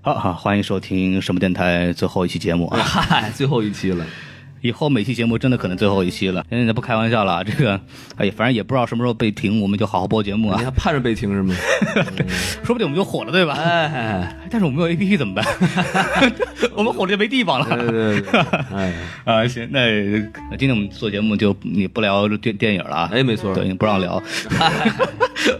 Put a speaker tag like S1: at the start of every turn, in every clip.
S1: 好好，欢迎收听什么电台最后一期节目
S2: 哎
S1: 啊！
S3: 嗨，最后一期了，
S1: 以后每期节目真的可能最后一期了，现在不开玩笑了啊。这个，哎，反正也不知道什么时候被停，我们就好好播节目
S3: 你
S2: 哎
S1: 啊，
S3: 还盼着被停是吗？
S1: 说不定我们就火了，对吧？
S3: 哎，
S1: 但是我们没有 A P P 怎么办？ 我们火了就没地方
S3: 对
S1: 了
S3: 对对，哎，
S1: 啊！行，那那今天我们做节目就你不聊电电影了啊？
S3: 哎没错
S1: 对，不让聊。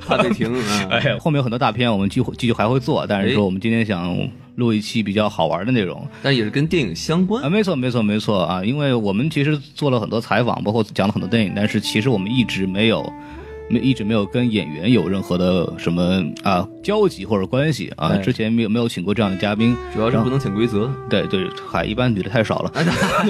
S3: 怕被停 啊。
S1: 哎，后面有很多大片我们继续继续还会做，但是说
S3: 哎
S1: 我们今天想录一期比较好玩的内容。
S3: 但也是跟电影相
S1: 啊，
S3: 关，
S1: 没错，没错，没错啊！因为我们其实做了很多采访，包括讲了很多电影，但是其实我们一直没有，没一直没有跟演员有任何的什么啊交集或者关系啊。
S3: 哎
S1: 之前没有没有请过这样的嘉宾，
S3: 主要是
S1: 然后
S3: 不能潜规则。
S1: 对对，嗨，一般女的太少 了，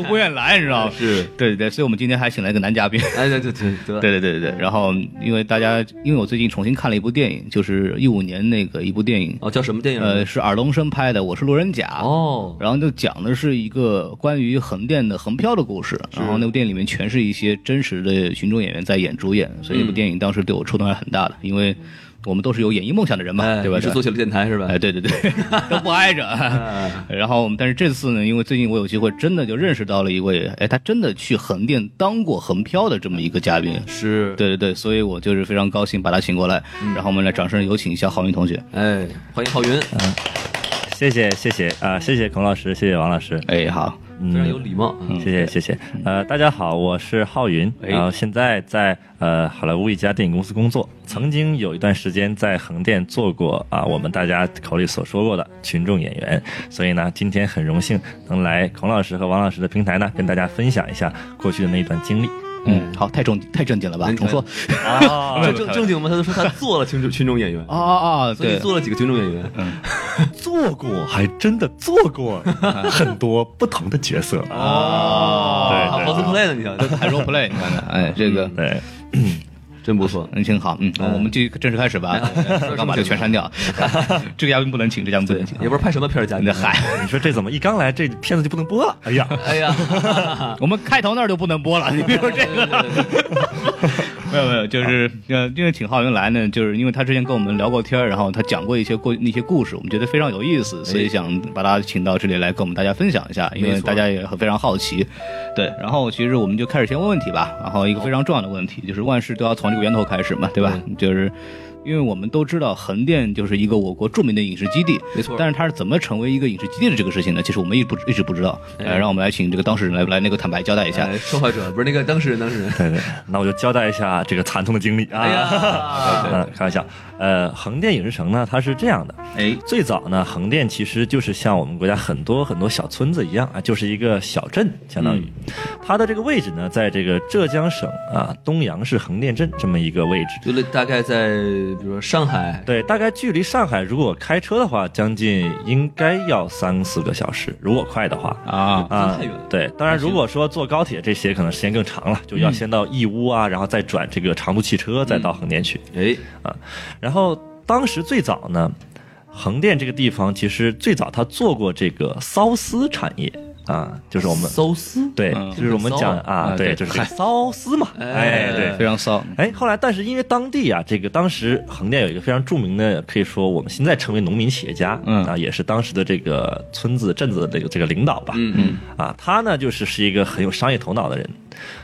S1: 不愿意来，你知道吗？
S3: 是，
S1: 对对对，所以我们今天还请了一个男嘉宾。
S3: 哎，对对哦对
S1: 对
S3: 嗯
S1: 对对对对，然后因为大家，因为我最近重新看了一部电影，就是一五年那个一部电影，
S3: 哦，叫什么电影呢？
S1: 呃，是尔冬升拍的《我是路人甲》
S3: 哦，
S1: 然后就讲的是一个关于横店的横漂的故事，然后那部电影里面全是一些真实的群众演员在演主演，所
S3: 嗯
S1: 以那部电影当时对我触动还是很大的，因为我们都是有演艺梦想的人嘛，
S3: 哎，
S1: 对吧？
S3: 你是做起了电台是吧？
S1: 哎，对对 对，都不挨着。
S3: 哎，
S1: 然后，但是这次呢，因为最近我有机会真的就认识到了一位，哎，他真的去横店当过横漂的这么一个嘉宾。
S3: 是，
S1: 对对对，所以我就是非常高兴把他请过来，然后我们来掌声有请一下郝云同学。
S3: 哎，欢迎浩云，
S4: 谢谢谢谢啊、谢谢孔老师，谢谢王老师，
S1: 哎，好，
S4: 嗯
S3: 非常有礼貌。
S4: 谢谢谢谢。呃，大家好，我是浩云，
S1: 哎
S4: 然后现在在呃好莱坞一家电影公司工作，曾经有一段时间在横店做过啊、我们大家口里所说过的群众演员，所以呢，今天很荣幸能来孔老师和王老师的平台呢，跟大家分享一下过去的那一段经历。
S1: 嗯，好，太正太正经了吧？
S3: 嗯
S1: 重说
S4: 啊
S3: 正正正经吗？他就说他做了群众群众演员，
S1: 啊啊，啊
S3: 所以
S1: 对，
S3: 做了几个群众演员。
S4: 做过，还真的做 过很多不同的角色啊
S3: 哦
S4: 对对
S3: 还 cosplay 呢，你想，这
S1: 还 role play，你看看，哎，这个
S4: 对。
S3: 真不错。
S1: 嗯挺好，嗯，我们继续正式开始吧，我刚把这个全删掉，这个嘉宾不能请，这嘉宾不
S3: 对
S1: 能请，，
S3: 也不知道拍什么片儿，家
S1: 你
S3: 里
S1: 的。嗨，
S4: 你说这怎么一刚来这片子就不能播了？哎呀，
S3: 啊哎呀，
S1: 我们开头那儿就不能播了，你别说这个了， 没有没有，就是呃，因为请浩云来呢，就是因为他之前跟我们聊过天儿，然后他讲过一些过那些故事，我们觉得非常有意思，所以想把他请到这里来跟我们大家分享一下，因为
S3: 哎没错
S1: 大家也很非常好奇，对，然后其实我们就开始先问问题吧，然后一个非常重要的问题就是万事都要从这个源头开始
S3: 嗯
S1: 嘛，对吧？就是。因为我们都知道横店就是一个我国著名的影视基地，
S3: 没错
S1: 但是它是怎么成为一个影视基地的这个事情呢？其实我们一不一直不知道。呃，让我们来请这个当事人来来那个坦白交代一下。
S3: 哎，受害者不是那个当事人，当事人。
S4: 对对， 那我就交代一下这个惨痛的经历啊。
S3: 哎呀
S4: 嗯，开玩笑。呃，横店影视城呢，它是这样的。
S1: 哎，
S4: 最早呢，横店其实就是像我们国家很多很多小村子一样啊，就是一个小镇，相当于、
S3: 嗯
S4: 它的这个位置呢，在这个浙江省啊东阳市横店镇这么一个位置。
S3: 就大概在比如说上海，
S4: 对，大概距离上海如果开车的话，将近应该要三四个小时，如果快的话
S1: 啊，
S4: 啊，
S3: 太远了
S4: 对，当然如果说坐高铁这些，可能时间更长了，就
S3: 嗯
S4: 要先到义乌啊，然后再转这个长途汽车，再到横店去。
S3: 哎，
S4: 然后当时最早呢，横店这个地方其实最早它做过这个缫丝产业啊，就是我们
S3: 缫丝，
S4: 对，
S1: 嗯
S4: 就是我们讲
S3: 很骚
S4: 啊
S1: 啊，对
S4: 对，就是这个缫丝嘛，
S3: 哎
S4: 哎，对，
S1: 非常骚。
S4: 哎，后来但是因为当地啊，这个当时横店有一个非常著名的，可以说我们现在成为农民企业家，
S1: 嗯
S4: 啊，也是当时的这个村子镇子的这个这个领导吧，嗯嗯，啊，他呢就是是一个很有商业头脑的人，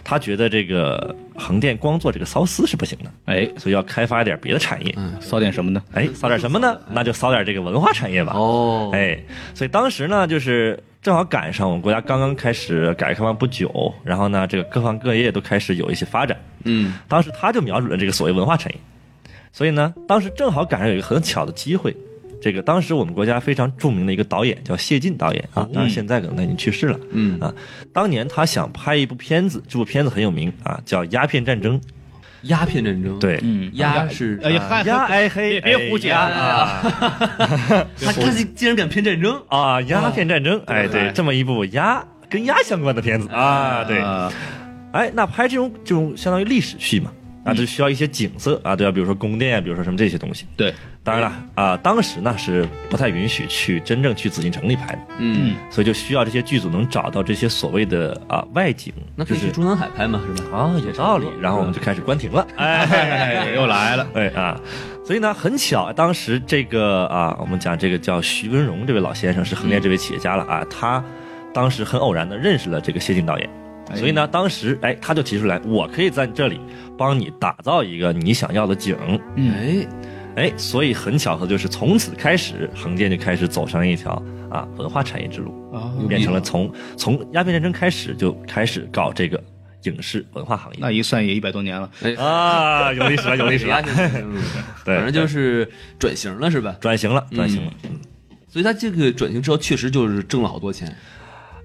S4: 他觉得这个横店光做这个缫丝是不行的，
S1: 哎，
S4: 所以要开发一点别的产业，
S1: 骚点什么呢？
S4: 哎，扫点什么呢？那就扫点这个文化产业吧。
S3: 哦，
S4: 哎，所以当时呢，就是正好赶上我们国家刚刚开始改革开放不久，然后呢，这个各行各业都开始有一些发展。
S3: 嗯，
S4: 当时他就瞄准了这个所谓文化产业，所以呢，当时正好赶上有一个很巧的机会。这个当时我们国家非常著名的一个导演叫谢晋导演啊，当然现在可能他已经去世了。
S3: 嗯
S4: 啊，当年他想拍一部片子，这部片子很有名啊，叫《鸦片战争》。
S3: 鸦片战争，，
S4: 对，
S1: 嗯，
S3: 鸦是
S1: 哎呀，
S3: 啊
S1: 嗨，
S4: 鸦哎
S1: 别
S4: 嘿，
S1: 别胡讲
S4: 哎呀
S3: 他他竟然敢拼战争，
S4: 啊！鸦片战争，哎，对，这么一部鸦跟鸦相关的片子啊，对，
S1: 啊
S4: 哎，那拍这种这种相当于历史剧嘛，啊，就需要一些景色啊，对吧？比如说宫殿，比如说什么这些东西。
S1: 对，
S4: 当然了啊，当时呢是不太允许去真正去紫禁城里拍的，
S3: 嗯，
S4: 所以就需要这些剧组能找到这些所谓的啊外景，
S3: 那可
S4: 就
S3: 以去
S4: 是
S3: 中南海拍嘛，是吧？
S4: 啊有道理。然后我们就开始关停了， 哎，
S1: 又来了，
S4: 对啊，所以呢，很巧，当时这个啊，我们讲这个叫徐文荣这位老先生是横
S1: 嗯
S4: 店这位企业家了啊，他当时很偶然的认识了这个谢晋导演，所以呢，当时哎，他就提出来，我可以在这里帮你打造一个你想要的景，
S1: 嗯，
S3: 哎，
S4: 哎，所以很巧合，就是从此开始，横店就开始走上一条啊文化产业之路，
S1: 哦
S4: 变成了从从鸦片战争开始就开始搞这个影视文化行业
S1: 那一算也一百多年了，
S4: 啊，有历史了，有历史
S3: 鸦
S4: 了，
S3: 片战争，
S4: 对，
S3: 哎反正就是嗯转型了，是吧？
S4: 转型了，转型了。
S3: 所以他这个转型之后，确实就是挣了好多钱。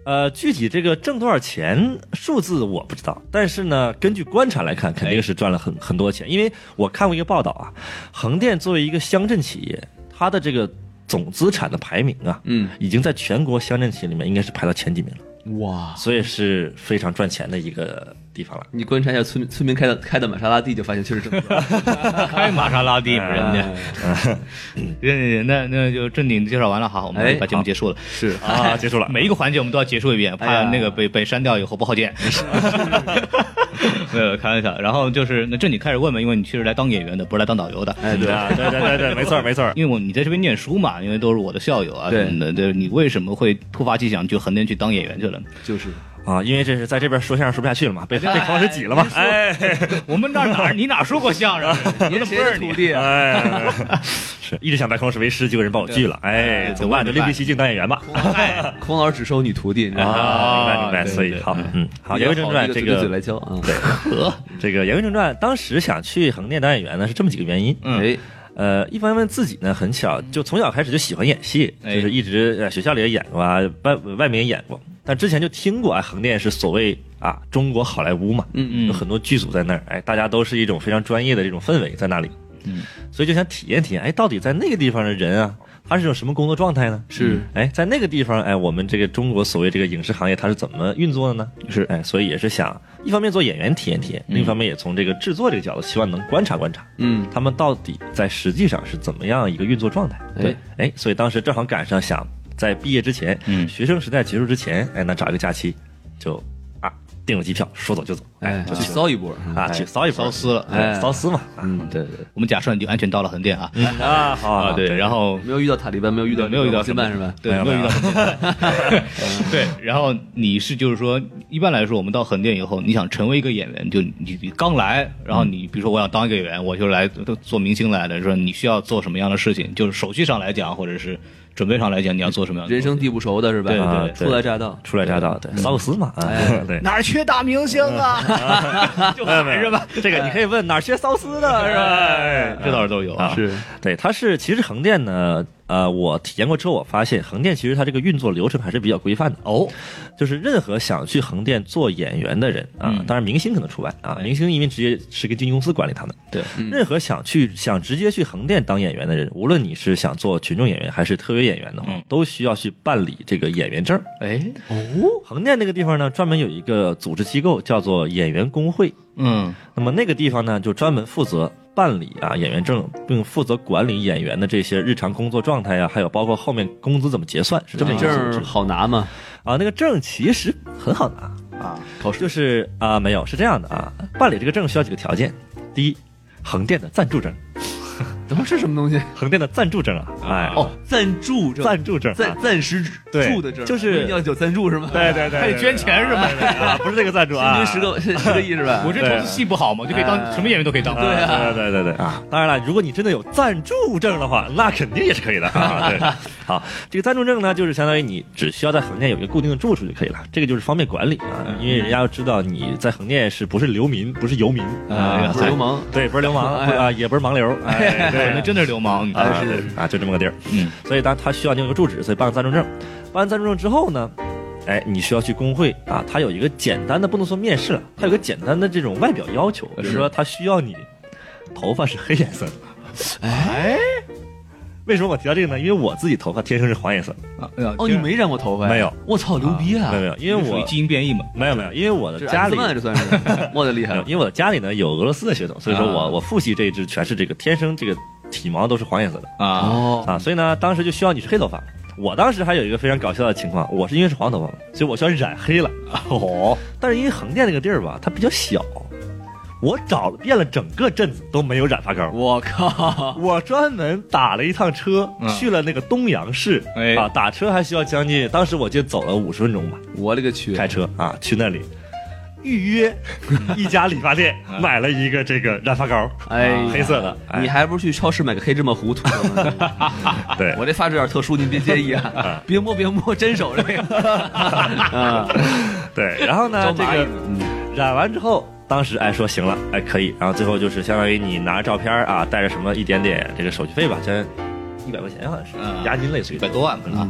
S4: 呃，具体这个挣多少钱数字我不知道，但是呢，根据观察来看，肯定是赚了很很多钱。因为我看过一个报道啊，横店作为一个乡镇企业，它的这个总资产的排名啊，
S3: 嗯，
S4: 已经在全国乡镇企业里面应该是排到前几名了，
S3: 哇，
S4: 所以是非常赚钱的一个地 方了。
S3: 你观察一下村村民开的开的玛莎拉蒂，就发现确实挣不少。
S1: 开玛莎拉蒂人
S4: 哎
S1: 家，人家那那就正经的介绍完了，好，我
S3: 哎
S1: 们把节目结束了。
S3: 是，
S4: 啊，结束了。
S1: 每一个环节我们都要结束一遍，
S3: 哎
S1: 怕
S3: 呀
S1: 那个被被删掉以后不好 剪。没有开玩笑，然后就是那正经开始问问，因为你确实来当演员的，不是来当导游的。
S3: 哎，对，
S4: 啊，对对对对，没错没错。
S1: 因为我你在这边念书嘛，因为都是我的校友啊
S3: 对
S1: 什么的，对，你为什么会突发奇想去横店去当演员去了？
S3: 就是
S4: 啊，因为这是在这边说相声说不下去了嘛，被 被黄石挤了嘛，哎
S1: 我们那儿哪儿你哪说过相声？ 你怎么不是你？
S3: 弟啊，
S4: 哎，是一直想拜匡师为师，结果人把我拒了，哎，怎么办？就另辟蹊径当演员吧。
S1: 哎
S3: 孔老师只收女徒弟，你知道吗？
S4: 啊，明白明白，
S1: 对
S4: 所以
S1: 对
S4: 好，嗯，好，
S3: 一个
S4: 言归正传，
S3: 一
S4: 这
S3: 嘴对嘴
S4: 个
S3: 来教啊，
S4: 这个言归正传，当时想去横店当演员呢，是这么几个原因。
S3: 哎，
S4: 呃，一方面自己呢很小就从小开始就喜欢演戏，
S1: 哎
S4: 就是一直呃学校里也演过啊，外外面也演过，但之前就听过啊，横店是所谓啊中国好莱坞嘛，
S3: 嗯
S1: 嗯
S4: 有很多剧组在那儿，哎，大家都是一种非常专业的这种氛围在那里，
S1: 嗯，
S4: 所以就想体验体验，哎，到底在那个地方的人啊，他是一种什么工作状态呢？
S3: 是
S4: 哎，在那个地方，哎，我们这个中国所谓这个影视行业，它是怎么运作的呢？
S1: 是
S4: 哎，所以也是想一方面做演员体验体验，另一方面也从这个制作这个角度，希望能观察观察，
S3: 嗯，
S4: 他们到底在实际上是怎么样一个运作状态？
S3: 哎
S4: 对，哎，所以当时正好赶上想在毕业之前，
S1: 嗯
S4: 学生时代结束之前，哎，那找一个假期，就啊订了机票，说走就走，
S3: 哎，
S4: 就
S3: 去
S4: 去
S3: 骚一波
S4: 啊，去骚一波，
S1: 骚撕了
S4: 哎，
S3: 哎
S4: 骚撕嘛，啊
S3: 嗯，对对，
S1: 我们假设你就安全到了横店啊
S4: 啊，好
S1: 啊，
S4: 啊，
S1: 对，然后
S3: 没有遇到塔利班，没有遇到
S1: 没有遇到
S3: 新办是吧？
S1: 对，
S4: 没有
S1: 没有嗯遇到横店。 对，然后你是就是说，一般来说，我们到横店以后，你想成为一个演员，就你你刚来，然后你比如说我想当一个演员，我就来做做明星来的，说你需要做什么样的事情，就是手续上来讲，或者是准备上来讲，你要做什么样的
S3: 人生地不熟的是吧？
S1: 对对
S4: 啊
S3: 啊初来乍到，
S4: 初来乍到，对，骚个死嘛，啊， 对。
S1: 哪儿缺大明星啊？
S4: 就还是吧， 哎这个你可以问哪儿学骚丝的是吧？哎
S1: 这倒是都有啊
S4: 啊，。对，它是其实横店呢，呃，我体验过之后，我发现横店其实它这个运作流程还是比较规范的哦。就是任何想去横店做演员的人啊，
S1: 嗯
S4: 当然明星可能除外啊，明星因为直接是跟经纪公司管理他们。
S1: 哎对，嗯
S4: 任何想去想直接去横店当演员的人，无论你是想做群众演员还是特约演员的话，都需要去办理这个演员证。
S1: 嗯哎，
S4: 横店那个地方呢，专门有一个组织机构叫做演员工会。
S1: 嗯，
S4: 那么那个地方呢，就专门负责办理啊演员证，并负责管理演员的这些日常工作状态呀、还有包括后面工资怎么结算，是这
S3: 这
S4: 么
S3: 么
S4: 一
S3: 证
S4: 个组
S3: 儿
S4: 织
S3: 好拿吗？
S4: 啊。那个证其实很好拿，
S1: 啊，
S3: 考试
S4: 就是啊没有是这样的啊，办理这个证需要几个条件，第一，横店的暂住证，
S3: 等会儿是什么东西？
S4: 横店的暂住证啊，哎，
S3: 哦，暂住证，
S4: 暂住证、啊，
S3: 暂暂时
S4: 对
S3: 住的证儿，
S4: 就是
S3: 不一定要有暂住是吗？
S4: 对对对，
S1: 还得捐哎钱是吗？
S4: 啊，不是这个暂住啊，
S3: 平均十个十个亿是吧？
S1: 我这投资戏不好嘛，就可以当
S3: 哎
S1: 什么演员都可以当。
S4: 对啊，对对对啊！当然了，如果你真的有暂住证的话，那肯定也是可以的啊。对，好，这个暂住证呢，就是相当于你只需要在横店有一个固定的住处就可以了，这个就是方便管理啊，因为人家要知道你在横店是不是流民，不是游民
S3: 啊，
S4: 哎
S3: 不是流氓，
S4: 对，不是流氓不是啊，也不是盲流，哎，对
S1: 哎，那真哎的是流氓。
S4: 啊
S3: 是是
S4: 啊，就这么个地儿。
S1: 嗯，
S4: 所以当他需要你有个住址，所以办个暂住证。办完暂住证之后呢，哎，你需要去工会啊，它有一个简单的，不能说面试了，它有个简单的这种外表要求，比如说它需要你头发是黑颜色的。哎，为什么我提到这个呢？因为我自己头发天生是黄颜色，
S1: 啊哎呀
S3: 哦，
S1: 这
S3: 你
S1: 样
S3: 没染过头发呀？
S4: 没有，
S3: 我操，牛逼啊！
S4: 没有没有，因为
S1: 这属于
S4: 我
S1: 基因变异嘛，
S4: 没有没有，因为我的
S3: 这
S4: 家
S3: 艾斯
S4: 里
S3: 曼这算 是，我的厉害了。
S4: 因为我的家里呢有俄罗斯的血统，所以说我、
S3: 啊
S4: 我父系这一支全是这个天生这个体毛都是黄颜色的
S1: 啊，
S3: 哦，
S4: 啊，所以呢当时就需要你是黑头发。我当时还有一个非常搞笑的情况，我是因为是黄头发嘛，所以我需要染黑了。哦，但是因为横店那个地儿吧，它比较小，我找了遍了整个镇子都没有染发膏。
S3: 我靠，
S4: 我专门打了一趟车、
S1: 嗯
S4: 去了那个东阳市、
S1: 哎
S4: 啊，打车还需要将近，当时我就走了五十分钟吧，
S3: 我勒个去！
S4: 开车啊去那里预约一家理发 店，买了一个这个染发膏，
S3: 哎呀，
S4: 黑色的，哎
S3: 你还不如去超市买个黑芝麻糊涂上呢。
S4: 对
S3: 我这发质有点特殊，您别介意 啊，别摸别摸，真手这个。啊，
S4: 对，然后呢
S3: 招
S4: 这
S3: 蚂蚁
S4: 个
S3: 呢嗯
S4: 染完之后。当时哎说行了哎可以，然后最后就是相当于你拿着照片啊，带着什么一点点这个手续费吧，将一百块钱好像是
S1: 嗯
S4: 押金类似于
S1: 一百多万可能啊，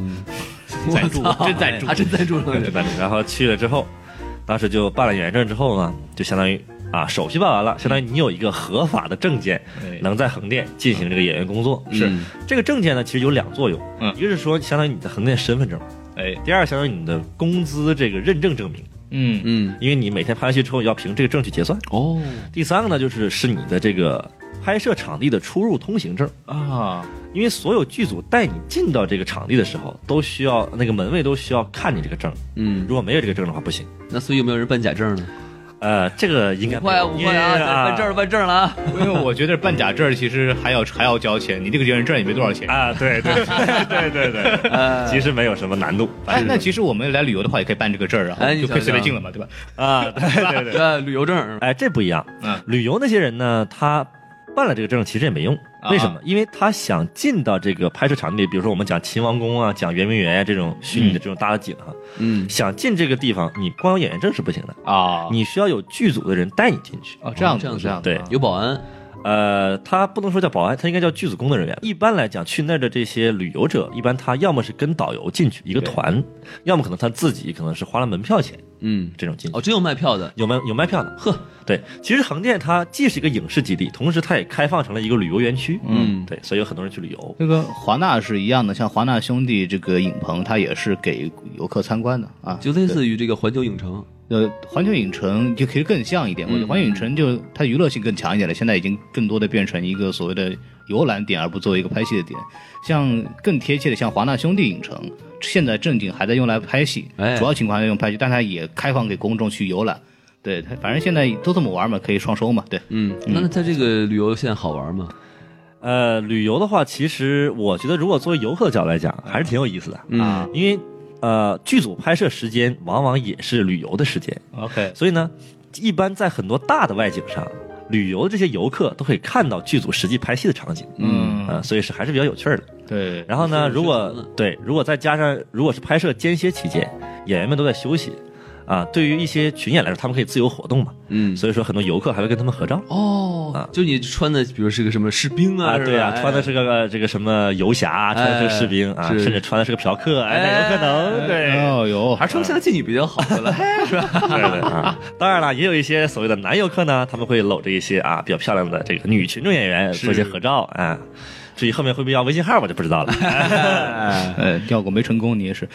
S1: 赞助
S3: 我操啊
S1: 真赞助
S3: 他真赞助了。
S4: 对，办理。然后去了之后，当时就办了演员证之后呢，就相当于啊手续办完了，相当于你有一个合法的证件，
S1: 哎
S4: 能在横店进行这个演员工作。
S3: 是
S4: 嗯这个证件呢，其实有两作用，
S1: 嗯
S4: 一个是说相当于你的横店身份证，
S1: 哎，
S4: 第二相当于你的工资这个认证证明，
S1: 嗯，
S3: 嗯，
S4: 因为你每天拍完戏之后要凭这个证去结算。
S3: 哦，
S4: 第三个呢，就是是你的这个拍摄场地的出入通行证。
S1: 啊，
S4: 因为所有剧组带你进到这个场地的时候，都需要那个门卫都需要看你这个证，
S3: 嗯，
S4: 如果没有这个证的话不行。
S3: 那所以有没有人办假证呢？
S4: 呃，这个应该
S3: 不会不会啊，
S4: 因为
S3: 办证儿办证儿了啊！
S1: 因为我觉得办假证其实还要还要交钱，你这个证证也没多少钱。
S4: 啊，对对对对对，
S3: 呃
S4: 其实没有什么难度，反
S1: 哎，
S4: 正
S1: 那其实我们来旅游的话，也可以办这个证儿，然后
S3: 哎你
S1: 就可以
S3: 想
S1: 随便
S3: 想
S1: 进了嘛，对吧？
S4: 啊，对对对，
S3: 呃，旅游证儿，
S4: 哎，这不一样。
S1: 嗯
S4: 旅游那些人呢，他办了这个证其实也没用，
S1: 啊
S4: 为什么？因为他想进到这个拍摄场地，比如说我们讲秦王宫啊，讲圆明园啊这种虚拟的这种大的景哈，
S3: 嗯，
S4: 想进这个地方，你光有演员证是不行的，
S1: 啊，
S4: 你需要有剧组的人带你进去。
S1: 哦这样
S3: 这样
S1: 子
S3: 子
S1: 这样子
S4: 对
S1: 啊
S3: 有保安，
S4: 呃，他不能说叫保安，他应该叫剧组工作人员。一般来讲，去那儿的这些旅游者，一般他要么是跟导游进去一个团，要么可能他自己可能是花了门票钱
S3: 嗯，
S4: 这种进去。
S3: 哦，真有卖票的，
S4: 有卖有卖票的，呵，对，其实横店它既是一个影视基地，同时它也开放成了一个旅游园区，
S3: 嗯
S4: 对，所以有很多人去旅游。
S1: 这个华纳是一样的，像华纳兄弟这个影棚，它也是给游客参观的啊，
S3: 就类似于这个环球影城，
S1: 呃，环球影城就可以更像一点，我觉得
S3: 嗯
S1: 环球影城就它娱乐性更强一点了，现在已经更多的变成一个所谓的游览点，而不作为一个拍戏的点。像更贴切的，像华纳兄弟影城，现在正经还在用来拍戏，
S3: 哎
S1: 主要情况下用拍戏，但它也开放给公众去游览。对，它反正现在都这么玩嘛，可以双收嘛，对。
S3: 嗯，那它这个旅游现在好玩吗？
S4: 呃，旅游的话，其实我觉得如果作为游客的角度来讲，还是挺有意思的，啊
S3: 嗯，
S4: 因为呃，剧组拍摄时间往往也是旅游的时间，
S1: OK，
S4: 所以呢，一般在很多大的外景上，旅游的这些游客都可以看到剧组实际拍戏的场景，
S1: 嗯
S4: 呃，所以是还是比较有趣儿的。
S1: 对，
S4: 然后呢，
S3: 是
S4: 如果
S3: 是的
S4: 对，如果再加上如果是拍摄间歇期间，演员们都在休息，啊，对于一些群演来说，他们可以自由活动嘛，
S3: 嗯，
S4: 所以说很多游客还会跟他们合照。
S3: 哦
S4: 啊，
S3: 就你穿的，比如是个什么士兵啊，是吧
S4: 对啊，
S3: 哎
S4: 穿的是个这个什么游侠啊，穿的是个士兵啊，
S3: 哎是
S4: 甚至穿的是个嫖客，哎，那有可能，
S3: 哎
S4: 对，啊
S1: 哦哟，
S3: 还是穿像妓女比较好的了，是吧？
S4: 对对啊。当然了，也有一些所谓的男游客呢，他们会搂着一些啊比较漂亮的这个女群众演员做一些合照啊。至于后面会不会要微信号，我就不知道了。
S1: 呃，调过没成功，你也是。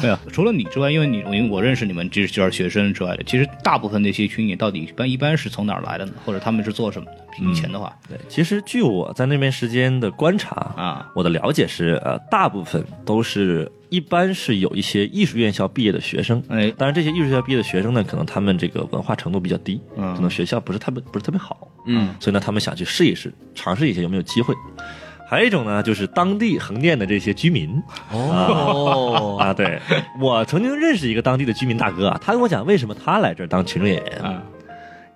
S1: 对啊，除了你之外，因为你因为我认识你们这这儿学生之外的，其实大部分那些群演到底一般一般是从哪儿来的呢？或者他们是做什么的？以前的话，
S4: 对，其实据我在那边时间的观察
S1: 啊，
S4: 我的了解是，呃，大部分都是一般是有一些艺术院校毕业的学生，
S1: 哎
S4: 当然这些艺术校毕业的学生呢，可能他们这个文化程度比较低，
S1: 嗯
S4: 可能学校不是特别不是特别好，
S3: 嗯，
S4: 所以呢，他们想去试一试，尝试一下有没有机会。还有一种呢，就是当地横店的这些居民
S3: 啊哦，
S4: 啊， 对我曾经认识一个当地的居民大哥啊，他跟我讲为什么他来这儿当群众演员
S1: 啊，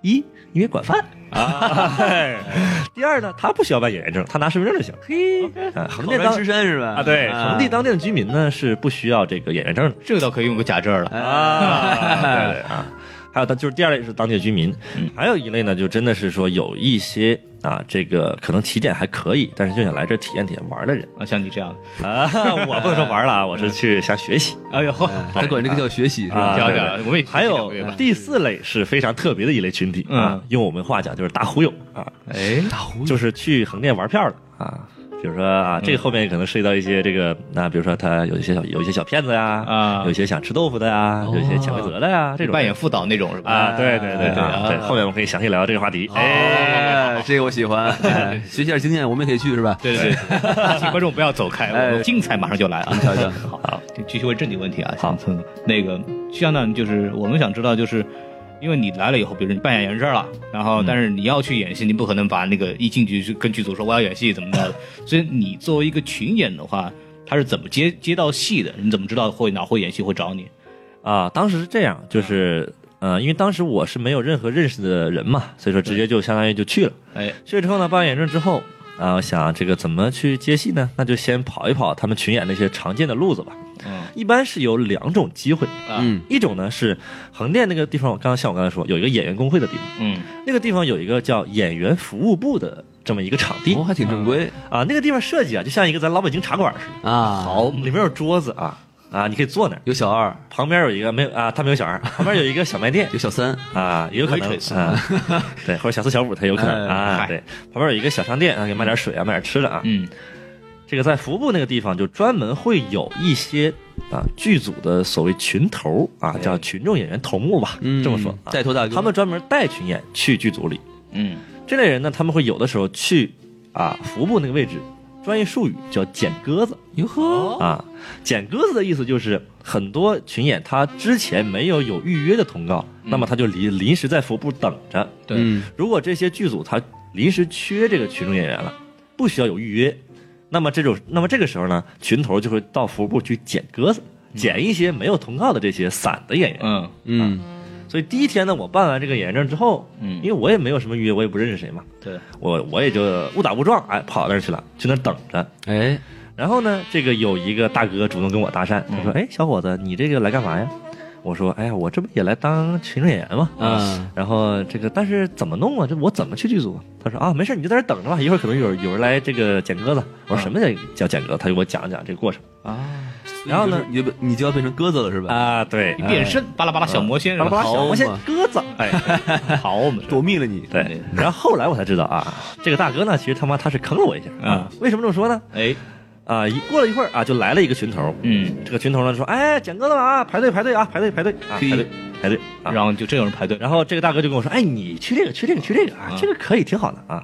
S4: 一因为管饭啊，嘿 第二呢，他不需要办演员证，他拿身份证就行。嘿，啊，横
S3: 口
S4: 店
S3: 难
S4: 当
S3: 吃山是吧？
S4: 啊，对，
S3: 哎
S4: 横地当地的居民呢是不需要这个演员证
S1: 这个倒可以用个假证了。
S4: 的啊， 对嗯对啊。还有，他就是第二类是当地的居民，还有一类呢，就真的是说有一些啊，这个可能体检还可以，但是就想来这儿体验体验玩儿的人
S1: 啊，像你这样的，
S4: 啊，我不能说玩儿了啊，我是去想学习。
S1: 哎呦，
S3: 他管这个叫学习是吧？
S4: 啊，
S1: 讲
S4: 对
S1: 讲
S4: 对
S1: 我们也
S4: 还有
S1: 讲过
S4: 第四类是非常特别的一类群体啊
S1: 嗯，
S4: 用我们话讲就是打忽悠啊，
S3: 哎，大胡
S4: 就是去横店玩票的啊。比如说啊，
S1: 嗯
S4: 这后面可能涉及到一些这个，那比如说他有一些小有一些小骗子呀，
S1: 啊
S4: 有一些想吃豆腐的呀，有一些潜规则的呀，这 种
S1: 扮演副导那种是吧？
S4: 啊，对对对
S1: 对哦
S4: 啊
S1: 啊
S4: 对，后面我们可以详细聊这个话题。哎，
S3: 哎，这个我喜欢，哎 学习点经验，我们也可以去是吧？
S1: 对对对， 请观众不要走开，我们
S3: 哎
S1: 精彩马上就来啊！
S3: 瞧瞧
S1: 好，继续问正经问题啊。
S4: 嗯好
S1: 行，那个相当于就是我们想知道，就是因为你来了以后，比如你扮演人事儿了，然
S4: 嗯
S1: 后但是你要去演戏，你不可能把那个一进去就跟剧组说我要演戏怎么着 的，所以你作为一个群演的话，他是怎么接接到戏的？你怎么知道会哪会演戏会找你？
S4: 啊，当时是这样，就是呃，因为当时我是没有任何认识的人嘛，所以说直接就相当于就去了。
S1: 哎，
S4: 去了之后呢，办完演证之后，啊，我想这个怎么去接戏呢？那就先跑一跑他们群演那些常见的路子吧。
S1: 嗯
S4: 一般是有两种机会，
S1: 啊
S3: 嗯
S4: 一种呢是横店那个地方，我刚刚像我刚才说，有一个演员工会的地方，
S1: 嗯
S4: 那个地方有一个叫演员服务部的这么一个场地
S3: 哦，还挺正规
S4: 啊，那个地方设计啊，就像一个咱老北京茶馆似的，
S3: 啊。
S4: 好，里面有桌子啊啊，你可以坐那儿，
S3: 有小二，
S4: 旁边有一个没有啊，他没有小孩，旁边有一个小卖店，
S3: 有小三，
S4: 啊，也有可能
S1: Waitress
S4: 啊，对，或者小四小五他有可能
S3: 哎
S4: 啊，
S1: 嗨
S4: 对，旁边有一个小商店啊，给买点水啊，买点吃的啊。
S1: 嗯
S4: 这个在服务部那个地方就专门会有一些啊剧组的所谓群头啊，叫群众演员头目吧，
S3: 嗯
S4: 这么说啊，
S3: 带头大哥
S4: 他们专门带群演去剧组里。
S1: 嗯
S4: 这类人呢，他们会有的时候去啊服务部那个位置，专业术语叫捡鸽子。
S3: 哟呵，
S4: 啊，捡鸽子的意思就是很多群演他之前没有有预约的通告，那么他就临临时在服务部等着。
S1: 对
S3: 嗯
S4: 如果这些剧组他临时缺这个群众演员了，不需要有预约，那么这种那么这个时候呢，群头就会到服务部去捡鸽子，捡一些没有通告的这些散的演员。
S1: 嗯
S3: 嗯，
S4: 所以第一天呢，我办完这个演员证之后，
S1: 嗯
S4: 因为我也没有什么预约，我也不认识谁嘛，
S1: 对，
S4: 我我也就误打误撞哎跑那儿去了，去那儿等着。
S3: 哎，
S4: 然后呢，这个有一个大哥主动跟我搭讪，他说：“哎，小伙子，你这个来干嘛呀？”我说：“哎呀，我这不也来当群众演员嘛。”
S3: 嗯
S4: 然后这个，但是怎么弄啊？这我怎么去剧组啊？他说：“啊，没事，你就在这儿等着吧，一会儿可能有人有人来这个捡鸽子。”我说：“什么叫叫捡鸽子？”他就给我讲一讲这个过程
S3: 啊，
S4: 然后呢
S3: 你就你就要变成鸽子了是吧？
S4: 啊，对，
S1: 一变身巴拉巴拉小魔仙
S4: 巴拉巴拉
S3: 好
S4: 小，我先
S3: 嘛
S4: 鸽子，哎，好 我们
S3: 躲密了你，
S4: 对。然后后来我才知道啊，这个大哥呢，其实他妈他是坑了我一下
S1: 啊。
S4: 为什么这么说呢？
S1: 哎
S4: 啊，一过了一会儿啊，就来了一个群头，
S1: 嗯，
S4: 这个群头呢说，哎，简哥了啊，排队排队啊，排队排队啊，排
S3: 嘿
S4: 队排队啊。
S1: 然后就真有人排队，
S4: 然后这个大哥就跟我说，哎，你去这个去这个去这个啊
S1: 啊，
S4: 这个可以挺好的啊。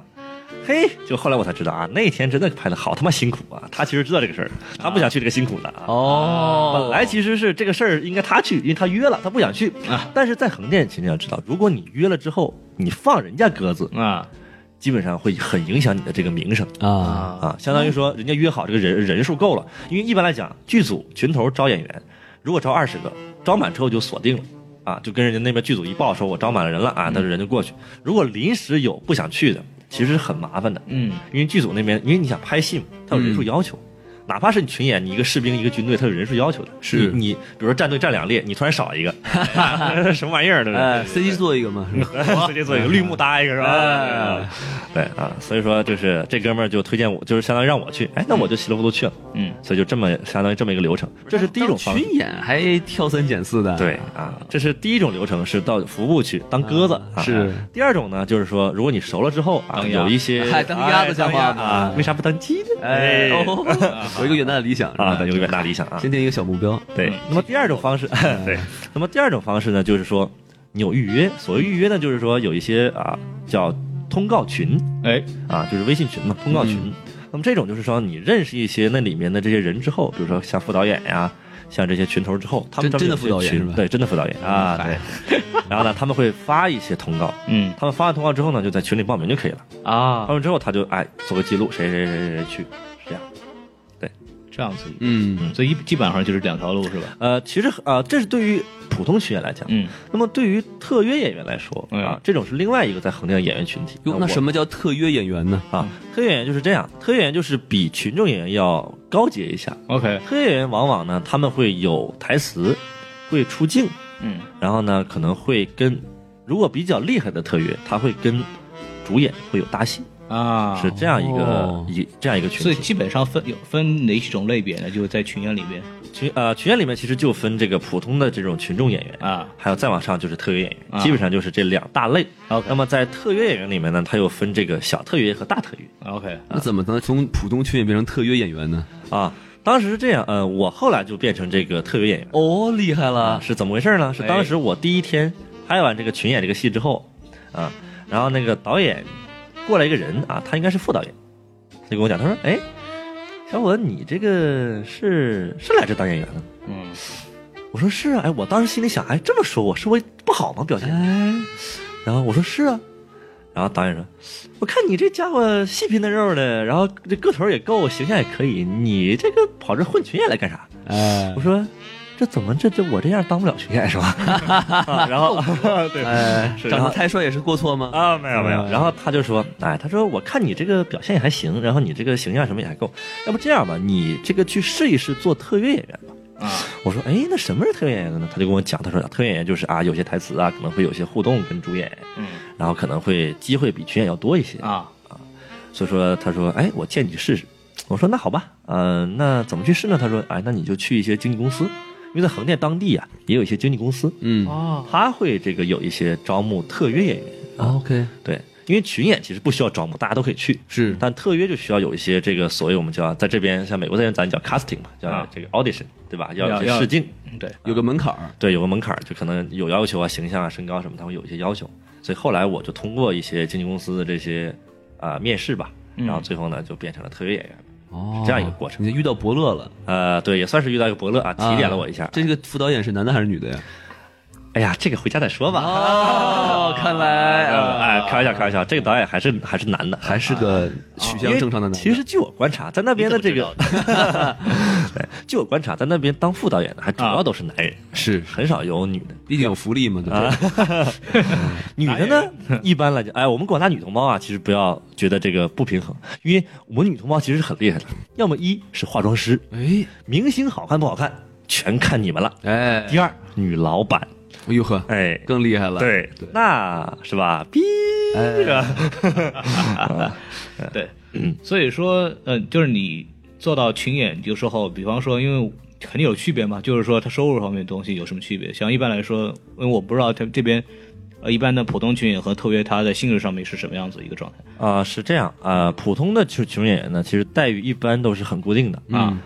S4: 嘿，就后来我才知道啊，那天真的排的好他妈辛苦啊！他其实知道这个事儿，他不想去这个辛苦的啊。
S3: 哦
S4: 本来其实是这个事儿应该他去，因为他约了，他不想去。
S1: 啊
S4: 但是在横店，请你要知道，如果你约了之后，你放人家鸽子，
S1: 啊
S4: 基本上会很影响你的这个名声。
S3: 啊，
S4: 啊，相当于说人家约好这个人人数够了，因为一般来讲，剧组群头招演员，如果招二十个，招满之后就锁定了。啊，就跟人家那边剧组一报说，我招满了人了
S3: 嗯
S4: 啊，但是人就过去。如果临时有不想去的，其实是很麻烦的，
S1: 嗯
S4: 因为剧组那边，因为你想拍戏嘛，它有人数要求，
S3: 嗯
S4: 哪怕是你群演，你一个士兵一个军队，它有人数要求的。
S3: 是
S4: 你，你比如说战队站两列，你突然少一个， 什么玩意儿，对不对？
S3: 哎，C G 做一个嘛，是吧
S4: 直接做一个绿幕搭一个是吧
S3: 哎？
S4: 对啊，所以说就是这哥们儿就推荐我，就是相当于让我去，哎，那我就稀里糊涂去了，
S1: 嗯，
S4: 所以就这么相当于这么一个流程，这是第一种方式。
S3: 哦群演还挑三拣四的，
S4: 对啊，这是第一种流程，是到服务去当鸽子。啊、
S3: 是
S4: 第二种呢，就是说，如果你熟了之后啊，
S1: 当鸭
S4: 有一些
S3: 嗨当鸭子像话吗
S4: 哎当鸭啊，为啥不当鸡呢？
S3: 哎，哦 有一个远大的理想是
S4: 啊
S3: 吧，？
S4: 有远大理想啊，
S3: 先定一个小目标，
S4: 对，那么第二种方式，
S3: 嗯
S4: 对，那么第二种方式呢，就是说你有预约。所谓预约呢，就是说有一些啊叫通告群
S1: 哎
S4: 啊，就是微信群嘛，通告群。
S3: 嗯
S4: 那么这种就是说你认识一些那里面的这些人之后，比如说像副导演呀、像这些群头之后，他们
S3: 真
S4: 专
S3: 真
S4: 门
S3: 的副导演
S4: 有一些
S3: 是
S4: 群
S3: 吧嗯
S4: 对，真的副导演啊，对。 然后呢，他们会发一些通告。
S1: 嗯
S4: 他们发完通告之后呢，就在群里报名就可以了。
S1: 啊
S4: 报名之后，他就哎做个记录，谁谁谁谁谁去，是这样。
S1: 这样子，
S3: 嗯，
S1: 所以基本上就是两条路是吧？
S4: 呃，其实呃，这是对于普通群演来讲，
S1: 嗯，
S4: 那么对于特约演员来说、
S1: 嗯
S4: 啊，这种是另外一个在横店的演员群体。
S3: 哟，那什
S4: 么
S3: 么叫嗯特约演员呢？
S4: 啊？特约演员就是这样，特约演员就是比群众演员要高阶一下。
S1: OK，
S4: 特约演员往往呢，他们会有台词，会出镜，
S1: 嗯，
S4: 然后呢，可能会跟如果比较厉害的特约，他会跟主演会有搭戏。
S1: 啊，
S4: 是这样一个
S3: 哦
S4: 一这样一个群
S1: 所以
S4: 体。
S1: 基本上分有分哪几种类别呢？就是在群演里边
S4: 群呃群演里面其实就分这个普通的这种群众演员
S1: 啊，
S4: 还有再往上就是特约演员，
S1: 啊
S4: 基本上就是这两大类。
S1: OK
S4: 那么在特约演员里面呢，它又分这个小特约和大特约。
S1: ，OK，
S3: 那怎么能从普通群演变成特约演员呢？
S4: 啊，当时是这样，呃，我后来就变成这个特约演员
S3: 哦，厉害
S4: 啊，！是怎么回事呢？是当
S1: 哎
S4: 时我第一天拍完这个群演这个戏之后，啊，然后那个导演过来一个人啊，他应该是副导演，他就跟我讲，他说，哎，小伙子，你这个是是来这当演员的？
S1: 嗯，
S4: 我说是啊，哎，我当时心里想，哎，这么说我是我不好吗？表现？
S3: 哎，
S4: 然后我说是啊，然后导演说，我看你这家伙细皮嫩肉的，然后这个头也够，形象也可以，你这个跑这混群演来干啥？
S3: 哎
S4: 我，说这怎么这这我这样当不了巡演是吧？ 啊然后对
S3: 哎
S4: 是
S5: 长
S4: 然
S5: 得
S4: 后
S5: 太帅也是过错吗？
S4: 啊没有没
S1: 嗯
S4: 有，然后他就说，哎，他说我看你这个表现也还行，然后你这个形象什么也还够，要不这样吧，你这个去试一试做特约演员吧。
S1: 啊，
S4: 我说，哎，那什么是特约演员呢？他就跟我讲，他说特约演员就是啊，有些台词啊，可能会有些互动跟主演，
S1: 嗯
S4: 然后可能会机会比群演要多一些
S1: 啊，
S4: 所以说，他说，哎，我建议你试试。我说那好吧，嗯、那怎么去试呢？他说，哎，那你就去一些经纪公司，因为在横店当地啊，也有一些经纪公司，
S3: 嗯
S1: 哦，
S4: 他会这个有一些招募特约演员。
S3: 哦，OK，
S4: 对，因为群演其实不需要招募，大家都可以去，
S3: 是
S4: 但特约就需要有一些这个所谓我们叫在这边像美国这边咱叫 casting 嘛，叫
S1: 啊
S4: 这个 audition，对吧？要有一
S1: 要
S4: 些
S1: 要
S4: 试镜，
S1: 对，
S3: 有个门槛儿，
S4: 对，有个门槛儿，就可能有要求啊，形象啊、身高什么，他会有一些要求。所以后来我就通过一些经纪公司的这些啊、面试吧，
S1: 嗯
S4: 然后最后呢就变成了特约演员。
S3: 哦
S4: 这样一个过程
S3: 你就遇到伯乐了，
S4: 呃，对，也算是遇到一个伯乐啊，提
S3: 啊
S4: 点了我一下。
S3: 这个副导演是男的还是女的呀？
S4: 哎呀，这个回家再说吧。
S3: 哦，看来啊
S4: 呃，哎，开玩笑，开玩笑，这个导演还是还是男的，
S3: 还是个取向正常的男的。
S4: 其实据我观察，在那边的这
S1: 你
S4: 个， 对，据我观察，在那边当副导演的还主
S3: 啊
S4: 要都是男人，
S3: 是
S4: 很少有女的。
S3: 毕竟有福利嘛，对吧？
S4: 女的呢， 一般来讲，哎，我们广大女同胞啊，其实不要觉得这个不平衡，因为我们女同胞其实很厉害的，要么一是化妆师，
S3: 哎
S4: 明星好看不好看全看你们了；
S3: 哎，
S4: 第二，女老板，
S3: 哎呦呵，
S4: 哎，
S3: 更厉害了。
S4: 对，那是吧？逼着，
S1: 对，所以说，呃，就是你做到群演，有时候，比方说，因为肯定有区别嘛，就是说，它收入方面的东西有什么区别？像一般来说，因为我不知道他这边，呃，一般的普通群演和特约，他在性质上面是什么样子一个状态
S4: 啊、是这样啊、普通的群群众演员呢，其实待遇一般都是很固定的
S3: 嗯
S4: 啊
S1: 啊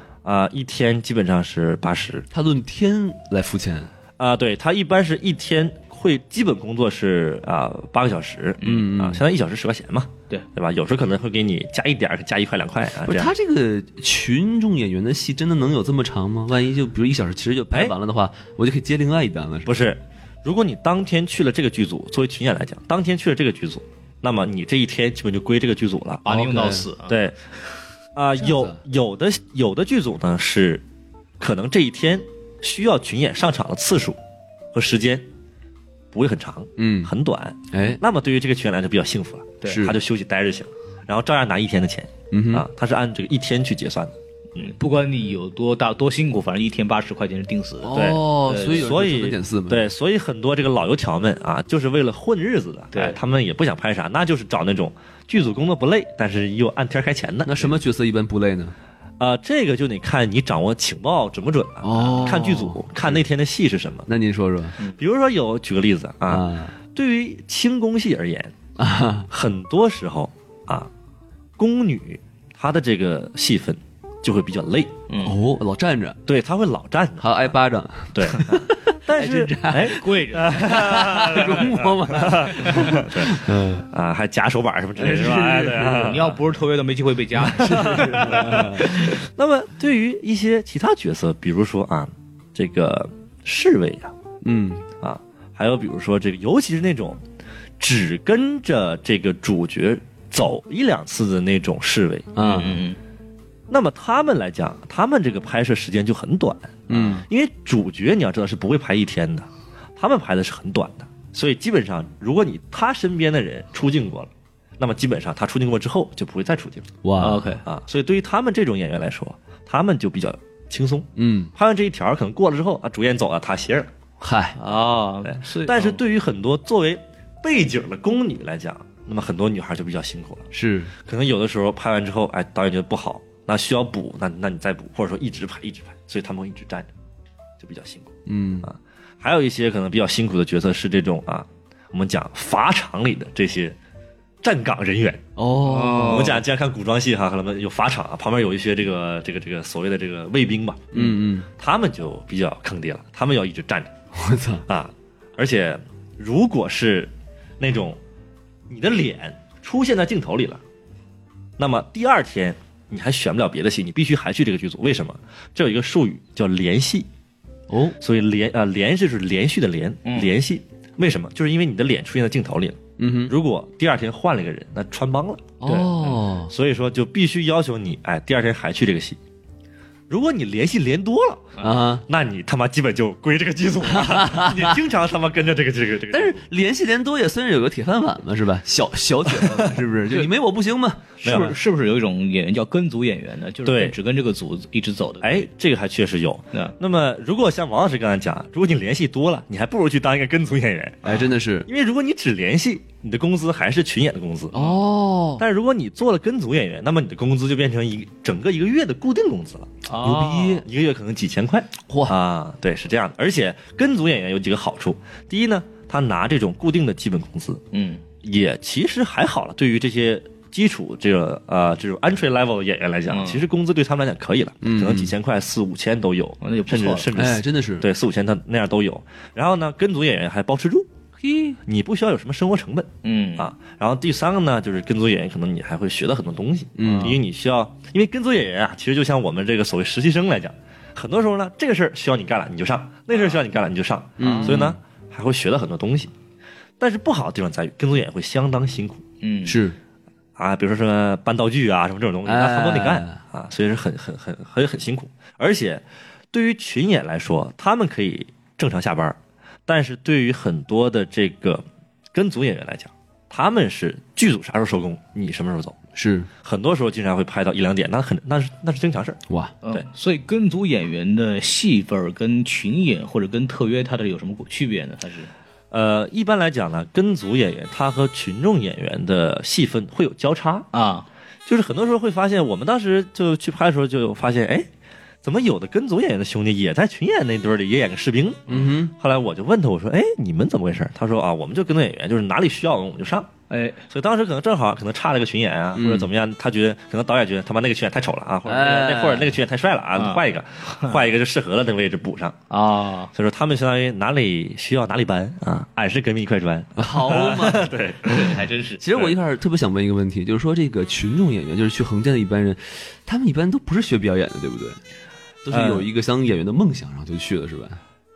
S4: 啊、一天基本上是八十
S3: 他论天来付钱，
S4: 啊，对他一般是一天会基本工作是啊八、个小时，
S3: 嗯嗯
S4: 啊，相当于一小时十块钱嘛，
S1: 对
S4: 对吧？有时候可能会给你加一点儿，加一块两块啊，
S3: 不是
S4: 这样
S3: 他这个群众演员的戏真的能有这么长吗？万一就比如一小时，其实就拍完了的话，我就可以接另外一单了。是吧
S4: 不是，如果你当天去了这个剧组，作为群演来讲，当天去了这个剧组，那么你这一天基本就归这个剧组了。
S1: 把你用到
S3: OK
S1: 死啊！
S4: 对， 啊、有有的有的剧组呢是可能这一天需要群演上场的次数和时间不会很长，
S3: 嗯，
S4: 很短。
S3: 哎，
S4: 那么对于这个群演来说比较幸福了，
S1: 对
S3: 是
S4: 他就休息待着行，然后照样拿一天的钱、
S3: 嗯哼
S4: 啊，他是按这个一天去结算的。
S1: 不管你有多大多辛苦，反正一天八十块钱是定死的。
S4: 对
S3: 哦，
S1: 对
S3: 所以有
S4: 所
S3: 三
S4: 以
S3: 点四嘛，，
S4: 对，所以很多这个老油条们啊，就是为了混日子的，
S1: 对
S4: 哎他们也不想拍啥，那就是找那种剧组工作不累，但是又按天儿开钱的。
S3: 那什么角色一般不累呢？
S4: 啊，这个就得看你掌握情报准不准了、
S3: 哦
S4: 看剧组，看那天的戏是什么。
S3: 那您说说
S4: 比如说有，举个例子嗯啊，
S3: 啊
S4: 对于清宫戏而言，
S3: 啊，
S4: 很多时候啊，宫女她的这个戏份就会比较累，
S3: 哦，老站着，
S4: 对，她会老站着，
S3: 还要挨巴 掌，
S4: 对。但是哎
S1: 跪着，
S3: 容嬷嬷，
S4: 啊，还夹手板什么之类的，是吧？哎对啊
S1: 你要不是特约，都没机会被 加。
S4: 那么对于一些其他角色，比如说啊，这个侍卫呀、
S3: 嗯，
S4: 啊，还有比如说这个，尤其是那种只跟着这个主角走一两次的那种侍卫，
S3: 啊，
S1: 嗯
S4: 那么他们来讲，他们这个拍摄时间就很短，
S3: 嗯，
S4: 因为主角你要知道是不会拍一天的，他们拍的是很短的，所以基本上如果你他身边的人出镜过了，那么基本上他出镜过之后就不会再出镜了
S3: 哇，
S1: ，OK，
S4: 啊，所以对于他们这种演员来说，他们就比较轻松，
S3: 嗯，
S4: 拍完这一条可能过了之后啊，主演走了，他歇着了，
S3: 嗨，
S1: 哦
S4: 对，
S1: 所以
S3: 嗯
S4: 但是对于很多作为背景的宫女来讲，那么很多女孩就比较辛苦了。
S3: 是
S4: 可能有的时候拍完之后，哎，导演觉得不好，那需要补，那那你再补，或者说一直拍一直拍，所以他们会一直站着，就比较辛苦。啊
S3: 嗯
S4: 还有一些可能比较辛苦的角色是这种啊，我们讲法场里的这些站岗人员。
S3: 哦
S4: 我们讲，经常看古装戏哈，可能有法场啊，旁边有一些这个这个这个所谓的这个卫兵吧，
S3: 嗯嗯，
S4: 他们就比较坑爹了，他们要一直站着。
S3: 我操，
S4: 啊，而且如果是那种你的脸出现在镜头里了，那么第二天你还选不了别的戏，你必须还去这个剧组。为什么？这有一个术语叫联系，
S3: 哦
S4: 所以连啊、连就是连续的连
S1: 嗯
S4: 联系。为什么？就是因为你的脸出现在镜头里了。
S3: 嗯
S4: 如果第二天换了一个人，那穿帮了。
S3: 哼，哦
S4: 所以说就必须要求你，哎，第二天还去这个戏。如果你联系连多了，
S3: 啊，
S4: 那你他妈基本就归这个剧 组了。你经常他妈跟着这个这个这个。
S3: 但是联系联多也算是有个铁饭碗嘛，是吧？小小铁饭碗 是不是？就你没我不行嘛。
S1: 是
S4: 没有
S1: 不是是不是有一种演员叫跟组演员呢？就是
S4: 对
S1: 跟只跟这个组一直走的。
S4: 哎，这个还确实有。
S3: 嗯
S1: 那
S4: 那么，如果像王老师刚才讲，如果你联系多了，你还不如去当一个跟组演员，
S3: 哎，真的是
S4: 因为如果你只联系，你的工资还是群演的工资。
S3: 哦，
S4: 但是如果你做了跟组演员，那么你的工资就变成一整个一个月的固定工资了，
S3: 牛逼！
S4: 一个月可能几千块。
S3: 嚯
S4: 啊，对，是这样的。而且跟组演员有几个好处，第一呢，他拿这种固定的基本工资，
S1: 嗯，
S4: 也其实还好了，对于这些。基础这个呃这种 entry level 的演员来讲，
S1: 嗯
S4: 其实工资对他们来讲可以了，
S3: 嗯
S4: 可能几千块、四五千都有，
S1: 哦那就不
S4: 甚
S1: 错
S4: 至
S1: 了
S4: 甚至
S3: 哎，真的是
S4: 对，四五千他那样都有。然后呢，跟组演员还包吃住，
S3: 嘿，
S4: 你不需要有什么生活成本
S1: 嗯
S4: 啊。然后第三个呢，就是跟组演员可能你还会学到很多东西，
S3: 嗯
S4: 因为你需要，因为跟组演员啊，其实就像我们这个所谓实习生来讲，很多时候呢，这个事儿需要你干了你就上，那事儿需要你干了你就上，
S3: 嗯
S4: 所以呢，还会学到很多东西。但是不好的地方在于，跟组演员会相当辛苦
S1: 嗯，
S3: 是
S4: 啊，比如说什么搬道具啊，什么这种东西，那他们都得干
S3: 哎
S4: 啊，所以是很很很很很辛苦。而且对于群演来说，他们可以正常下班儿，但是对于很多的这个跟组演员来讲，他们是剧组啥时候收工，你什么时候走，
S3: 是
S4: 很多时候经常会拍到一两点，那很那是那是经常事儿。
S3: 哇，
S1: 嗯
S4: 对
S1: 所以跟组演员的戏份儿跟群演或者跟特约他的有什么区别呢？还是
S4: 呃，一般来讲呢，跟组演员他和群众演员的戏份会有交叉，
S1: 啊，
S4: 就是很多时候会发现，我们当时就去拍的时候就发现，哎，怎么有的跟组演员的兄弟也在群演那堆儿里也演个士兵？
S3: 嗯
S4: 后来我就问他，我说，哎，你们怎么回事？他说啊，我们就跟组演员，就是哪里需要我们就上。
S1: 哎，
S4: 所以当时可能正好可能差了个群演啊，
S3: 嗯
S4: 或者怎么样，他觉得可能导演觉得他妈那个群演太丑了啊，或者
S3: 哎
S4: 那个那或者那个群演太帅了啊，
S1: 啊
S4: 换一个，换一个就适合了那个位置补上。
S1: 啊，
S4: 所以说他们相当于哪里需要哪里搬啊，俺是跟命一块砖。
S3: 哼，好嘛。
S4: 对，
S1: 还真是。
S3: 其实我一开始特别想问一个问题，就是说这个群众演员，就是去横店的一般人，他们一般都不是学表演的，对不对？都是有一个想演员的梦想，然后就去了，是吧？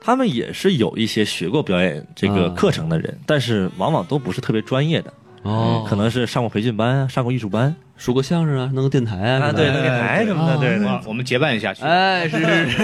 S4: 他们也是有一些学过表演这个
S3: 啊
S4: 课程的人，但是往往都不是特别专业的。
S3: 哦，
S4: 可能是上过培训班啊，上过艺术班
S3: 说过相声啊，弄个电台啊，
S4: 啊，
S3: 是吧
S4: 对，那个台什么的，对
S1: 哇
S4: 对。
S1: 哦我们结伴一下去。
S3: 哎，是是是，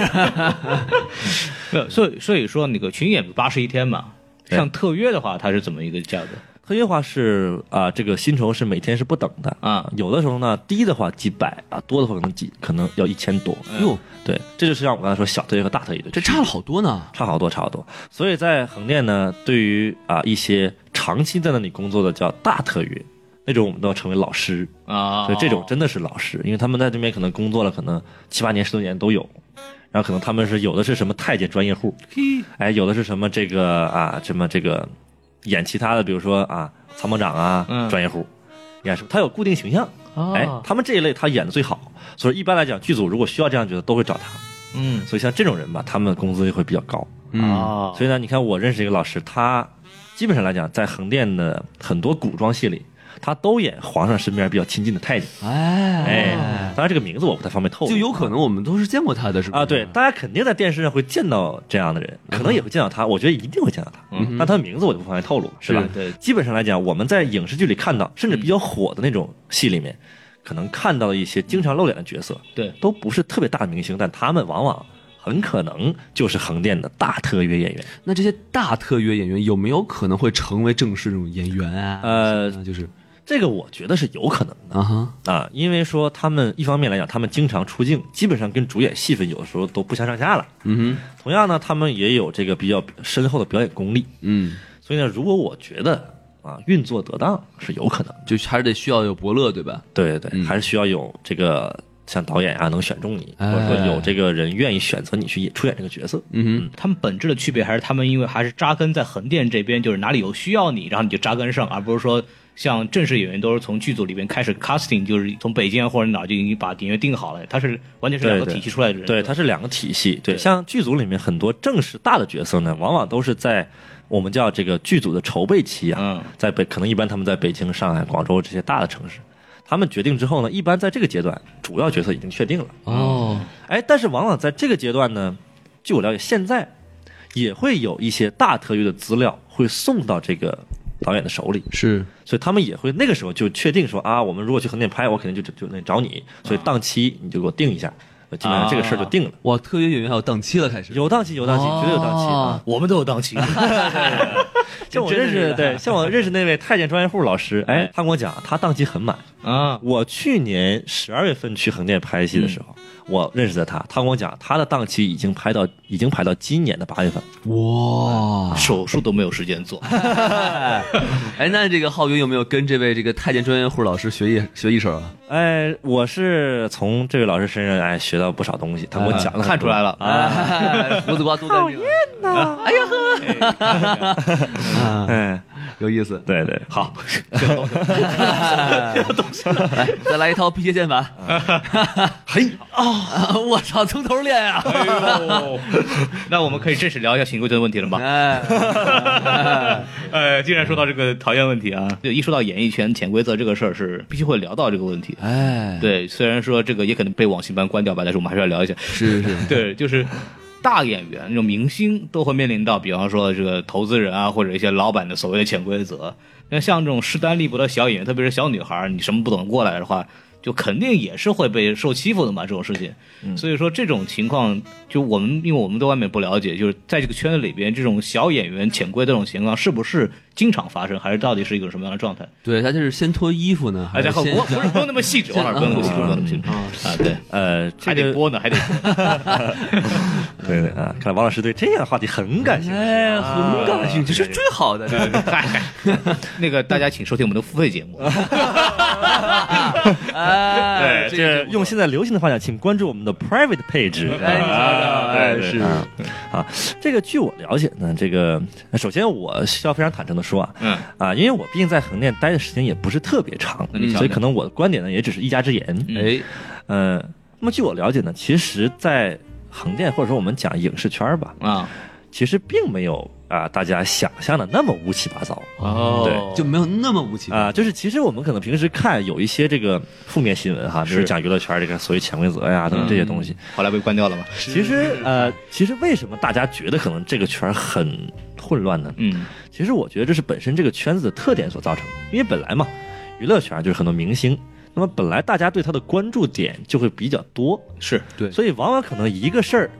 S1: 没有所以所以说那个群演八十一天嘛，
S4: 对
S1: 上特约的话，它是怎么一个价格
S4: 特约化是啊，这个薪酬是每天是不等的，
S1: 啊？
S4: 有的时候呢低的话几百啊，多的话可能几可能要一千多。
S3: 哟，
S4: 对，这就是像我刚才说小特约和大特约的
S3: 这
S4: 区别，
S3: 差了好多呢。
S4: 差好多，差好多。所以在横店呢，对于啊一些长期在那里工作的叫大特约，那种我们都要成为老师，
S1: 啊，
S4: 所以这种真的是老师，因为他们在这边可能工作了可能七八年、十多年都有，然后可能他们是有的是什么太监专业户，哎，有的是什么这个啊什么这个演其他的，比如说啊参谋长啊、
S1: 嗯
S4: 专业户，演什么他有固定形象，哎，
S1: 啊，
S4: 他们这一类他演的最好，所以一般来讲剧组如果需要这样角色都会找他，
S1: 嗯
S4: 所以像这种人吧，他们的工资会比较高。
S3: 嗯，
S1: 啊，
S4: 所以呢，你看我认识一个老师，他基本上来讲，在横店的很多古装戏里，他都演皇上身边比较亲近的太监。哎
S3: 哎，，
S4: 当然这个名字我不太方便透露，
S3: 就有可能我们都是见过他的，是吧？
S4: 啊，对，大家肯定在电视上会见到这样的人，可能也会见到他，我觉得一定会见到他，
S3: 嗯
S4: 但他的名字我就不方便透露，是吧？
S1: 对，
S4: 基本上来讲，我们在影视剧里看到，甚至比较火的那种戏里面，可能看到的一些经常露脸的角色，
S1: 对
S4: 都不是特别大的明星，但他们往往很可能就是横店的大特约演员。
S3: 那这些大特约演员有没有可能会成为正式这种演员啊？
S4: 呃
S3: 那就是
S4: 这个我觉得是有可能的
S3: 啊哈，
S4: 啊，因为说他们一方面来讲，他们经常出镜，基本上跟主演戏份有的时候都不相上下了。
S3: 嗯
S4: 同样呢，他们也有这个比较深厚的表演功力，
S3: 哼，嗯，
S4: 所以呢，如果我觉得啊运作得当是有可能的。
S3: 就还是得需要有伯乐，对吧？
S4: 对对对，
S3: 嗯
S4: 还是需要有这个像导演啊能选中你，或者说有这个人愿意选择你去演出演这个角色。
S3: 嗯
S1: 他们本质的区别还是他们因为还是扎根在横店这边，就是哪里有需要你，然后你就扎根上，而不是说像正式演员都是从剧组里边开始 casting，就是从北京啊或者哪儿就已经把演员定好了，他是完全是两个
S4: 对对
S1: 体系出来的人。
S4: 对，它是两个体系。对，
S1: 对
S4: 像剧组里面很多正式大的角色呢，往往都是在我们叫这个剧组的筹备期啊，
S1: 嗯
S4: 在北可能一般他们在北京、上海、广州这些大的城市，他们决定之后呢，一般在这个阶段主要角色已经确定了。
S3: 哼，哦，
S4: 哎，但是往往在这个阶段呢，据我了解，现在也会有一些大特约的资料会送到这个导演的手里，
S3: 是
S4: 所以他们也会那个时候就确定说啊，我们如果去横店拍，我肯定就就就那找你，所以档期你就给我定一下，就基本上这个事儿就定了。
S3: 哇，特约演员还有档期了，开始
S4: 有档期，有档期，绝对有档期啊！
S1: 我们都有档期，
S4: 像我认识，对，像我认识那位太监专业户老师，哎，他跟我讲，他档期很满。
S1: 啊，
S4: 我去年十二月份去横店拍戏的时候，我认识的他，他跟我讲，他的档期已经排到，已经排到今年的八月份。
S3: 哇！
S1: 手术都没有时间 做。
S3: 哎，那这个浩云有没有跟这位这个太监专业户老师学一学一手啊？
S4: 哎，我是从这位老师身上哎学到不少东西，他给我讲了很多、
S1: 嗯看出来了
S4: 啊，
S3: 哎胡子刮秃干净了，
S4: 哎，
S3: 有意 思。
S4: 对对，好，
S3: 来，再来一套辟邪剑法。嘿，啊！ 我操，从头练啊！
S1: 那我们可以正式聊一下秦规的问题了吧？
S3: 哎，
S1: 呃，既然说到这个讨厌问题啊，就一说到演艺圈潜规则这个事儿，是必须会聊到这个问题。
S3: 哎，
S1: 对，虽然说这个也可能被网信办关掉吧，但是我们还是要聊一下。
S3: 是是，
S1: 对，就是大演员这种明星都会面临到，比方说这个投资人啊，或者一些老板的所谓的潜规则。那像这种势单力薄的小演员，特别是小女孩儿，你什么不懂过来的话，就肯定也是会被受欺负的嘛，这种事情。所以说这种情况，就我们因为我们对外面不了解，就是在这个圈子里边，这种小演员潜规这种情况是不是经常发生，还是到底是一个什么样的状态？
S3: 对他就是先脱衣服呢，
S1: 哎，
S3: 还
S1: 然
S3: 是
S1: 后
S3: 先
S1: 不不是不用那么细致，王老师不用那么细致，不用那么细致啊，对。
S4: 呃，这
S1: 还
S4: 个
S1: 得播呢，还得播
S4: 对对啊，看来王老师对这样的话题很感兴趣。
S3: 哎，很感兴趣，这是最好的。
S1: 嗨， 那个大家请收听我们的付费节 目。
S3: 哎，
S4: 这个用现在流行的话讲，请关注我们的 private page
S3: 哎你瞧瞧
S4: 啊。
S3: 哎
S4: 对对
S3: 是
S1: 嗯
S4: 啊，这个据我了解呢，这个呃首先我需要非常坦诚的说啊，
S1: 嗯
S4: 啊，因为我毕竟在横店待的时间也不是特别长
S1: 那你，讲
S4: 所以
S1: 讲
S4: 可能我的观点呢也只是一家之言。
S3: 哎，
S4: 嗯、那么据我了解呢，其实，在横店或者说我们讲影视圈儿吧，
S1: 啊，
S4: 其实并没有啊、大家想象的那么乌七八糟。
S1: 哦
S3: 就没有那么无
S1: 嗯
S3: 情
S4: 啊、就是其实我们可能平时看有一些这个负面新闻哈，就是
S1: 是嗯
S4: 讲娱乐圈这个所谓潜规则呀等等这些东西。
S1: 后来被关掉了吗？
S4: 其实呃，其实为什么大家觉得可能这个圈很混乱呢？
S1: 嗯，
S4: 其实我觉得这是本身这个圈子的特点所造成的，因为本来嘛，娱乐圈就是很多明星。那么本来大家对他的关注点就会比较多，
S1: 是
S3: 对
S4: 所以往往可能一个事儿，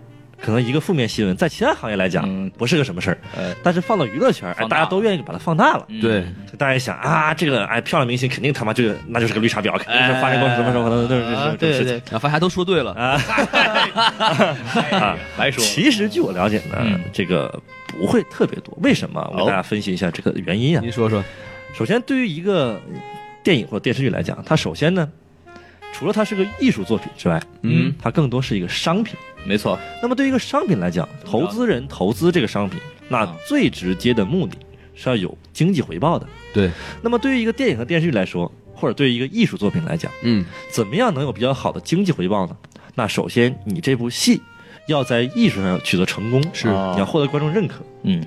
S4: 可能一个负面新闻，在其他行业来讲、
S1: 嗯
S4: 不是个什么事儿，
S1: 呃
S4: 但是放到娱乐圈，哎，
S1: 放大嗯
S4: 大家都愿意把它放大了。
S3: 对，
S4: 就大家一想啊，这个哎，漂亮明星肯定他妈就是那就是个绿茶婊，肯定是发生过什么什么什么
S1: 啊
S4: 的，这
S1: 对
S4: 种事
S1: 对
S4: 情
S1: 对，
S3: 然后发现都说对了，
S4: 啊。
S1: 白说
S4: 其实据我了解呢，
S1: 哎嗯
S4: 这个不会特别多。为什么？我给
S1: 哦
S4: 大家分析一下这个原因啊。
S3: 您说说，
S4: 首先，对于一个电影或者电视剧来讲，它首先呢，除了它是个艺术作品之外，
S3: 嗯，
S4: 它更多是一个商品。
S1: 没错，
S4: 那么对于一个商品来讲，投资人投资这个商品，那
S1: 啊
S4: 最直接的目的是要有经济回报的。
S3: 对，
S4: 那么对于一个电影和电视剧来说，或者对于一个艺术作品来讲，
S3: 嗯，
S4: 怎么样能有比较好的经济回报呢？那首先，你这部戏要在艺术上取得成功，
S3: 是
S4: 啊你要获得观众认可，
S1: 嗯，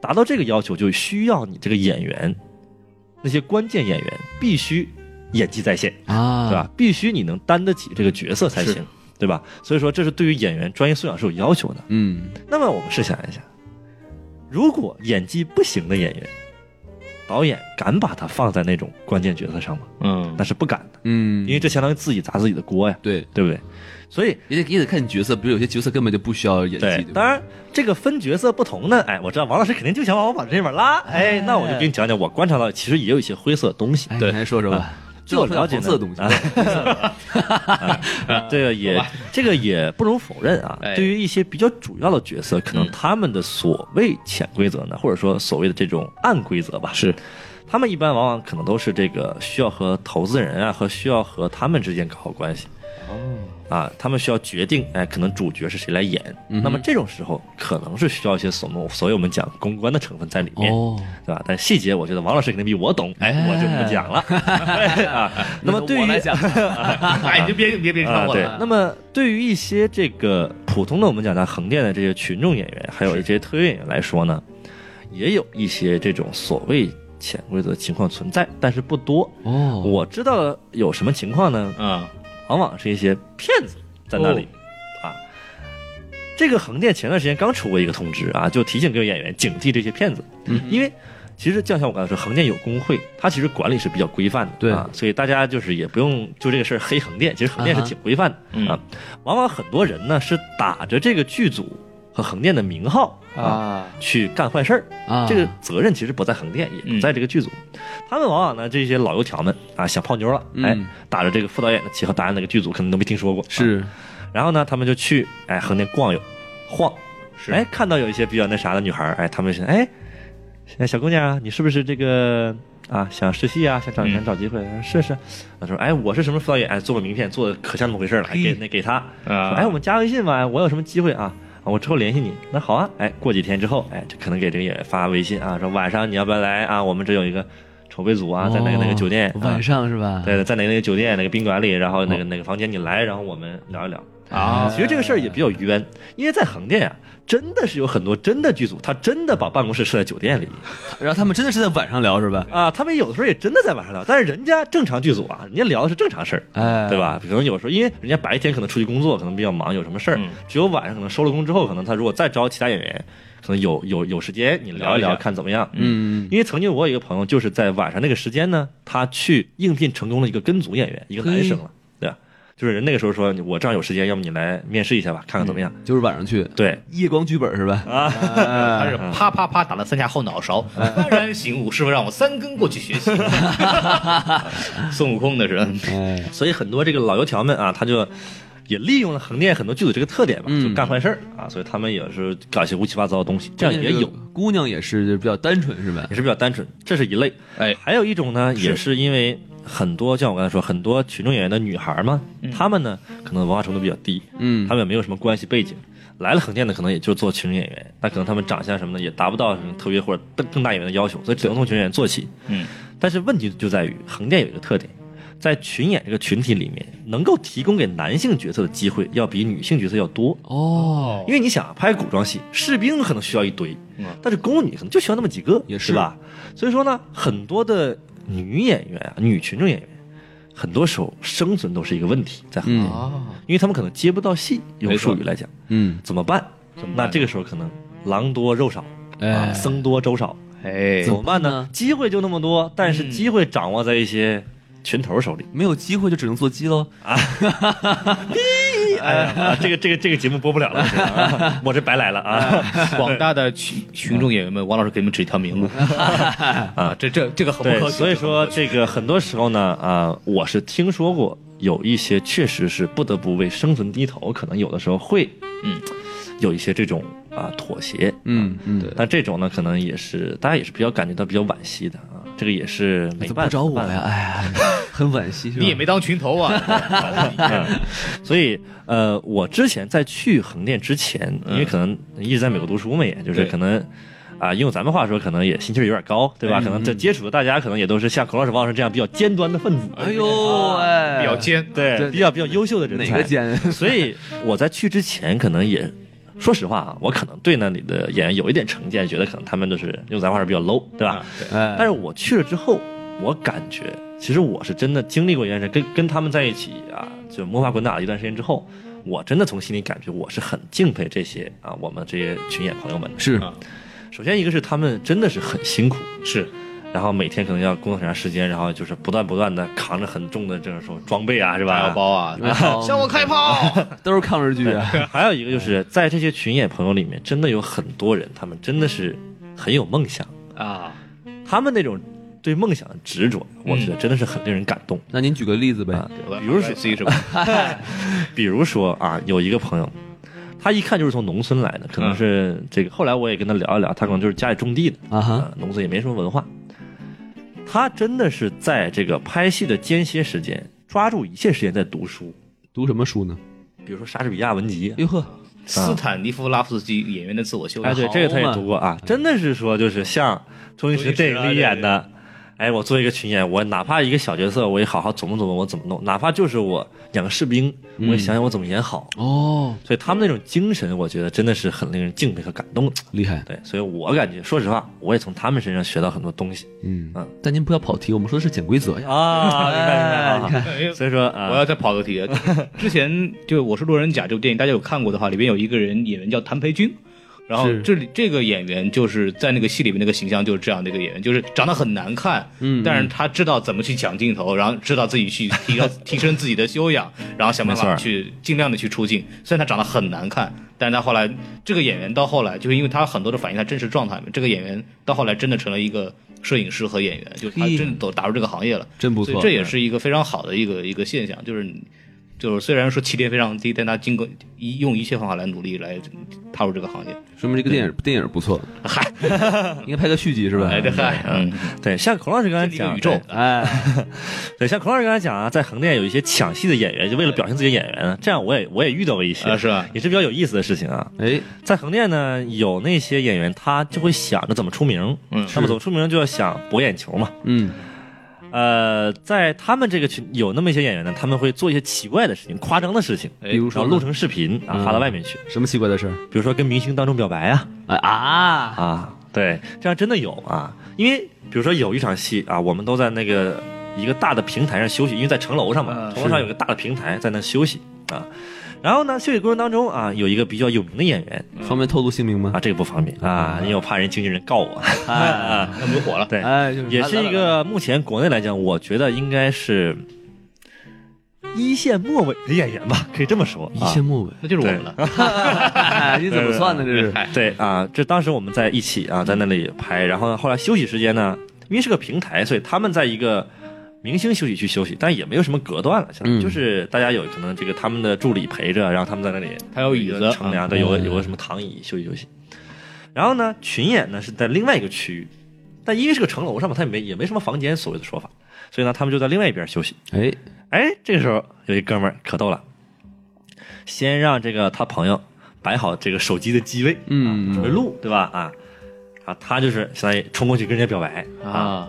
S4: 达到这个要求，就需要你这个演员，那些关键演员必须演技在线，
S3: 啊，
S4: 对吧？？必须你能担得起这个角色才
S1: 是
S4: 行，对吧？所以说，这是对于演员专业素养是有要求的。
S3: 嗯，
S4: 那么我们试想一下，如果演技不行的演员，导演敢把他放在那种关键角色上吗？
S1: 嗯
S4: 那是不敢的，
S3: 嗯，
S4: 因为这相当于自己砸自己的锅呀，
S3: 对，
S4: 对不对？所以
S3: 也得也得看你角色，比如有些角色根本就不需要演技，
S4: 对
S3: 对，吧
S4: 当然这个分角色不同呢，哎，我知道王老师肯定就想往我往这边拉，哎，那我就给你讲讲，我观察到其实也有一些灰色的东西。
S3: 哎，
S1: 对
S3: 您还说说吧
S4: 啊，据我了解
S3: 黄
S4: 呢
S3: 色的东西
S4: 啊， 啊这个也这个也不容否认啊
S1: 哎。
S4: 对于一些比较主要的角色，可能他们的所谓潜规则呢，或者说所谓的这种暗规则吧，
S1: 是
S4: 他们一般往往可能都是这个需要和投资人啊，和需要和他们之间搞好关系。啊，他们需要决定，哎，可能主角是谁来演。那么这种时候，可能是需要一些所我所以我们讲公关的成分在里面，
S3: 哦
S4: 对吧？但细节，我觉得王老师肯定比我懂，
S3: 哎
S4: 我就不讲了。对啊， 那么对于
S3: 我来 讲
S1: 哎，你就别别别
S4: 啊
S1: 唱，我
S4: 对
S1: 了。，
S4: 那么对于一些这个普通的我们讲的横店的这些群众演员，还有这些特约演员来说呢，也有一些这种所谓潜规则情况存在，但是不多。
S3: 哦，
S4: 我知道了有什么情况呢？
S1: 嗯，
S4: 往往是一些骗子在那里、
S3: 哦
S4: 啊。这个横店前段时间刚出过一个通知啊，就提醒各位演员警惕这些骗子，
S3: 嗯
S4: 因为其实就像我刚才说，横店有工会，它其实管理是比较规范的，
S3: 对
S4: 啊，所以大家就是也不用就这个事儿黑横店，其实横店是挺规范的、
S1: 嗯
S4: 啊。往往很多人呢是打着这个剧组和横店的名号
S3: 啊
S4: 去干坏事儿，
S3: 啊嗯
S4: 这个责任其实不在横店，也不在这个剧组。他们往往呢，这些老油条们啊，想泡妞了，哎
S3: 嗯，
S4: 打着这个副导演的旗号，打着那个剧组可能都没听说过。啊
S3: 是
S4: 然后呢，他们就去哎横店逛悠晃，
S1: 是
S4: 哎看到有一些比较那啥的女孩儿，哎，他们就想哎，哎小姑娘啊，你是不是这个啊想试戏啊，想找
S1: 嗯
S4: 想找机会试试？他说哎，我是什么副导演，哎，做个名片，做的可像那么回事儿了，哎给那给他，
S1: 啊
S4: 说哎，我们加微信吧，哎我有什么机会啊？啊我之后联系你。那好啊，哎，过几天之后，哎，就可能给这个演员发微信啊，说晚上你要不要来啊？我们这有一个筹备组啊，在那个那
S1: 哦
S4: 个酒店，啊
S3: 哦晚上是吧？
S4: 对，在哪个那个酒店、哪个宾馆里，然后哪个哪个房间你来，然后我们聊一聊。
S1: 啊，
S4: 其实这个事儿也比较冤，因为在横店啊，真的是有很多真的剧组，他真的把办公室设在酒店里
S3: 然后他们真的是在晚上聊是吧？
S4: 啊，他们有的时候也真的在晚上聊，但是人家正常剧组啊，人家聊的是正常事儿。
S1: 嗯
S3: 哎，
S4: 对？吧？可能有时候，因为人家白天可能出去工作，可能比较忙，有什么
S1: 嗯
S4: 事儿，只有晚上可能收了工之后，可能他如果再招其他演员，可能有有有时间你聊
S1: 聊
S4: 一
S1: 一
S4: 聊，
S1: 下
S4: 看怎么样。
S3: 嗯，
S4: 因为曾经我有一个朋友，就是在晚上那个时间呢，他去应聘成功了一个跟组演员，一个男生了，对吧？就是人那个时候说，我正好有时间，要不你来面试一下吧，看看怎么样。
S3: 嗯就是晚上去
S4: 对，
S3: 夜光剧本是吧？
S1: 他
S3: 啊，
S1: 是啪啪啪打了三下后脑勺，
S4: 嗯
S1: 幡然醒悟，师傅让我三更过去学 习。 孙悟空的是，
S3: 哎，
S4: 所以很多这个老油条们啊，他就也利用了横店很多剧组这个特点吧，
S3: 嗯
S4: 就干坏事儿啊，所以他们也是搞一些乌七八糟的东西，这样也
S3: 关键
S4: 有
S3: 这。个姑娘也是就是比较单纯是吧
S4: 也？是比较单纯，这是一类。
S1: 哎
S4: 还有一种呢，也是因为很多像我刚才说，很多群众演员的女孩嘛，她们呢可能文化程度比较低，
S3: 嗯
S4: 她们也没有什么关系背景，来了横店的可能也就做群众演员，那可能她们长相什么的也达不到什么特别或者更更大演员的要求，所以只能从群众演员做起。
S1: 嗯，
S4: 但是问题就在于横店有一个特点。在群演这个群体里面，能够提供给男性角色的机会要比女性角色要多，
S3: 哦，
S4: 因为你想啊拍古装戏，士兵可能需要一堆，但是宫女可能就需要那么几个，
S3: 嗯也是
S4: 对吧？所以说呢，很多的女演员啊，女群众演员，很多时候生存都是一个问题在，
S3: 嗯
S4: 因为他们可能接不到戏，用
S1: 没错
S4: 术语来讲，
S3: 嗯，
S4: 怎么办？那这个时候可能狼多肉少，啊，
S3: 哎，
S4: 僧多粥少，
S1: 哎
S4: 怎么办呢
S3: 呢？
S4: 机会就那么多，但是
S1: 嗯
S4: 机会掌握在一些群头手里。
S3: 没有机会就只能做鸡喽。
S4: 哎呀，啊这个这个这个节目播不了了，啊我这白来了
S1: 哎
S4: 啊。
S1: 广大的群群众演员们，王老师给你们指一条 明路啊！这这这个很不
S4: 对，
S1: 可取。
S4: 所以说
S1: 这
S4: 这个很多时候呢，啊、我是听说过有一些确实是不得不为生存低头，可能有的时候会，
S1: 嗯，
S4: 有一些这种啊、妥协，
S3: 嗯嗯，
S4: 但这种呢，可能也是大家也是比较感觉到比较惋惜的啊，这个也是没
S3: 怎么
S4: 办法
S3: 不找我
S4: 办
S3: 呀？
S4: 法
S3: 哎呀，很惋惜是吧？
S1: 你也没当群头啊，
S4: 所以，呃，我之前在去横店之前，因
S3: 嗯
S4: 为可能一直在美国读书嘛，也就是
S1: 对
S4: 可能。啊，用咱们话说，可能也心气儿有点高，对吧？
S3: 嗯
S4: 可能这接触的大家，可能也都是像孔老师、王老师这样比较尖端的分子，
S3: 哎呦哎，
S1: 比较尖。
S4: 对，
S3: 对
S4: 比较比较优秀的人才。
S3: 哪个尖？
S4: 所以我在去之前，可能也说实话啊，我可能对那里的演员有一点成见，觉得可能他们就是用咱话说比较 low，对吧？
S1: 啊对
S3: 哎，
S4: 但是我去了之后，我感觉其实我是真的经历过一段时间，跟跟他们在一起啊，就摸爬滚打了一段时间之后，我真的从心里感觉我是很敬佩这些啊，我们这些群演朋友们的。
S3: 是
S1: 啊
S4: 首先一个是他们真的是很辛苦，
S1: 是
S4: 然后每天可能要工作很长时间，然后就是不断不断的扛着很重的这种装备啊，是吧？
S1: 打药包啊，
S3: 好
S1: 向我开炮！
S3: 都是抗日剧啊。
S4: 还有一个就是在这些群演朋友里面，真的有很多人，他们真的是很有梦想，
S1: 啊，
S4: 他们那种对梦想的执着，我觉得真的是很令人感动。
S3: 那您举个例子呗？
S4: 啊
S1: 我
S4: 比如说，
S1: C 是吧？
S4: 比如说啊，有一个朋友，他一看就是从农村来的，可能是这个。后来我也跟他聊一聊，他可能就是家里种地的，
S3: 啊哈，
S4: 啊，农村也没什么文化。他真的是在这个拍戏的间歇时间，抓住一切时间在读书，
S3: 读什么书呢？
S4: 比如说莎士比亚文集。
S3: 哟呵，
S1: 斯坦尼夫拉夫斯基演员的自我修养。
S4: 哎，对，这个他也读过啊，真的是说就是像周星驰电影里演的，哎，我做一个群演，我哪怕一个小角色，我也好好琢磨琢磨我怎么弄，哪怕就是我两个士兵，我也想想我怎么演好。
S3: 哦，
S4: 所以他们那种精神，我觉得真的是很令人敬佩和感动的。
S3: 厉害，
S4: 对，所以我感觉，说实话，我也从他们身上学到很多东西
S3: 嗯
S4: 嗯，
S3: 但您不要跑题，我们说的是潜规则呀。
S4: 啊，明白明白啊。
S1: 对因为
S4: 所以说
S1: 我要
S4: 啊，
S1: 再跑个题， 之前就《我是路人甲》这部电影，大家有看过的话，里边有一个人演员叫谭培军，然后
S3: 是
S1: 这里这个演员就是在那个戏里面那个形象就是这样的一个演员，就是长得很难看，
S3: 嗯
S1: 但是他知道怎么去抢镜头，然后知道自己去 提高提升自己的修养，然后想办
S4: 没
S1: 法
S4: 错
S1: 去尽量的去出镜。虽然他长得很难看，但是他后来这个演员到后来就是因为他很多的反映他真实状态嘛，这个演员到后来真的成了一个摄影师和演员，就是他
S3: 咦
S1: 真的都打入这个行业了。
S3: 真不
S1: 所以
S3: 错，
S1: 这也是一个非常好的一个一个现象，就是你就是虽然说起点非常低，但他经过一用一切方法来努力来踏入这个行业。
S3: 说明这个电影电影不错。嗨， 应该拍个续集是吧？
S1: 哎，这嗨，嗯，
S4: 对，像孔老师刚才
S1: 这是一个
S4: 讲，
S1: 宇宙
S4: 对，
S3: 哎，
S4: 对，像孔老师刚才讲啊，在横店有一些抢戏的演员，就为了表现自己演员，这样我也我也遇到过一些，
S1: 啊是吧？
S4: 也是比较有意思的事情啊。
S3: 哎，
S4: 在横店呢，有那些演员，他就会想着怎么出名，
S1: 嗯
S4: 那么怎么出名就要想博眼球嘛。
S3: 嗯，
S4: 呃，在他们这个群有那么一些演员呢，他们会做一些奇怪的事情、夸张的事情，
S3: 哎比如
S4: 然
S3: 说
S4: 后
S3: 呢
S4: 录成视频啊
S3: 嗯
S4: 发到外面去，
S3: 什么奇怪的事儿？
S4: 比如说跟明星当众表白啊
S3: 啊啊，
S4: 啊，对，这样真的有啊，因为比如说有一场戏啊，我们都在那个一个大的平台上休息，因为在城楼上嘛，
S1: 嗯
S4: 城楼上
S3: 是
S4: 有个大的平台在那休息啊。然后呢，休息过程当中啊，有一个比较有名的演员
S3: 方便透露姓名吗
S4: 啊，？这个不方便啊，因为我怕人经纪人告我。啊
S3: 哎，
S1: 那不就嗯火了？
S4: 对，
S3: 哎，就是
S4: 也是一个目前国内来讲，我觉得应该是一线末尾的演员吧，可以这么说。啊
S3: 一线末尾，
S1: 那就是我们了。
S3: 哎你怎么算的？这是
S4: 啊对啊，这当时我们在一起啊，在那里拍，然后呢，后来休息时间呢，因为是个平台，所以他们在一个。明星休息区休息，但也没有什么隔断了，相当于
S3: 嗯
S4: 就是大家有可能这个他们的助理陪着，然后他们在那里
S1: 还有椅
S4: 一个
S1: 子啊
S4: 乘凉，对，有个有个什么躺椅休息休息。然后呢，群演呢是在另外一个区域，但因为是个城楼上嘛，他也没也没什么房间所谓的说法，所以呢，他们就在另外一边休息。
S3: 哎，
S4: 哎，这个时候有一哥们儿可逗了，先让这个他朋友摆好这个手机的机位，
S3: 嗯
S4: 准备录，对吧？啊，啊，他就是相当于冲过去跟人家表白啊，
S1: 啊，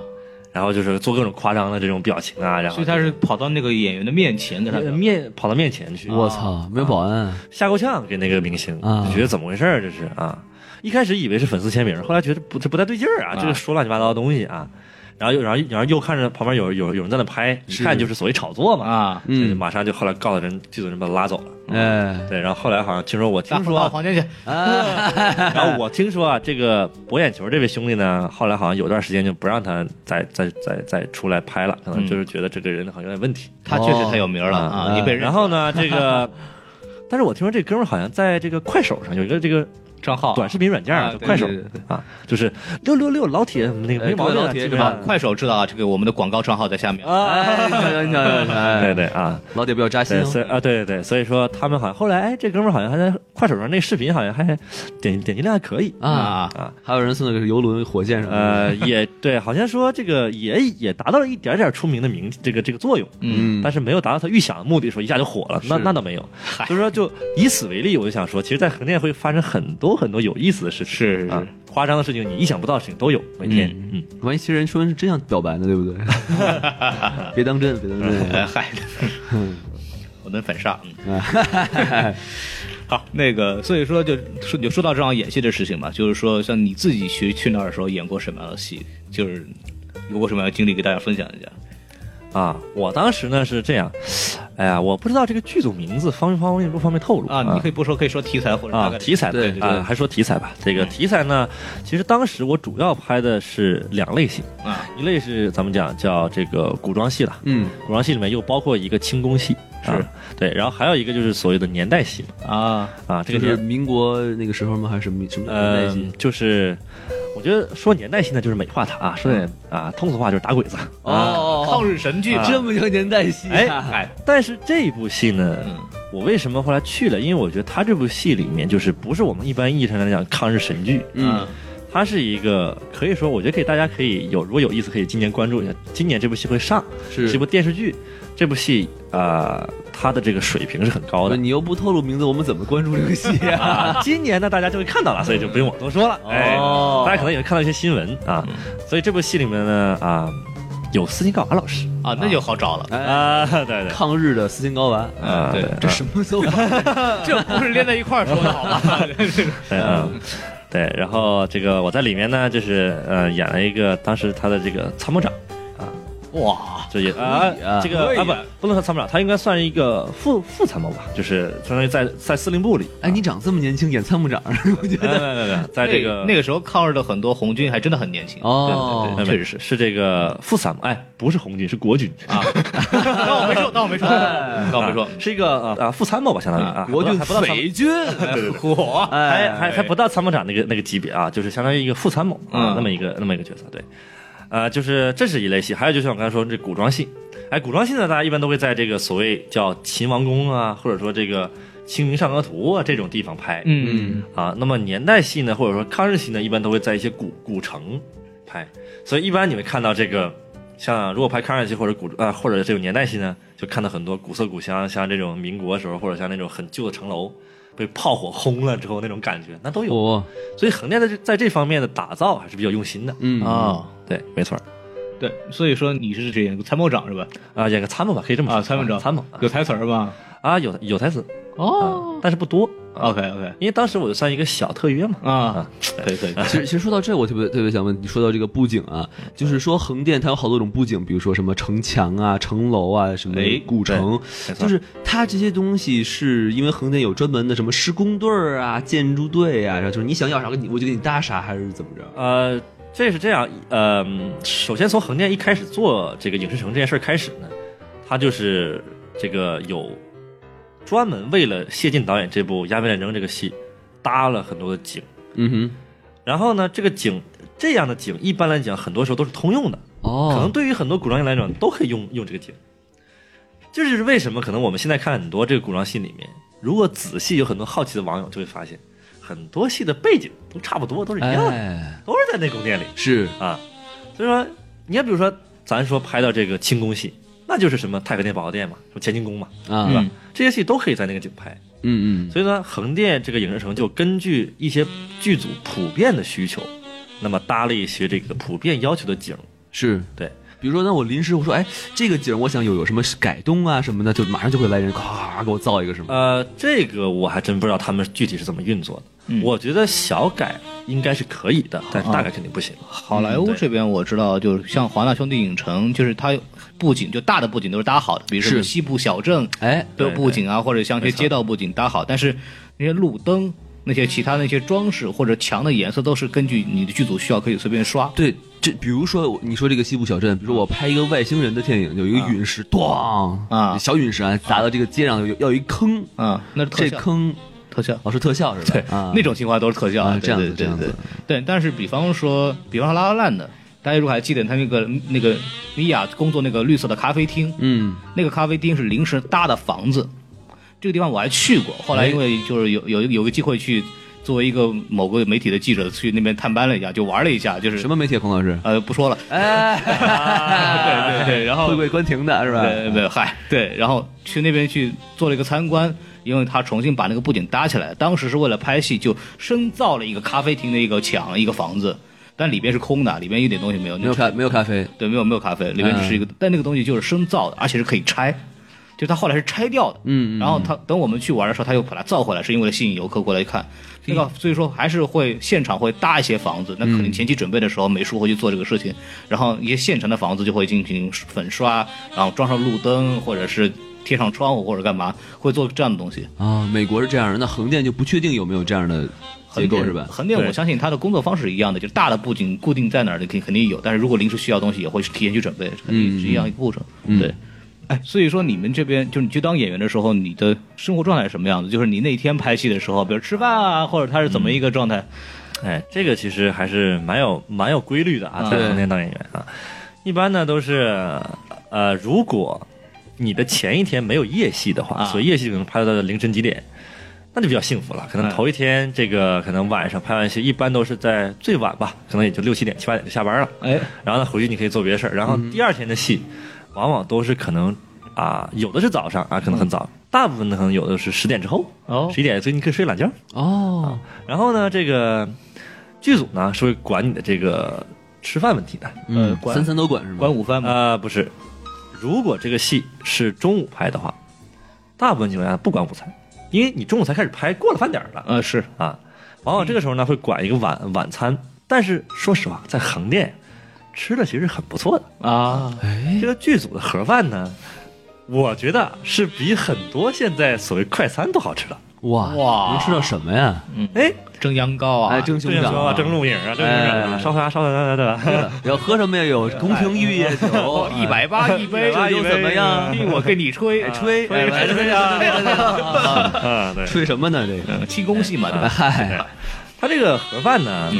S4: 然后就是做各种夸张的这种表情啊，然
S1: 所
S4: 后
S1: 以他是跑到那个演员的面前跟他
S4: 呃
S1: 聊
S4: 面跑到面前去，啊
S3: 我操，没有保安，
S4: 吓够呛，给那个明星，
S3: 啊
S4: 就觉得怎么回事儿这是啊？一开始以为是粉丝签名，后来觉得不这不太对劲儿啊，
S1: 啊
S4: 这个说乱七八糟的东西啊。然后又，然后，然后又看着旁边有有有人在那拍，一看就是所谓炒作嘛，
S1: 啊，
S4: 所以就
S3: 嗯，
S4: 马上就后来告诉人剧组人把他拉走了。
S3: 哎，
S4: 对，然后后来好像听说我听
S1: 大伙
S4: 说
S1: 到
S3: 哦
S4: 啊，
S1: 房间去。
S4: 然后我听说啊，这个博眼球这位兄弟呢，后来好像有段时间就不让他再再再再出来拍了，可能
S1: 嗯
S4: 就是觉得这个人好像有点问题。
S1: 他确实太有名了啊，你被人
S4: 然后呢，这个，但是我听说这哥们儿好像在这个快手上有一个这个
S1: 账号
S4: 短视频软件啊，
S1: 啊
S4: 叫
S1: 对
S4: 快手
S3: 哦对对对
S4: 啊，就是六六六老铁那个
S3: 哎
S4: 没毛病
S3: 对
S4: 啊，
S3: 老铁
S4: 基
S3: 对
S4: 本
S3: 吧
S4: 上
S1: 快手知道啊，这个我们的广告账号在下面。
S3: 哎，你瞧瞧你瞧瞧你瞧，
S4: 对
S3: 哎，
S4: 对啊，
S3: 老铁不要扎心
S4: 对，
S3: 哦，
S4: 所以啊，对对对，所以说他们好像后来，哎，这哥们儿好像还在快手上那个视频好像还点点击量还可以
S3: 啊，
S1: 啊，
S4: 啊，
S3: 还有人送那个游轮、火箭什么的，
S4: 呃，也对，好像说这个也也达到了一点点出名的名这个这个作用，
S1: 嗯，
S4: 但是没有达到他预想的目的，说一下就火了，那
S3: 是
S4: 那倒没有。所以说，就以此为例，我就想说，其实，在横店会发生很多很多有意思的事情，
S1: 是是
S4: 啊
S1: 是，，
S4: 夸张的事情，你意想不到的事情都有，每天，嗯，
S3: 万一其实人说是真想表白呢，对不对？别当真，别当
S1: 哎
S3: 真，
S1: 嗨，我能反杀。嗯
S3: 哎
S1: 好，那个，所以说就说就说到这样演戏的事情嘛，就是说像你自己去去那儿的时候演过什么样的戏，就是有过什么样的经历，给大家分享一下。
S4: 啊，我当时呢是这样，哎呀，我不知道这个剧组名字方不方便不方便透露
S1: 啊，你可以不说，可以说题材或者大
S4: 啊
S1: 概，
S4: 题材
S3: 对
S4: 吧
S3: 对
S4: 啊，还说题材吧。这
S3: 嗯
S4: 个题材呢，其实当时我主要拍的是两类型，
S1: 啊，
S4: 一类是咱们讲叫这个古装戏了，
S3: 嗯，
S4: 古装戏里面又包括一个清宫戏，
S1: 是
S4: 啊对，然后还有一个就是所谓的年代戏
S1: 啊，
S4: 啊，这
S3: 就
S4: 个
S3: 是
S4: 年
S3: 民国那个时候吗？还是什么什么年代
S4: 呃
S3: 戏？
S4: 就是。我觉得说年代戏呢，就是美化它啊，说点啊通俗话就是打鬼子。
S1: 抗日神剧
S4: 啊
S3: 这么叫年代戏
S4: 哎
S3: 啊？
S1: 哎，
S4: 但是这部戏呢，
S1: 嗯
S4: 我为什么后来去了？因为我觉得他这部戏里面就是不是我们一般意义上来讲抗日神剧，
S3: 嗯，
S4: 它是一个可以说，我觉得可以，大家可以有如果有意思，可以今年关注一下。今年这部戏会上，
S3: 是
S4: 是一部电视剧，这部戏啊、呃它的这个水平是很高的。
S3: 你又不透露名字，我们怎么关注这个戏啊？
S4: 啊，今年呢，大家就会看到了，所以就不用我多说了。哎，
S3: 哦嗯
S4: 大家可能也会看到一些新闻啊，所以这部戏里面呢，啊，有斯琴高娃老师
S1: 啊，那就好找了。
S3: 哎，
S4: 啊， 对对，
S3: 抗日的斯琴高娃，
S4: 啊，
S1: 对
S4: 对，
S3: 这什么都
S1: 这不是连在一块儿说的好 吗？
S4: 对， 嗯，对。然后这个我在里面呢，就是呃，演了一个当时他的这个参谋长，
S1: 哇，
S4: 这也啊
S3: 以啊，
S4: 这个啊
S1: 可以
S4: 不
S1: 啊
S4: 不能说参谋长，他应该算是一个副副参谋吧，就是相当于在在司令部里。啊
S3: 哎，你长这么年轻，演参谋长，我觉
S4: 没有
S3: 得
S4: 没有没有没有，在这个
S1: 那个时候抗日的很多红军还真的很年轻。
S3: 哦
S4: 没有没有
S1: 确实是
S4: 是这个副参谋，哎，不是红军，是国军
S1: 啊，当我没说，当我没说，当我没说嗯
S4: 啊。是一个呃啊副参谋吧，相当于啊，
S3: 国
S4: 还
S3: 军
S4: 不到还不到参
S3: 匪军，
S1: 火
S4: 还
S3: 哎，
S4: 还还不到参谋长那个那个级别啊，就是相当于一个副参谋啊
S1: 嗯，
S4: 那么一个那么一个角色，对，呃，就是这是一类戏，还有就像我刚才说这古装戏，哎，古装戏呢，大家一般都会在这个所谓叫秦王宫啊，或者说这个清明上河图啊这种地方拍，
S1: 嗯，
S4: 啊，那么年代戏呢，或者说抗日戏呢，一般都会在一些古古城拍，所以一般你会看到这个，像如果拍抗日戏或者古啊、或者这种年代戏呢，就看到很多古色古香，像这种民国时候或者像那种很旧的城楼被炮火轰了之后那种感觉，那都
S1: 哦
S4: 有。
S3: 我
S4: 所以横店在这在这方面的打造还是比较用心的。
S3: 嗯
S1: 啊，
S4: 对，没错儿
S1: 对，所以说你是这个参谋长是吧？
S4: 啊，演个参谋吧，可以这么说
S1: 啊，参谋长，
S4: 参谋
S1: 有台词儿吧
S4: 啊，有有台词
S3: 哦
S4: 啊，，但是不多啊，
S1: ？OK OK
S4: 因为当时我就算一个小特约嘛。
S1: 啊，可以可以，
S3: 其实，其实说到这，我特别特别想问，你说到这个布景啊，就是说横店它有好多种布景，比如说什么城墙啊、城楼啊、什么
S4: 哎
S3: 古城，
S4: 没错
S3: 就是它这些东西是因为横店有专门的什么施工队儿啊、建筑队啊，然后就是你想要啥，我给你我就给你搭啥，还是怎么着？
S4: 呃，这是这样，呃，首先从横店一开始做这个影视城这件事儿开始呢，它就是这个有专门为了谢晋导演这部《鸦片战争》这个戏搭了很多的景，
S3: 嗯
S4: 然后呢，这个景这样的景一般来讲很多时候都是通用的，
S3: 哼，
S4: 可能
S3: 哦，
S4: 对于很多古装戏来讲都可以用用这个景。这就是为什么可能我们现在看很多这个古装戏里面，如果仔细有很多好奇的网友就会发现，很多戏的背景都差不多，都是一样的，
S3: 哎，
S4: 都是在那宫殿里。
S3: 是
S4: 啊。所以说，你看，比如说，咱说拍到这个清宫戏，那就是什么太和殿、保和殿嘛，什么乾清宫嘛，
S3: 啊，
S4: 对吧？
S3: 嗯
S4: 这些戏都可以在那个景拍。
S3: 嗯，
S4: 所以呢，横店这个影视城就根据一些剧组普遍的需求，那么搭了一些这个普遍要求的景。
S3: 是
S4: 对。
S3: 比如说，那我临时我说，哎，这个景儿我想有有什么改动啊什么的，就马上就会来人，咵给我造一个什么？
S4: 呃，这个我还真不知道他们具体是怎么运作的。
S1: 嗯啊
S4: 我觉得小改应该是可以的，但是大改肯定不行。嗯
S1: 好莱坞这边我知道，就是像华纳兄弟影城，就是它布景就大的布景都是搭好的，比如说
S3: 是
S1: 西部小镇
S3: 哎，
S1: 的
S4: 对
S1: 布景啊，或者像一些
S4: 没错
S1: 街道布景搭好，但是那些路灯、那些其他那些装饰或者墙的颜色都是根据你的剧组需要可以随便刷。
S3: 对，这比如说我你说这个西部小镇，比如说我拍一个外星人的电影，有一个陨石，咣
S1: 啊
S3: 小陨石啊砸到这个街上，有要有一坑，
S1: 啊，那是特
S3: 这
S1: 效，
S3: 坑
S1: 特 效。
S3: 哦是特效是吧？
S1: 对，
S3: 啊，
S1: 那种情况都是特效
S3: 啊
S1: 对
S3: 这样子
S1: 对
S3: 这样
S1: 对
S3: 子
S1: 对。对，但是比方说，比方说拉拉烂的，大家如果还记得他那个那个米娅工作那个绿色的咖啡厅，
S3: 嗯，
S1: 那个咖啡厅是临时搭的房子，这个地方我还去过。后
S3: 哎
S1: 来因为就是有有有个机会去，作为一个某个媒体的记者去那边探班了一下，就玩了一下，就是
S3: 什么媒体啊孔老 师？
S1: 呃不说了，
S3: 哎，
S1: 对对对，然后
S3: 会不会关停的是吧？
S1: 对对对，呃嗨，对，然后去那边去做了一个参观，因为他重新把那个布景搭起来，当时是为了拍戏，就深造了一个咖啡厅的一个墙，一个房子，但里边是空的，里边一点东西没有，
S3: 没有
S1: 那
S3: 咖没有咖啡，
S1: 对，没有没有咖啡，里边只
S3: 嗯
S1: 是一个，但那个东西就是深造的，而且是可以拆，就它后来是拆掉的，
S3: 嗯，嗯
S1: 然后他等我们去玩的时候，他又把它造回来，是因为吸引游客过来看。那个所以说还是会现场会搭一些房子，那可
S3: 嗯
S1: 能前期准备的时候，美术会去做这个事情，然后一些现成的房子就会进行粉刷，然后装上路灯或者是贴上窗户或者干嘛，会做这样的东西。
S3: 啊，美国是这样的，那横店就不确定有没有这样的
S1: 横
S3: 结构
S1: 店
S3: 是吧？
S1: 横店我
S4: 对
S1: 相信它的工作方式是一样的，就是大的布景固定在哪儿的肯肯定有，但是如果临时需要东西也会提前去准备，肯定是一样一个步骤。对，嗯哎，所以说你们这边就是你去当演员的时候，你的生活状态是什么样子？就是你那天拍戏的时候，比如吃饭啊，或者他是怎么一个状态？
S4: 哎，这个其实还是蛮有蛮有规律的啊，
S1: 嗯
S4: 在
S3: 对
S4: 横店当演员啊，一般呢都是呃，如果你的前一天没有夜戏的话，
S1: 啊
S4: 所以夜戏可能拍到凌晨几点，那就比较幸福了。可能
S1: 嗯
S4: 头一天这个可能晚上拍完戏，一般都是在最晚吧，可能也就六七点、七八点就下班了。
S1: 哎，
S4: 然后呢，回去你可以做别的事儿。然后
S3: 嗯
S4: 第二天的戏，往往都是可能啊，有的是早上啊，
S3: 嗯
S4: 可能很早，大部分的可能有的是十点之后，
S1: 哦
S4: 十一点，所以你可以睡懒觉。啊
S3: 哦，
S4: 然后呢，这个剧组呢是会管你的这个吃饭问题的。
S1: 呃
S3: 嗯，
S1: 管
S3: 三餐都管是吗？
S1: 管午饭吗？
S4: 呃，不是，如果这个戏是中午拍的话，大部分情况下不管午餐，因为你中午才开始拍，过了饭点儿
S3: 嗯
S4: 了
S1: 呃，是，
S4: 啊。往往这个时候呢，会管一个晚晚餐。但是说实话，在横店吃的其实很不错的。
S1: 啊，
S4: 这个剧组的盒饭呢，我觉得是比很多现在所谓快餐都好吃的。
S3: 哇
S1: 哇
S3: 能吃到什么呀？
S4: 哎，
S1: 蒸羊羔啊，
S3: 哎，蒸
S4: 这
S3: 熊
S4: 样
S3: 掌
S4: 说啊，
S3: 啊，
S4: 蒸鹿影啊，蒸熊掌啊，
S3: 哎
S4: 烧鸭，烧鸭，对吧？
S3: 然后喝什么呀？有宫廷玉液酒
S1: 哦，一百八哎一杯，
S3: 这又怎么样
S1: 替我跟你吹
S3: 哎吹
S1: 吹
S3: 哎
S1: 吹
S3: 啊
S4: 啊，对。
S3: 吹什么呢？这个
S1: 嗯气功戏嘛，对吧？
S3: 嗨，
S4: 它这个盒饭呢，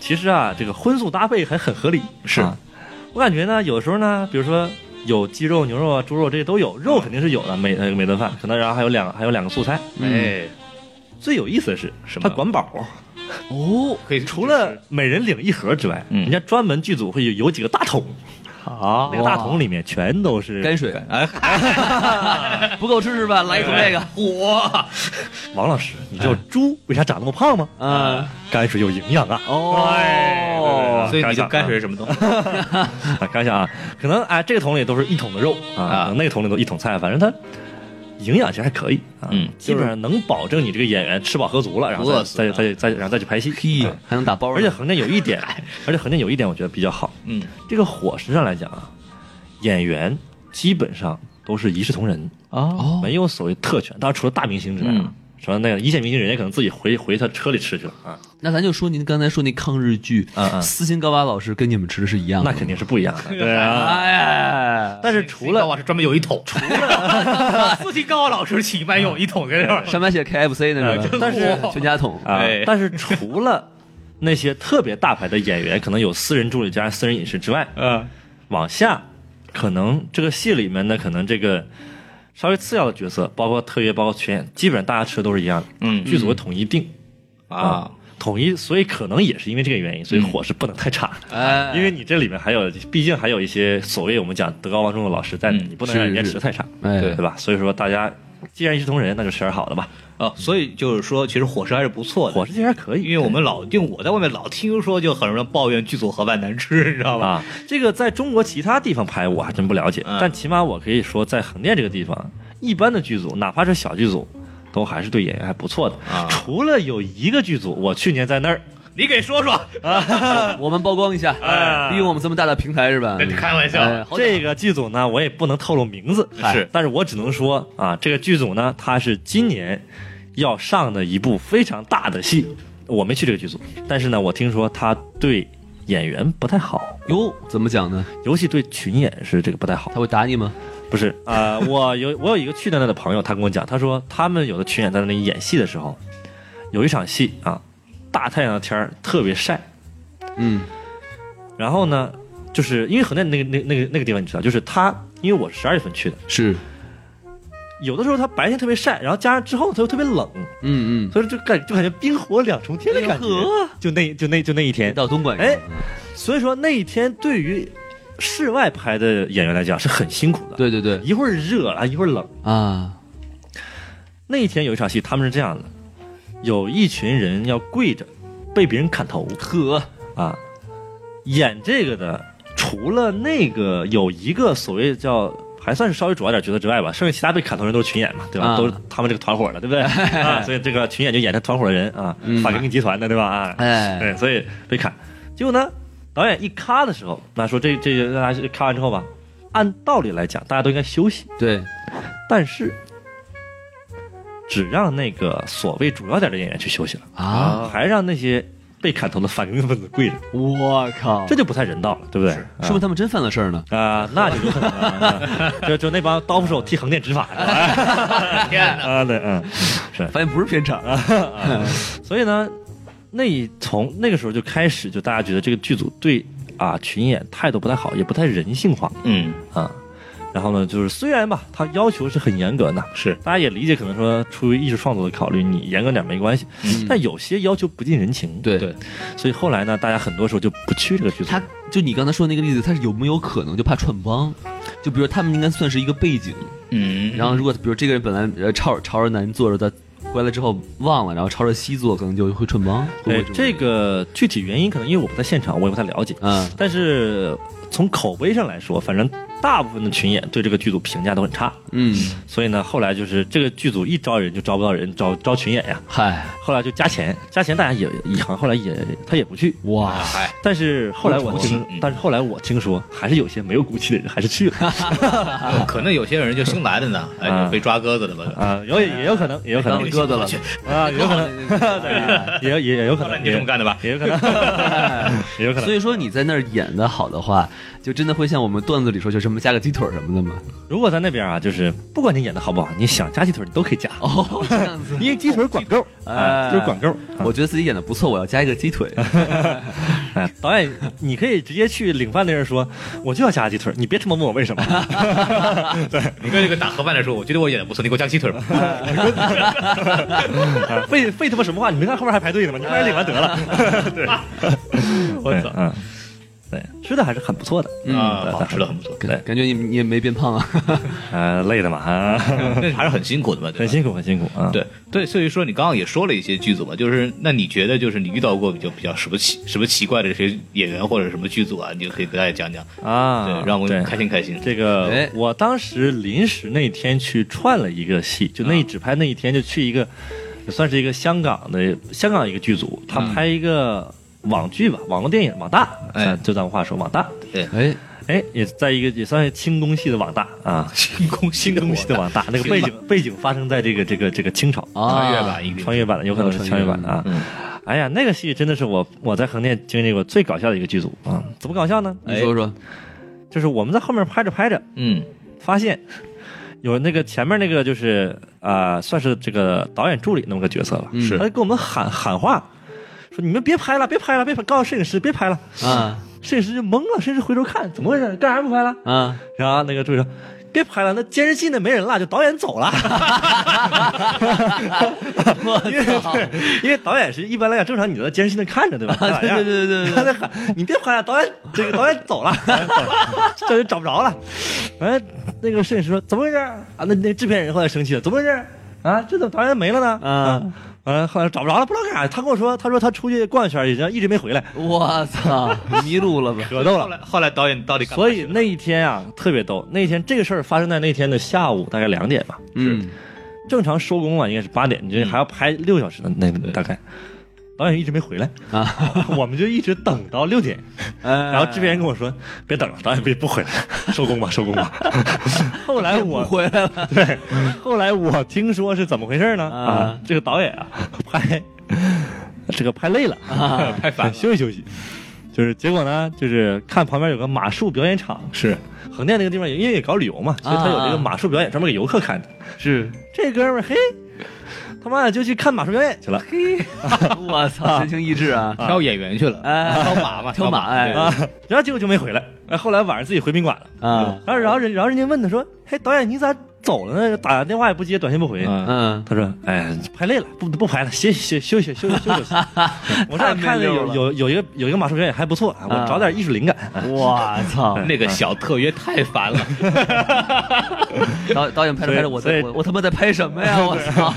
S4: 其实啊，这个荤素搭配还很合理。
S1: 是
S4: 啊我感觉呢，有时候呢，比如说有鸡肉、牛肉啊、猪肉这些都有，肉肯定是有的，每呃每顿饭可能，然后还有两还有两个素菜。
S1: 哎，
S4: 最有意思的是，
S1: 什么
S4: 它管饱，
S1: 哦，可以
S4: 除了每人领一盒之外，
S1: 嗯
S4: 人家专门剧组会有有几个大桶，
S1: 啊
S4: 那个大桶里面全都是
S3: 泔水
S1: 哎，
S3: 不够吃是吧？来一桶这个，
S2: 火，
S4: 王老师，你知
S1: 嗯
S4: 道猪为啥长那么胖吗？
S3: 嗯，
S4: 泔水有营养啊！哎对对对
S3: 哦
S4: 对
S1: 啊所以你就
S4: 开
S1: 泔
S4: 玩笑啊
S1: 水是什么东西？
S4: 啊，看一下啊，可能啊，这个桶里都是一桶的肉
S1: 啊
S4: 啊，可能那个桶里都一桶菜，反正它营养其实还可以啊，
S1: 嗯
S4: 基本上能保证你这个演员吃饱喝足了，然后
S1: 不
S4: 再
S1: 饿死啊
S4: 再再再然后再去拍戏。
S3: 嘿
S4: 啊，
S3: 还能打包呢，
S4: 而且横店有一点，而且横店有一点我觉得比较好，
S1: 嗯，
S4: 这个伙食上来讲啊，演员基本上都是一视同仁，
S1: 啊，
S3: 哦，
S4: 没有所谓特权，当然除了大明星之外
S1: 嗯
S4: 啊。除了那个一线明星，人家可能自己回回他车里吃去了啊，
S3: 那咱就说您刚才说那抗日剧，
S4: 嗯嗯
S3: 斯琴高娃老师跟你们吃的是一样的，
S4: 那肯定是不 一样的，对啊。
S3: 哎，
S4: 但是除了
S1: 哇，是专门有一桶，除了斯琴高娃老师起码有一桶在这儿，
S3: 上面写 KFC 呢是吧？
S4: 但是
S3: 全家桶
S4: 啊
S1: 哎，
S4: 但是除了那些特别大牌的演员，可能有私人助理加私人饮食之外，
S1: 嗯，
S4: 往下可能这个戏里面呢，可能这个稍微次要的角色，包括特约，包括群演，基本上大家吃的都是一样的。
S1: 嗯
S4: 剧组会统一定
S1: 啊，嗯
S4: 统一，所以可能也是因为这个原因，所以伙食不能太差。
S3: 哎，
S4: 因为你这里面还有，毕竟还有一些所谓我们讲德高望重的老师在，
S1: 嗯
S4: 你不能让人家
S3: 是
S4: 吃太差，
S3: 哎
S4: 对吧？所以说大家既然一视同仁，那就吃点好的吧。
S1: 哦，所以就是说，其实伙食还是不错的，
S4: 伙食其实还可以，
S1: 嗯因为我们老，因为我在外面老听说，就很多人抱怨剧组盒饭难吃，你知道吧？
S4: 啊，这个在中国其他地方拍我还真不了解，
S1: 嗯
S4: 但起码我可以说，在横店这个地方，一般的剧组，哪怕是小剧组，都还是对演员还不错的。
S1: 啊
S4: 除了有一个剧组，我去年在那儿，
S1: 你给说说，
S3: 我们曝光一下，
S4: 哎
S3: 利用我们这么大的平台是吧？
S1: 开玩笑，
S3: 哎，好
S4: 这个剧组呢，我也不能透露名字，哎
S1: 是
S4: 但是我只能说啊，这个剧组呢，它是今年要上的一部非常大的戏，我没去这个剧组，但是呢，我听说他对演员不太好，
S3: 哟，怎么讲呢？
S4: 尤其对群演是这个不太好
S3: 他。会打你吗？
S4: 不是啊、呃我有我有一个去的那的朋友，他跟我讲，他说他们有的群演在那里演戏的时候，有一场戏啊，大太阳的天儿特别晒，
S3: 嗯，
S4: 然后呢，就是因为横店那个那个那个那个地方你知道，就是他，因为我是十二月份去的，
S3: 是，
S4: 有的时候他白天特别晒，然后加上之后他又特别冷，
S3: 嗯嗯，
S4: 所以就感就感觉冰火两重天的感觉，就那就那就那一天，
S3: 到东莞去
S4: 哎，所以说那一天对于室外拍的演员来讲是很辛苦的，，
S3: 对对对
S4: 一会儿热了，一会儿冷。
S3: 啊，
S4: 那一天有一场戏，他们是这样的，有一群人要跪着被别人砍头
S3: 呵，
S4: 啊，演这个的除了那个有一个所谓叫。还算是稍微主要点角色之外吧，剩下其他被砍头人都是群演嘛，对吧？
S3: 啊
S4: 都是他们这个团伙的，对 不对？啊，所以这个群演就演他团伙的人啊，
S3: 嗯
S4: 法根集团的，对吧？啊，
S3: 哎，
S4: 对，所以被砍。结果呢，导演一咔的时候，那说这这个大家咔完之后吧，按道理来讲，大家都应该休息，
S3: 对，
S4: 但是只让那个所谓主要点的演员去休息了
S3: 啊，
S4: 还让那些被砍头的反革命分子跪着，
S3: 我靠，
S4: 这就不太人道了，对不对？
S3: 说明他们真犯了事儿呢。
S4: 啊、那就有可能了，啊就就那帮刀斧手替横店执法是吧
S1: 天哪！
S4: 啊，对，嗯，
S3: 发现不是片场啊，
S4: 所以呢，那一从那个时候就开始，就大家觉得这个剧组对啊群演态度不太好，也不太人性化，
S1: 嗯，
S4: 啊，然后呢，就是虽然吧，它要求是很严格的，
S1: 是
S4: 大家也理解，可能说出于艺术创作的考虑，你严格点没关系。但有些要求不近人情，
S3: 对
S1: 对
S4: 所以后来呢，大家很多时候就不去这个剧组。
S3: 他就你刚才说的那个例子，他是有没有可能就怕串帮？就比如他们应该算是一个背景，
S1: 嗯，
S3: 然后如果比如这个人本来呃朝朝着南坐着，他回来之后忘了，然后朝着西坐，可能就会串帮。会
S4: 对
S3: 不会
S4: 哎这个具体原因，可能因为我不在现场，我也不太了解。
S3: 嗯
S4: 但是从口碑上来说，反正大部分的群演对这个剧组评价都很差，
S3: 嗯，
S4: 所以呢，后来就是这个剧组一招人就招不到人，招招群演呀，
S3: 嗨
S4: 后来就加钱，加钱大家也也好像后来也他也不去，
S3: 哇，
S4: 但是后来我
S3: 不
S4: 听，但是后来我听说还是有些没有骨气的人还是去了
S1: 哎可能有些人就新来的呢，哎，
S4: 啊
S1: 就被抓鸽子了吧？
S4: 啊，有也有可能，也有可能
S3: 当鸽子了
S4: 啊，也有可能，也有也也有可
S1: 后来
S4: 能，
S1: 你就这么干的吧？
S4: 也有可 能，也有可 能。
S3: 所以说你在那儿演的好的话，就真的会像我们段子里说，就什么加个鸡腿儿什么的吗？
S4: 如果在那边啊，就是不管你演的好不好，你想加鸡腿你都可以加，
S3: 哦，这样子，
S4: 因为鸡腿管够，
S3: 哎
S4: 啊，就是管够。
S3: 我觉得自己演的不错，我要加一个鸡腿。
S4: 哎，导演，你可以直接去领饭的人说，我就要加鸡腿，你别他妈问我为什么。
S1: 你跟这个打盒饭的时候，我觉得我演的不错，你给我加鸡腿吧。
S4: 啊费费他妈什么话？你没看后面还排队呢吗？你快点领完得了。 对，
S1: 哎 我
S4: 对
S1: 操，
S4: 嗯，对，吃的还是很不错的。
S1: 啊，
S4: 嗯
S1: 好吃的很不错，
S4: 对，
S3: 感觉你你也没变胖啊。
S4: 呃，累的嘛，啊
S1: 那还是很辛苦的嘛，对吧
S4: 很辛苦，很辛苦啊。
S1: 对对，所以说你刚刚也说了一些剧组嘛，就是那你觉得就是你遇到过比较比较什么奇什么奇怪的这些演员或者什么剧组啊，你就可以给大家讲讲，
S4: 啊，
S1: 对，让我们
S4: 对
S1: 开心开心。
S4: 这个、
S3: 哎
S4: 我当时临时那天去串了一个戏，就
S1: 啊
S4: 那一只拍那一天就去一个，也算是一个香港的香港一个剧组，他
S1: 嗯
S4: 拍一个网剧吧，网络电影网大，
S1: 哎
S4: 咱就咱们话说网大，
S3: 哎，
S4: 哎，也在一个也算是清宫戏的网大 啊，
S1: 清宫新
S4: 清宫戏的网大，那个背景背景发生在这个这个这个清朝
S3: 啊
S1: 穿越吧，一定
S4: 穿越版的，有可能是穿越版的啊。哎呀，那个戏真的是我我在横店经历过最搞笑的一个剧组啊！怎么搞笑呢？
S3: 你说说，
S4: 就是我们在后面拍着拍着，
S1: 嗯
S4: 发现有那个前面那个就是啊、算是这个导演助理那么个角色吧，
S1: 是
S4: 他就跟我们喊喊话，说你们别拍了，别拍了，别拍，告诉摄影师别拍了。
S3: 啊
S4: 摄影师就懵了，摄影师回头看，怎么回事？干啥不拍了？
S3: 啊，
S4: 然后那个助理说。别拍了，那监视器那没人了，就导 演走了。因为对因为导演是一般来讲，正常你都在监视器那看着， 对吧？
S3: 啊对对对对对
S4: 他在喊 你别拍了，导演这个导演走了， 这就找不着了。完、那个摄影师说怎么回事啊？那那制片人后来生气了，怎么回事啊？这怎么导演没了呢？
S3: 啊
S4: 啊，完、了后来找不着了，不知道干啥。他跟我说，他说他出去逛一圈，也就一直没回来，
S3: 我操，迷路了吧？
S4: 格斗了
S1: 后。来后来导演到底干嘛
S4: 所以那一天啊，特别逗。那一天这个事儿发生在那天的下午，大概两点吧。
S3: 嗯，
S4: 正常收工啊，应该是八点，你这还要拍六小时呢，那那大概。导演一直没回来啊， 我们就一直等到六点，然
S3: 然
S4: 后制片人跟我说：“别等了，导演别不回来，收工吧，收工吧。”后来我
S3: 回来了，
S4: 对，后来我听说是怎么回事呢？
S3: 啊
S4: 啊，这个导演啊，拍这 个拍累了，
S1: 拍反了，
S4: 休息休息。就是结果呢，就是看旁边有个马术表演场，
S1: 是
S4: 横店那个地方也因为也搞旅游嘛，所以他有这个马术表演专门给游客看的。
S3: 啊是，
S4: 这哥们儿嘿，他妈的就去看马术表演去了。
S3: 我操，神情逸致啊！
S1: 挑演员去了，
S3: 哎，
S1: 挑马嘛，
S3: 挑马哎
S4: 啊，然后结果就没回来。哎，后来晚上自己回宾馆了。
S3: 啊，
S4: 然后然后人然后人家问他说：“嘿，导演你咋走了呢？打电话也不接，短信不回。
S1: 嗯，
S3: 嗯，
S4: 他说：“哎，拍累了，不不拍了，歇歇休息休息休 息。休息”我这儿看着有有有一个有一个马术表演还不错，我
S3: 啊
S4: 找点艺术灵感。
S3: 我操！
S1: 那个小特约太烦了，
S3: 导导演拍着拍着，我
S4: 所以
S3: 在
S4: 所以
S3: 我我他妈在拍什 么呀？我操！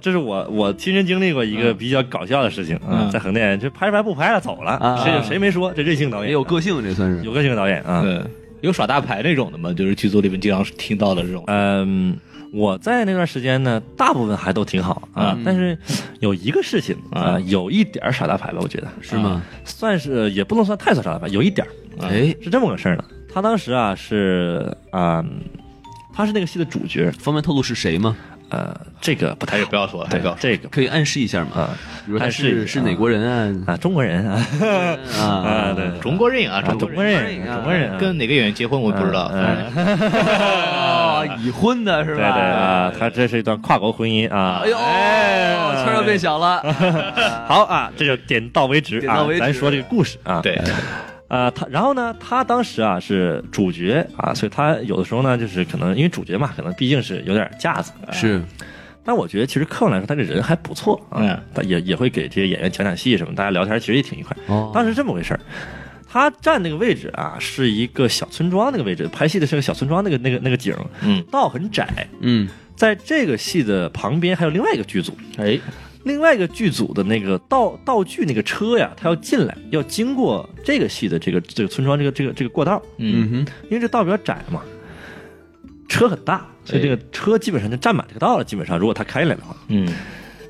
S4: 这是我我亲身经历过一个比较搞笑的事情啊
S1: 嗯，
S4: 在横店就拍着拍着不拍了走了
S3: 啊，
S4: 谁谁没说这任性导
S3: 也
S4: 演
S3: 有个性，这算是
S4: 有个性导演啊。
S1: 对，嗯有耍大牌那种的嘛，就是剧组里面经常听到的这种，
S4: 嗯，我在那段时间呢，大部分还都挺好啊，
S3: 嗯
S4: 但是有一个事情啊、
S1: 啊
S4: 有一点儿耍大牌吧，我觉得啊
S3: 是吗？
S4: 算是也不能算太算耍大牌，有一点儿啊
S3: 哎，
S4: 是这么个事儿呢。他当时啊是啊、嗯他是那个戏的主角，
S3: 方便透露是谁吗？
S4: 呃，这个不
S1: 还
S4: 太
S1: 哎是不要说了，还是
S4: 对
S1: 不要说了。
S4: 这个
S3: 可以暗示一下吗？
S4: 啊
S3: 比如他
S4: 暗示一
S3: 是
S4: 下
S3: 是哪国人
S4: 啊中国人啊
S3: 啊？啊，
S4: 对
S1: 中国人啊，
S4: 啊
S1: 中
S4: 中
S1: 国
S4: 国
S1: 人
S4: 人中国人啊
S1: 跟哪个演员结婚我不知道，哎
S4: 嗯嗯
S3: 哦，已婚的是
S4: 对
S3: 吧？哎
S4: 对啊，他这是一段跨国婚姻啊，
S3: 哎呦，圈儿又变小了。
S4: 好啊，这就点到为止
S3: 点
S4: 啊
S3: 到为，止
S1: 嗯
S4: 咱说这个故事啊，
S1: 对，
S4: 呃，他然后呢，他当时啊是主角啊，所以他有的时候呢，就是可能因为主角嘛，可能毕竟是有点架子。
S1: 嗯
S4: 啊
S3: 是，
S4: 但我觉得其实客观来说，他这人还不错啊，
S1: 嗯
S4: 他也也会给这些演员讲讲戏什么，大家聊天其实也挺愉快。
S3: 哦
S4: 当时这么回事儿，他站那个位置啊，是一个小村庄那个位置，拍戏的是个小村庄那个那个那个景儿，
S1: 嗯
S4: 道很窄。
S3: 嗯，
S4: 在这个戏的旁边还有另外一个剧组，
S1: 哎，
S4: 另外一个剧组的那个道道具那个车呀，它要进来，要经过这个戏的这个这个村庄这个这个这个过道，
S1: 嗯
S3: 哼，
S4: 因为这道比较窄嘛，车很大，所以这个车基本上就占满这个道了。基本上，如果他开进来的话，
S1: 嗯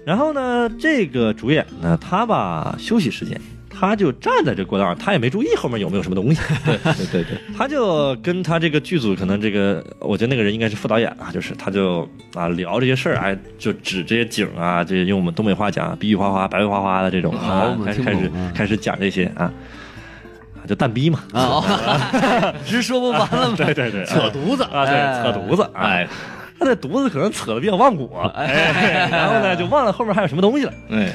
S4: 然后呢，这个主演呢，他吧休息时间，他就站在这过道上，他也没注意后面有没有什么东西，
S1: 对对对，
S4: 他就跟他这个剧组可能这个，我觉得那个人应该是副导演啊，就是他就啊聊这些事儿，哎，就指这些景啊，这用我们东北话讲，比比划划、白花花的这种啊
S3: 哦，我
S4: 开始
S3: 听
S4: 开
S3: 懂
S4: 始
S3: 了
S4: 开始讲这些啊，啊就蛋逼嘛，
S3: 啊，哦 直说不完了吗？
S4: 对 对对，
S1: 扯犊子，
S4: 啊，
S3: 哎
S4: 对，扯犊子，哎，
S1: 哎
S4: 他这犊子可能扯的比较忘骨，哎， 然后呢就忘了后面还有什么东西了。
S1: 哎，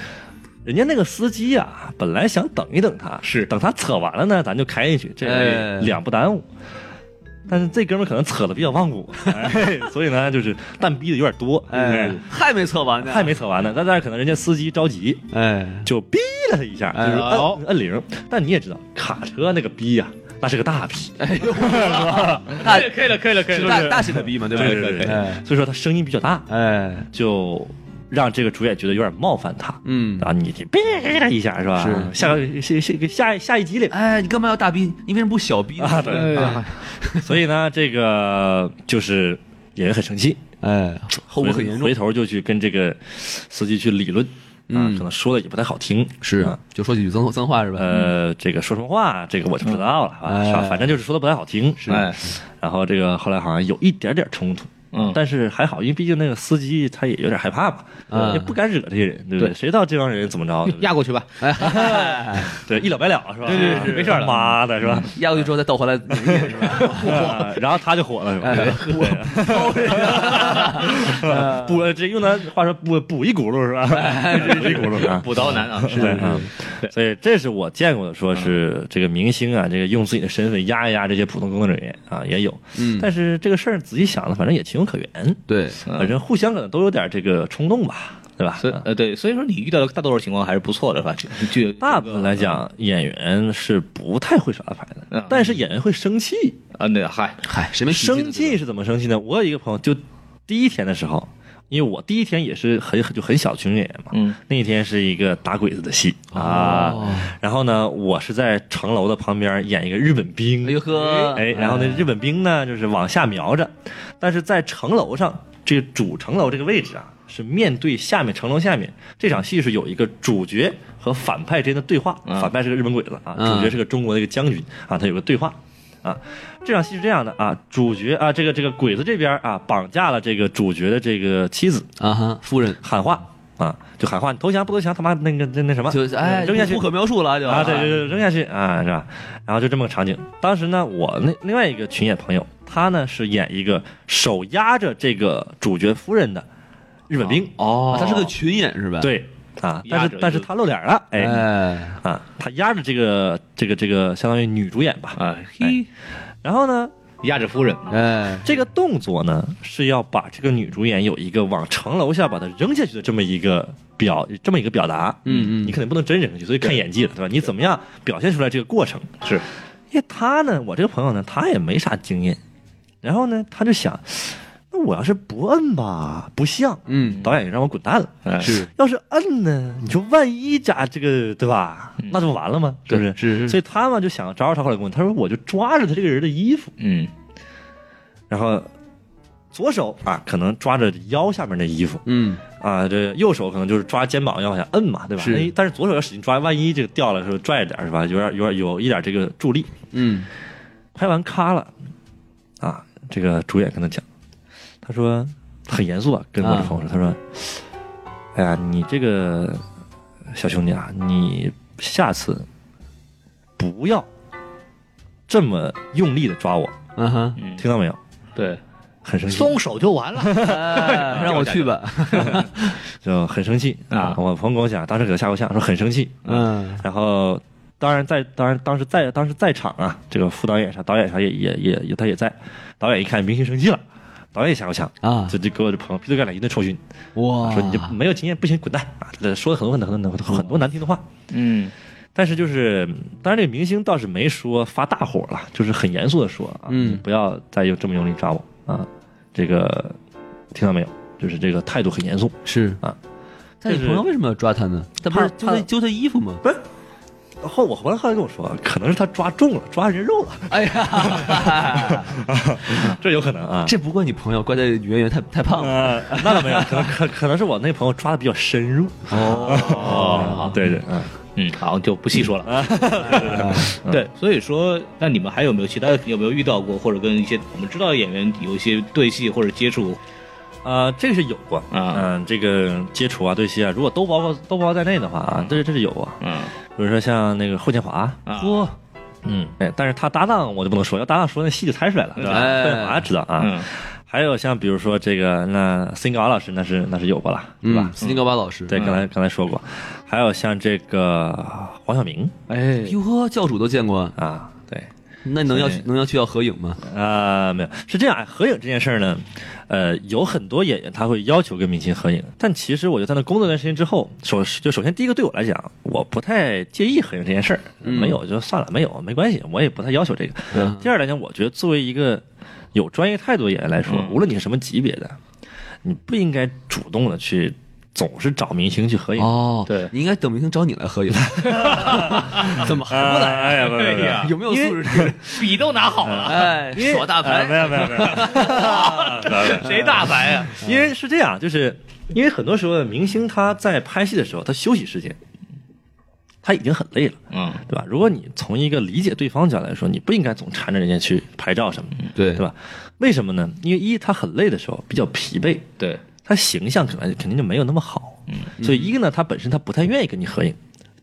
S4: 人家那个司机啊，本来想等一等他，
S1: 是
S4: 等他扯完了呢，咱就开进去，这
S3: 哎
S4: 样两不耽误。但是这哥们儿可能扯的比较 忘骨，哎所以呢，就是蛋逼的有点多，
S3: 哎，啊还没测完呢，
S4: 还没扯完呢。但但是可能人家司机着急，
S3: 哎，
S4: 就逼了他一下，就是
S1: 哎呦
S4: 摁摁铃。但你也知道，卡车那个逼呀、那是个大逼，
S3: 哎大
S1: 可以可以了可以了可以了，
S3: 大大写的逼嘛，对吧？
S4: 对对对
S3: 哎
S4: 所以说他声音比较大，
S3: 哎，
S4: 就让这个主演觉得有点冒犯他。
S3: 嗯，
S4: 啊，你这逼了一下是吧？
S3: 是
S4: 下个下下下下一集里
S3: 哎，你干嘛要大逼？你为什么不小逼呢
S4: 啊，对，
S1: 哎
S3: 啊
S4: 所以呢，这个就是演员很生气，
S3: 哎，后果很严重
S4: 回，头就去跟这个司机去理论，啊，
S3: 嗯
S4: 可能说的也不太好听，
S3: 是
S4: 啊，
S3: 就说几句脏脏话是吧？
S4: 呃，这个说什么话，这个我就不知道了啊，
S3: 哎
S4: 是吧？反正就是说的不太好听，是
S1: 哎，
S4: 然后这个后来好像有一点点冲突。
S1: 嗯
S4: 但是还好，因为毕竟那个司机他也有点害怕嘛，
S3: 嗯
S4: 也不敢惹这些人，对不对？谁知道这帮人怎么着？对不对
S1: 压过去吧，
S4: 对，一了百了是吧？
S1: 对对对
S4: 啊没事儿了，妈的是吧？
S3: 压过去之后再倒回 来演
S4: 嗯
S3: 绎是吧？
S4: 啊 然后他就火了，是吧？ 对啊 补呃这用咱话说补补一轱辘是吧？ 补一�咕噜啊，
S1: 补刀男啊，
S4: 对啊。所以这是我见过的，说是这个明星啊，这个用自己的身份压一压这些普通工作人员啊，也有。
S3: 嗯
S4: 但是这个事儿仔细想呢，反正也情有可原，
S3: 对，
S4: 反正互相可能都有点这个冲动吧，对吧？
S1: 所以呃对，所以说你遇到的大多数情况还是不错的，是吧？就就
S4: 大部分来讲，演员是不太会耍大牌
S1: 嗯
S4: 的，但是演员会生气。
S1: 啊，那嗨，
S3: 嗨，谁没脾气呢
S4: 生气是怎么生气呢？我有一个朋友，就第一天的时候，因为我第一天也是很就很小群众演员嘛，
S1: 嗯，
S4: 那天是一个打鬼子的戏啊，
S3: 哦
S4: 然后呢，我是在城楼的旁边演一个日本兵，
S3: 哎呦呵，
S4: 哎，然后
S3: 嗯
S4: 呢，日本兵呢就是往下瞄着，但是在城楼上，这个主城楼这个位置啊，是面对下面城楼下面。这场戏是有一个主角和反派之间的对话，
S1: 嗯
S4: 反派是个日本鬼子啊，
S3: 嗯
S4: 主角是个中国的一个将军啊，他有个对话。啊，这场戏是这样的啊，主角啊，这个这个鬼子这边啊，绑架了这个主角的这个妻子，
S3: 啊哈，夫人
S4: 喊话啊，就喊话，你投降不投降？他妈那个那那什么，
S3: 就是哎，
S4: 啊扔下去
S3: 不可描述了就
S4: 啊，对对对，扔下去啊，是吧？然后就这么个场景。当时呢，我那另外一个群演朋友，他呢是演一个手压着这个主角夫人的日本兵，
S3: 哦，他是个群演是吧？，
S4: 对啊，但
S1: 压
S4: 是
S1: 着
S4: 但是
S1: 就
S4: 他露脸了，哎
S3: 哎，
S4: 啊，他压着这个这个这个相当于女主演吧。哎
S1: 啊，嘿，
S4: 然后呢，
S1: 压着夫人，
S3: 哎，
S4: 这个动作呢是要把这个女主演有一个往城楼下把她扔下去的这么一个表这么一个表达，
S3: 嗯嗯
S4: 你肯定不能真扔下去，所以看演技了，对吧？你怎么样表现出来这个过程？
S1: 是，
S4: 因为他呢，我这个朋友呢，他也没啥经验，然后呢，他就想，那我要是不摁吧，不像，
S3: 嗯，
S4: 导演也让我滚蛋了。
S1: 哎
S3: 是，
S4: 要是摁呢，你说万一咋这个对吧？那就完了吗？是不是？
S3: 嗯是是
S4: 所以他嘛就想找找他后来问，他说我就抓着他这个人的衣服，
S1: 嗯
S4: 然后左手啊可能抓着腰下面的衣服，
S3: 嗯，
S4: 啊，这右手可能就是抓肩膀要往下摁嘛，对吧？
S3: 是
S4: 哎但是左手要使劲抓，万一这个掉了是吧？拽着点是吧？有点有点有一点这个助力。
S3: 嗯，
S4: 拍完咔了，啊，这个主演跟他讲，他说很严肃啊，跟我这朋友说，他说，哎呀，你这个小兄弟啊，你下次不要这么用力的抓我，
S3: 啊哈，
S1: 嗯，
S4: 听到没有？
S1: 对，
S4: 很生气，
S1: 松手就完了，
S3: 哎让我去吧，
S4: 就很生气啊
S1: 啊
S4: 我朋友跟我讲，当时给他吓够呛，说很生气，
S3: 嗯
S4: 然后，当然在当然当时在当时在场啊，这个副导演啥导演啥也也也也他也在，导演一看明星生气了，导演吓唬呛
S3: 啊
S4: 这就给我这朋友劈头盖脸一顿臭训，
S3: 哇
S4: 说你这没有经验不行滚蛋啊，这说了很多很多很多很多很多难听的话。
S1: 嗯
S4: 但是就是，当然这个明星倒是没说发大火了，就是很严肃的说啊，
S3: 嗯
S4: 你不要再用这么用力抓我啊，这个听到没有？就是这个态度很严肃，
S3: 是
S4: 啊。
S3: 但你
S4: 就是
S3: 朋友为什么要抓他呢？他不是
S4: 怕
S3: 揪他
S4: 怕
S3: 揪他衣服吗？
S4: 不是。然后我回来后来跟我说，可能是他抓中了，抓人肉了，
S3: 哎 呀，
S4: 这有可能啊。
S3: 这不怪你朋友，怪在圆圆太太胖 了。
S4: 啊、那倒没有，可能可可能是我那朋友抓的比较深入。哦，对对，嗯，
S1: 嗯，好，就不细说了。 对，所以说，那你们还有没有其他的？有没有遇到过，或者跟一些我们知道的演员有一些对戏或者接触？
S4: 啊、这个是有过，嗯、
S1: 啊
S4: 这个接触啊，对戏啊，如果都包括都包括在内的话啊，这是这是有啊，
S1: 嗯
S4: 比如说像那个霍建华，
S1: 啊
S4: 嚯，嗯，哎，但是他搭档我就不能说，要搭档说那戏就猜出来了，对吧？
S3: 哎
S4: 霍建华知道啊。
S1: 嗯
S4: 还有像比如说这个，那辛格瓦老师那是那是有过了，对吧
S3: 嗯，？斯琴高巴老师，
S4: 对，刚才刚才说过，还有像这个黄晓明
S3: 哎，哟呵，教主都见过，
S4: 啊，对，
S3: 那你能要
S4: 所以
S3: 能要去要合影吗？
S4: 啊、没有，是这样啊。合影这件事儿呢，呃，有很多演员他会要求跟明星合影，但其实我就在那工作一段时间之后，首就首先第一个对我来讲，我不太介意合影这件事儿，没有就算了，没有没关系，我也不太要求这个。
S3: 嗯
S4: 第二来讲，我觉得作为一个有专业态度的演员来说，无论你是什么级别的，你不应该主动的去总是找明星去合影。
S3: 哦，
S4: 对
S3: 你应该等明星找你来合影。怎么还不来？
S4: 哎呀，不是不是
S3: 有没有素质？
S1: 笔都拿好了，
S3: 哎，耍大
S4: 哎没
S3: 牌，
S4: 有没有没有，
S1: 谁大牌啊？
S4: 因为是这样，就是因为很多时候明星他在拍戏的时候，他休息时间，他已经很累了，
S1: 嗯
S4: 对吧？如果你从一个理解对方角度来说，你不应该总缠着人家去拍照什么的，
S3: 对
S4: 对吧？为什么呢？因为一他很累的时候比较疲惫，
S1: 对，
S4: 他形象可能肯定就没有那么好，嗯，所以一个呢，他本身他不太愿意跟你合影。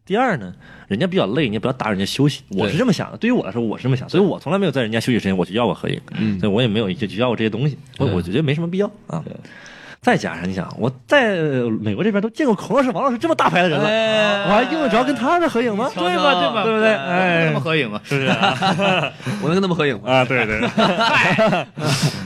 S4: 第二呢，人家比较累，你也不要打扰人家休息。我是这么想的，对于我来说，我是这么想，所以我从来没有在人家休息时间我去要过合影，嗯，所以我也没有去要过这些东西，我我觉得没什么必要啊。再加上你想，我在美国这边都见过孔老师、王老师这么大牌的人了，
S3: 哎
S4: 我还用得着跟他这合影吗？
S1: 对吧？啊对吧？
S4: 对不对？
S1: 跟他
S4: 哎
S1: 们，合影嘛，啊是不是？
S3: 我能跟他们合影吗？
S4: 啊，对对，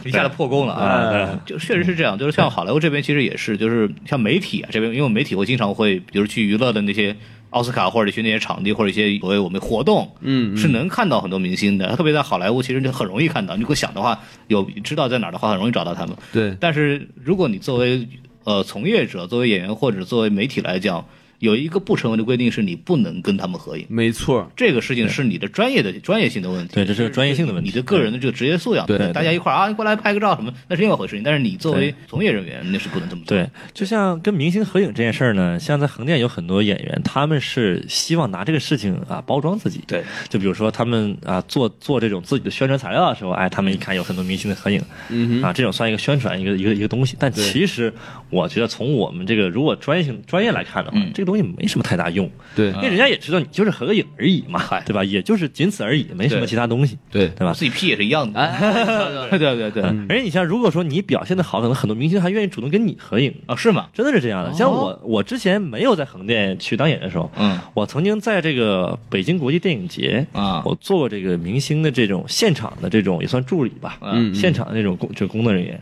S1: 一下子破功了
S4: 啊
S1: 啊！就确实是这样，就是像好莱坞这边其实也是，就是像媒体啊这边，因为我们媒体会经常会，比如去娱乐的那些奥斯卡或者去那些场地或者一些所谓我们活动，
S3: 嗯
S1: 是能看到很多明星的。特别在好莱坞，其实就很容易看到。你如果想的话，有知道在哪儿的话，很容易找到他们。
S3: 对，
S1: 但是如果你作为呃从业者、作为演员或者作为媒体来讲，有一个不成文的规定是你不能跟他们合影。
S3: 没错，
S1: 这个事情是你的专业的专业性的问题，
S4: 对这是个专业性的问题
S1: 你的个人的这个职业素养，
S3: 对对
S1: 大家一块儿啊，过来拍个照什么，那是另外一回事情。但是你作为从业人员，那是不能这么做。
S4: 对，就像跟明星合影这件事儿呢，像在横店有很多演员，他们是希望拿这个事情啊包装自己。
S1: 对，
S4: 就比如说他们啊做做这种自己的宣传材料的时候，哎，他们一看有很多明星的合影，
S3: 嗯
S4: 啊，这种算一个宣传一个一个一个东西。但其实我觉得从我们这个如果专业性专业来看的话，
S1: 嗯
S4: 这个东西没什么太大用，
S3: 对
S4: 因为人家也知道你就是合个影而已嘛，对吧？也就是仅此而已，没什么
S1: 对嗯
S4: 其他东西，
S3: 对
S4: 对吧？嗯
S1: 自己 P 也是一样的。
S3: 哎，
S1: 对对对对，
S4: 而且你像，如果说你表现的好，可能很多明星还愿意主动跟你合影，
S1: 啊，是吗？
S4: 真的是这样的。像我，我之前没有在横店去当演员的时候，
S1: 嗯，
S4: 我曾经在这个北京国际电影节
S1: 啊
S4: 我做过这个明星的这种现场的这种也算助理吧，
S3: 嗯嗯
S4: 现场的那种工这工作人员。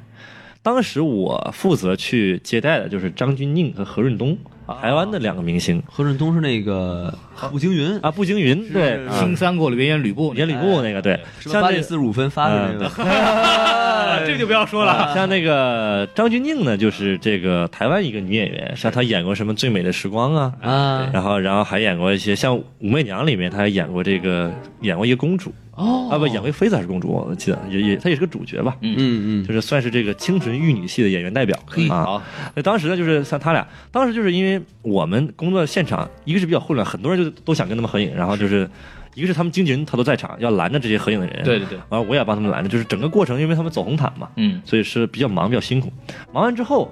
S4: 当时我负责去接待的就是张钧甯和何润东，
S1: 啊
S4: 台湾的两个明星
S3: 何润东是那个步惊云，
S4: 啊，步惊云对，啊
S1: 新三国里边演吕布，
S4: 演吕布那个对，
S3: 什么
S4: 像那
S3: 八
S4: 个
S3: 点四十五分发的那个，
S1: 啊，这就不要说了。
S4: 像那个张钧甯呢，就是这个台湾一个女演员，像她演过什么《最美的时光》啊，
S3: 啊
S4: 然后然后还演过一些像《武媚娘》里面，她还演过这个演过一个公主
S3: 哦
S4: 啊，不演过一个妃子还是公主，我记得也也她也是个主角吧，
S3: 嗯嗯，
S4: 就是算是这个清纯玉女系的演员代表啊。
S1: 好，
S4: 那当时呢，就是像他俩，当时就是因为我们工作现场，一个是比较混乱，很多人就都想跟他们合影，然后就是。一个是他们经纪人他都在场，要拦着这些合影的人。
S1: 对对对。
S4: 完了我也帮他们拦着，就是整个过程，因为他们走红毯嘛，
S1: 嗯
S4: 所以是比较忙，比较辛苦。忙完之后，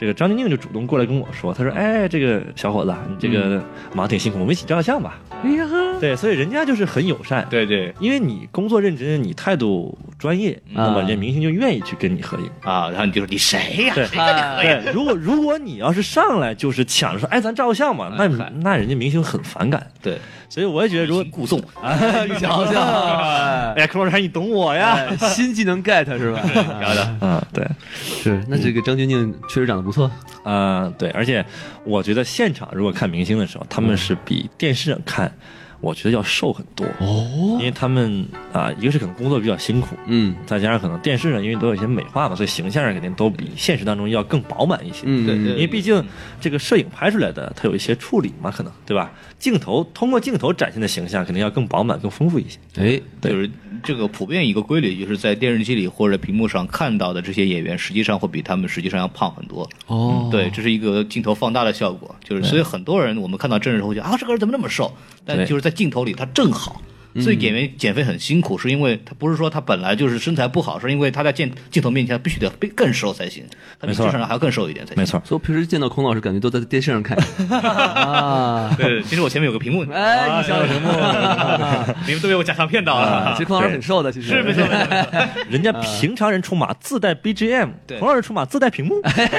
S4: 这个张钧甯就主动过来跟我说，他说：“哎，这个小伙子啊，你这个忙挺辛苦，我们一起照个相吧。”哎呀，对，所以人家就是很友善，
S1: 对对，
S4: 因为你工作认真，你态度专业，那么这明星就愿意去跟你合影。
S1: 啊，然后你就说你谁呀？
S4: 对
S1: 谁跟你
S3: 哎
S1: 合影？
S4: 对，如果如果你要是上来就是抢着说，哎，咱照个相嘛，那
S1: 嗨
S4: 那人家明星很反感。
S1: 对，
S4: 所以我也觉得，如 果
S1: 故纵，
S4: 哎，你
S3: 瞧瞧
S4: 哎呀，柯老师，你懂我呀？
S3: 哎新技能 get 是吧？啊
S1: 聊聊。
S4: 嗯，对，
S3: 是，那这个张钧甯确实长得不错，
S4: 啊，对，而且我觉得现场如果看明星的时候，他们是比电视上看，我觉得要瘦很多哦，因为他们啊、一个是可能工作比较辛苦，
S3: 嗯
S4: 再加上可能电视上因为都有一些美化嘛，所以形象上肯定都比现实当中要更饱满一些。
S3: 嗯，
S1: 对对
S4: 因为毕竟这个摄影拍出来的，它有一些处理嘛，可能对吧？镜头通过镜头展现的形象，肯定要更饱满、更丰富一些。
S3: 哎，
S4: 对
S1: 就是这个普遍一个规律，就是在电视机里或者屏幕上看到的这些演员，实际上会比他们实际上要胖很多。
S3: 哦，
S1: 对，这是一个镜头放大的效果，就是所以很多人我们看到真人时候会觉得啊，这个人怎么那么瘦？但
S4: 对嗯
S1: 就是在镜头里他正好。所以演员减肥很辛苦，是因为他不是说他本来就是身材不好，是因为他在镜镜头面前必须得被更瘦才行，他比
S4: 没错
S1: 正常人还要更瘦一点才行。
S4: 没错，
S3: 所以我平时见到孔老师，感觉都在电视上看啊。
S1: 对，其实我前面有个屏幕，
S3: 哎，你想什么？
S1: 你们都被我假唱骗到
S3: 啊
S1: 了
S3: 其实。孔老师很瘦的，其实
S1: 是没错，没错没错
S4: 人家平常人出马自带 BGM，
S1: 对
S4: 黄老师出马自带屏幕。
S1: 就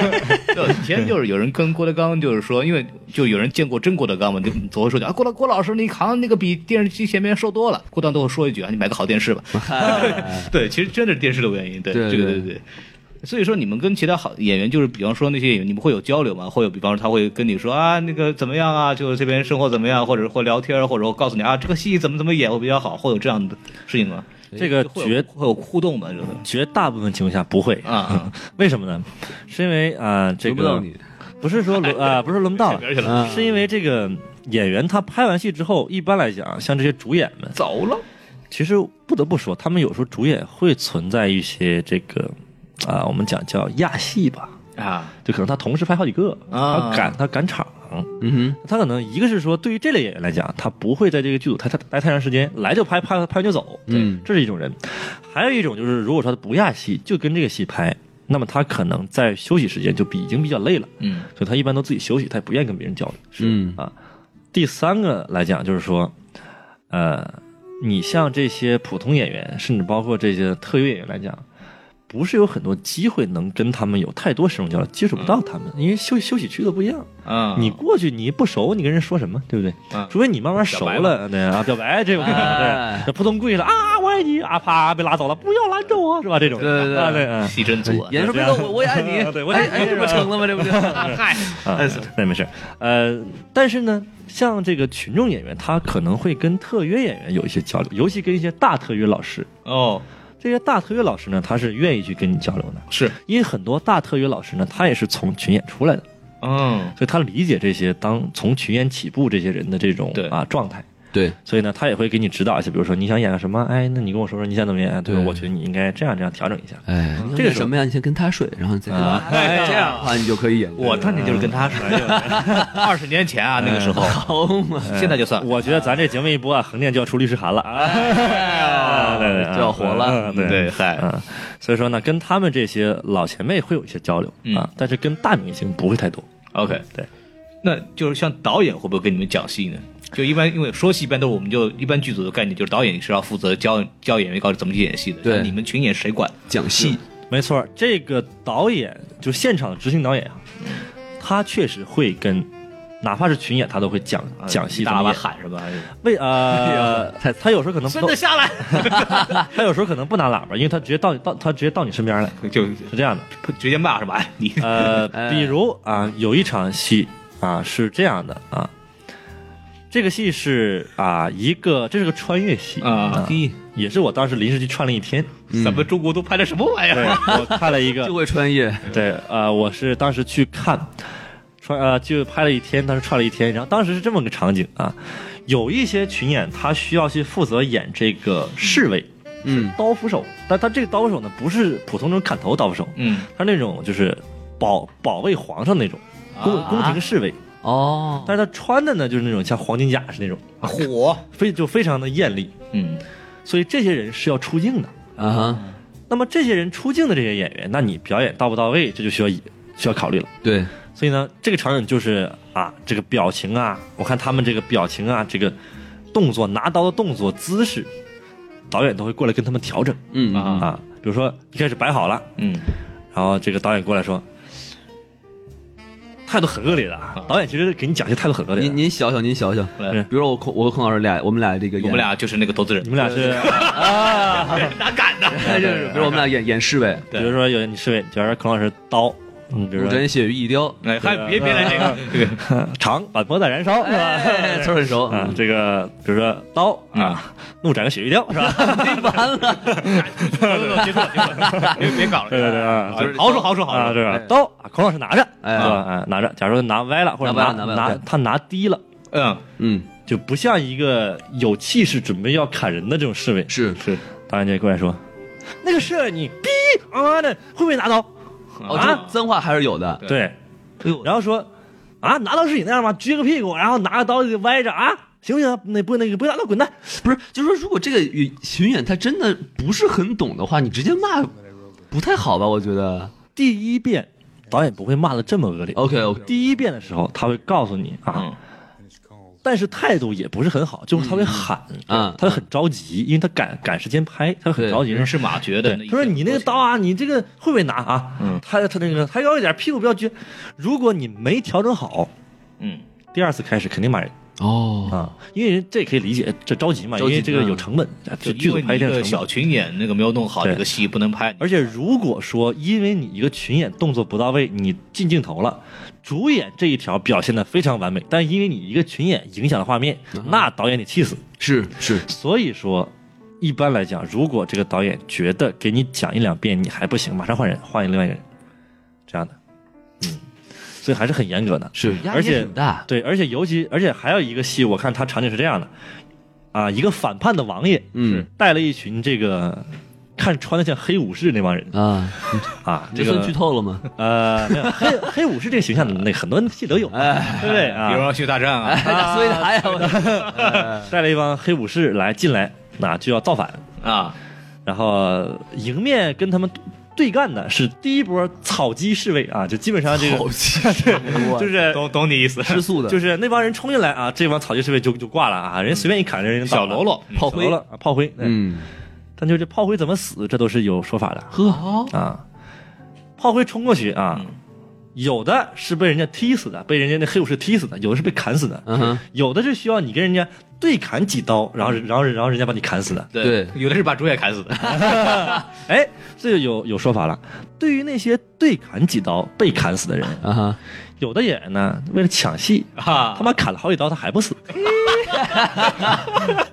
S1: 以前就是有人跟郭德纲，就是说，因为就有人见过真郭德纲嘛，就总会说啊，郭老郭老师，你好像那个比电视机前面瘦多了。郭德纲都会说一句啊，你买个好电视吧。
S3: 哎
S1: 对，其实真的是电视的原因，对
S3: 对
S1: 这个
S3: 对
S1: 对对。所以说，你们跟其他好演员，就是比方说那些演员，你们会有交流吗？会有，比方说他会跟你说啊，那个怎么样啊，就是这边生活怎么样，或者或聊天儿，或者我告诉你啊，这个戏怎么怎么演会比较好，会有这样的事情吗？
S4: 这个
S1: 就会有
S4: 绝
S1: 会有互动吗？这个
S4: 绝大部分情况下不会
S1: 啊，
S4: 为什么呢？是因为啊、这
S3: 轮不到
S4: 个
S3: 你
S4: 不是说 轮啊、不是轮不到，
S1: 而且
S3: 啊
S4: 是因为这个演员他拍完戏之后，一般来讲，像这些主演们，
S1: 走了，
S4: 其实不得不说，他们有时候主演会存在一些这个啊、我们讲叫亚戏吧，
S1: 啊
S4: 就可能他同时拍好几个，
S1: 啊
S4: 他赶他赶场。
S3: 嗯哼，
S4: 他可能一个是说，对于这类演员来讲，他不会在这个剧组待太待太长时间，来就拍，拍拍完就走，
S3: 嗯
S4: 这是一种人。还有一种就是，如果说他不压戏，就跟这个戏拍，那么他可能在休息时间就比已经比较累了，
S1: 嗯
S4: 所以他一般都自己休息，他也不愿意跟别人交流。
S3: 嗯
S4: 啊，第三个来讲就是说，呃，你像这些普通演员，甚至包括这些特约演员来讲。不是有很多机会能跟他们有太多深入交流，接触不到他们，因为休休息区都不一样。
S1: 啊，
S4: 你过去你不熟，你跟人说什么，对不对？
S1: 嗯
S4: 除非你慢慢熟
S1: 表白
S4: 了，对啊，表白这种，
S3: 哎
S4: 对，这扑通跪下了啊，我爱你啊，啪被拉走了，不要拦着我，是吧？这种，
S3: 对对对
S4: 啊对，嗯
S1: 戏真足啊，
S3: 演员说别动我，我也爱你，
S4: 对我也
S3: 哎
S4: 爱你
S3: 哎，这不成了吗？这不就
S1: 嗨，
S4: 啊，那没事，呃，但是呢，像这个群众演员，他可能会跟特约演员有一些交流，尤其跟一些大特约老师，
S1: 哦，
S4: 这些大特约老师呢，他是愿意去跟你交流的，
S1: 是，
S4: 因为很多大特约老师呢，他也是从群演出来的，
S1: 嗯，
S4: 所以他理解这些当从群演起步这些人的这种
S1: 对
S4: 啊状态。
S3: 对，
S4: 所以呢，他也会给你指导一下，比如说你想演个什么，哎，那你跟我说说你想怎么演，对吧
S3: 对
S4: 我觉得你应该这样这样调整一下。
S3: 哎，
S4: 这
S3: 这
S4: 个
S3: 个
S4: 时候
S3: 什么呀？你先跟他睡，然后再跟他
S4: 啊
S3: 哎这样的话你就可以演。
S1: 我当年就是跟他说， 二十年前啊，那个时候，
S3: 好嘛，
S1: 现在就算了。
S4: 我觉得咱这节目一播啊，横店就要出律师函了啊，啊对对啊
S3: 哎就要火了
S4: 嗯对
S1: 对，嗨，
S4: 啊，所以说呢，跟他们这些老前辈会有一些交流
S1: 嗯，
S4: 啊但是跟大明星不会太多。
S1: OK
S4: 对，
S1: 那就是像导演会不会跟你们讲戏呢？就一般，因为说戏一般都是我们就一般剧组的概念，就是导演是要负责教教演员告诉怎么去演戏的。
S3: 对
S1: 像你们群演谁管？
S3: 讲戏，
S4: 没错，这个导演就现场的执行导演啊，他确实会跟，哪怕是群演，他都会讲
S3: 啊
S4: 讲戏怎
S1: 大把
S4: 么演。
S1: 喊什么？
S4: 为
S3: 哎
S4: 呃，他他有时候可能不
S1: 真的下来，
S4: 他有时候可能不拿喇叭，因为他直接到你到他直接到你身边来，
S1: 就是
S4: 这样的。
S1: 直接骂是吧？ 你
S4: 呃，
S3: 哎
S4: 比如啊、有一场戏啊、是这样的啊，这个戏是啊、一个这是个穿越戏
S1: 啊
S3: 嘿，
S4: 也是我当时临时去串了一天，
S1: 咱们中国都拍的什么玩意
S4: 嗯对
S1: 儿？
S4: 我看了一 个
S3: 就会穿越，
S4: 对，呃，我是当时去看，穿呃就拍了一天，当时串了一天，然后当时是这么个场景啊，有一些群演他需要去负责演这个侍卫，
S3: 嗯，
S4: 刀斧手，但他这个刀斧手呢不是普通那种砍头刀斧手，
S1: 嗯，
S4: 他是那种就是保保卫皇上那种宫宫廷侍卫，
S3: 哦，
S4: 但是他穿的呢就是那种像黄金甲是那种，
S1: 火，
S4: 非就非常的艳丽，
S1: 嗯，
S4: 所以这些人是要出镜的。
S3: 啊哈，
S4: 那么这些人出镜的这些演员，那你表演到不到位，这就需要需要考虑了。
S3: 对，
S4: 所以呢，这个场景就是啊，这个表情啊，我看他们这个表情啊，这个动作拿刀的动作姿势，导演都会过来跟他们调整
S3: 嗯
S1: 啊
S4: 啊。比如说一开始摆好了，
S1: 嗯
S4: 然后这个导演过来说，态度很恶劣的啊。导演其实给你讲些态度很恶劣
S3: 您
S4: 的。
S3: 您想想，您想想，
S1: 对
S3: 比如说我孔我和孔老师俩，我们俩这个
S1: 我
S3: 演
S1: 们俩就是那个投资人
S4: 你，们俩是，
S1: 哪敢呢？
S3: 哎 就是比如我们俩演演示呗，
S4: 比如说有你是，比如说孔老师刀，嗯，比如
S3: 五
S4: 说
S3: 针血与一雕，
S1: 哎，还
S4: 啊
S1: 别别来这个，这个
S4: 长把脖子燃烧是
S3: 哎，嗯词
S4: 吧？
S3: 儿很熟，
S4: 啊，这个比如说刀啊，怒斩个血玉雕 是吧？
S3: 完了，
S1: 别错别错， 别别搞了，
S4: 啊对对对啊，就是
S1: 豪说豪说
S4: 啊，
S1: 豪
S4: 这
S1: 说，
S4: 个
S3: 哎
S4: 刀，啊孔老师拿着，
S3: 哎
S4: 对吧？哎，拿着，假如拿歪了或者
S3: 拿歪了拿歪了
S4: 拿
S3: 对
S4: 他拿低了，
S1: 嗯，
S3: 嗯，
S4: 就不像一个有气势准备要砍人的这种侍卫。
S3: 是是，
S4: 导演就过 来说：“那个侍卫你逼啊的，会不会拿刀
S3: 哦，
S1: 啊
S3: 这脏话还是有的？”，
S4: 对，
S3: 哎呦，
S4: 然后说：“啊，拿刀是你那样吗？撅个屁股，然后拿个刀就歪着啊，行不行？那不那个不拿刀滚蛋。
S3: 不是，就是说如果这个巡演他真的不是很懂的话，你直接骂不太好吧？我觉得。”
S4: 第一遍导演不会骂的这么恶劣。哦
S3: OK OK，
S4: 第一遍的时候他会告诉你啊。但是态度也不是很好，就是他会喊，
S3: 嗯
S4: 他会很着急，因为他赶赶时间拍，他会很
S3: 对
S4: 着急。
S1: 人是马觉的，
S4: 他说：“你那个刀啊，你这个会不会拿啊？
S1: 嗯
S4: 他他那个抬高一点，屁股不要撅。如果你没调整好，
S1: 嗯，
S4: 第二次开始肯定骂人
S3: 哦，
S4: 啊，因为这也可以理解，这着急嘛，
S3: 着
S4: 因
S3: 急
S4: 为这个
S3: 嗯
S4: 有成本，
S1: 就
S4: 这剧组
S1: 因
S4: 拍
S1: 为你
S4: 一定
S1: 这
S4: 有
S1: 个
S4: 成
S1: 小
S4: 本。
S1: 群演那个没有弄好，
S4: 对
S1: 这个戏不能拍，
S4: 而且如果说因为你一个群演动作不到位，你进镜头了，主演这一条表现的非常完美，但因为你一个群演影响了画面，那导演得气死。
S3: 是是，
S4: 所以说，一般来讲，如果这个导演觉得给你讲一两遍你还不行，马上换人，换另外一个人，这样的，嗯，所以还是很严格的。
S3: 是，
S4: 而且
S3: 压力也挺大，
S4: 对，而且尤其，而且还有一个戏，我看他场景是这样的，啊，一个反叛的王爷
S3: 嗯
S4: 带了一群这个看穿的像黑武士那帮人
S3: 啊，
S4: 啊，
S3: 这
S4: 这
S3: 算剧
S4: 个
S3: 透了吗？
S4: 呃，没有黑 黑武士这个形象，那很多戏都有，
S3: 哎，
S4: 对不对
S1: 比如
S4: 啊？
S1: 说去大战啊，
S3: 打碎他哎呀！我
S4: 带了一帮黑武士来进来，那、就要造反，
S1: 啊，
S4: 然后迎面跟他们对干的是第一波草鸡侍卫啊，就基本上这个对， 就是
S1: 懂懂你意思，
S3: 吃素的，
S4: 就是是那帮人冲进来啊，这帮草鸡侍卫就就挂了啊，人家随便一
S3: 嗯
S4: 砍，人家
S1: 小喽
S4: 喽
S1: 啰，
S3: 炮
S4: 小喽
S3: 灰
S4: 啰，啊炮灰，对
S3: 嗯，
S4: 但就这炮灰怎么死，这都是有说法的
S3: 呵，
S4: 啊。炮灰冲过去啊，
S3: 嗯
S4: 有的是被人家踢死的，被人家那黑武士踢死的，有的是被砍死的，
S3: 嗯哼，
S4: 有的是需要你跟人家对砍几刀，然后然后然后人家把你砍死的。
S3: 对
S1: 有的是把主演砍死 的，
S4: 哎，这就有有说法了。对于那些对砍几刀被砍死的人，
S3: 啊哈，
S4: 有的演员呢，为了抢戏，
S1: 啊
S4: 他，妈砍了好几刀，他还不 死。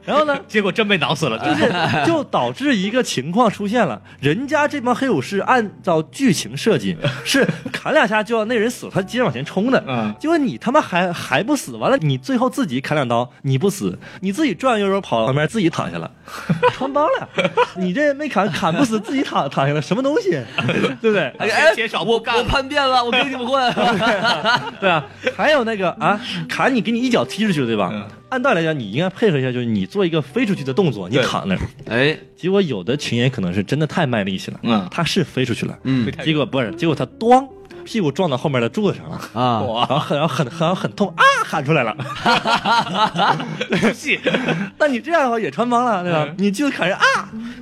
S4: 然后呢，
S1: 结果真被挠死了，
S4: 就
S1: 就是
S4: 就导致一个情况出现了，人家这帮黑武士按照剧情设计是砍两下就要那人死了，他接着往前冲的。
S1: 嗯
S4: 结果你他妈还还不死，完了你最后自己砍两刀，你不死，你自己转悠悠跑旁边自己躺下了，穿帮了，你这没砍砍不死，自己躺躺下了，什么东西， 对不对？
S3: 哎哎
S1: 减少，
S3: 我
S1: 不干
S3: 我
S1: 了
S3: 叛变了，我跟你们混，
S4: 对啊，还有那个啊，砍你给你一脚踢出去了，对吧？
S1: 嗯
S4: 按道理来讲，你应该配合一下，就是你做一个飞出去的动作，你
S1: 对
S4: 躺那儿。
S3: 哎，
S4: 结果有的群演可能是真的太卖力气了，
S1: 嗯
S4: 他是飞出去了，
S3: 嗯
S1: 太
S4: 结果不是，结果他咣屁股撞到后面的柱子上了。
S3: 啊，
S4: 然后很然后很很很痛啊，喊出 来了。
S1: 戏，
S4: 那你这样的话也穿帮了，对吧
S1: 嗯？
S4: 你就是砍人啊，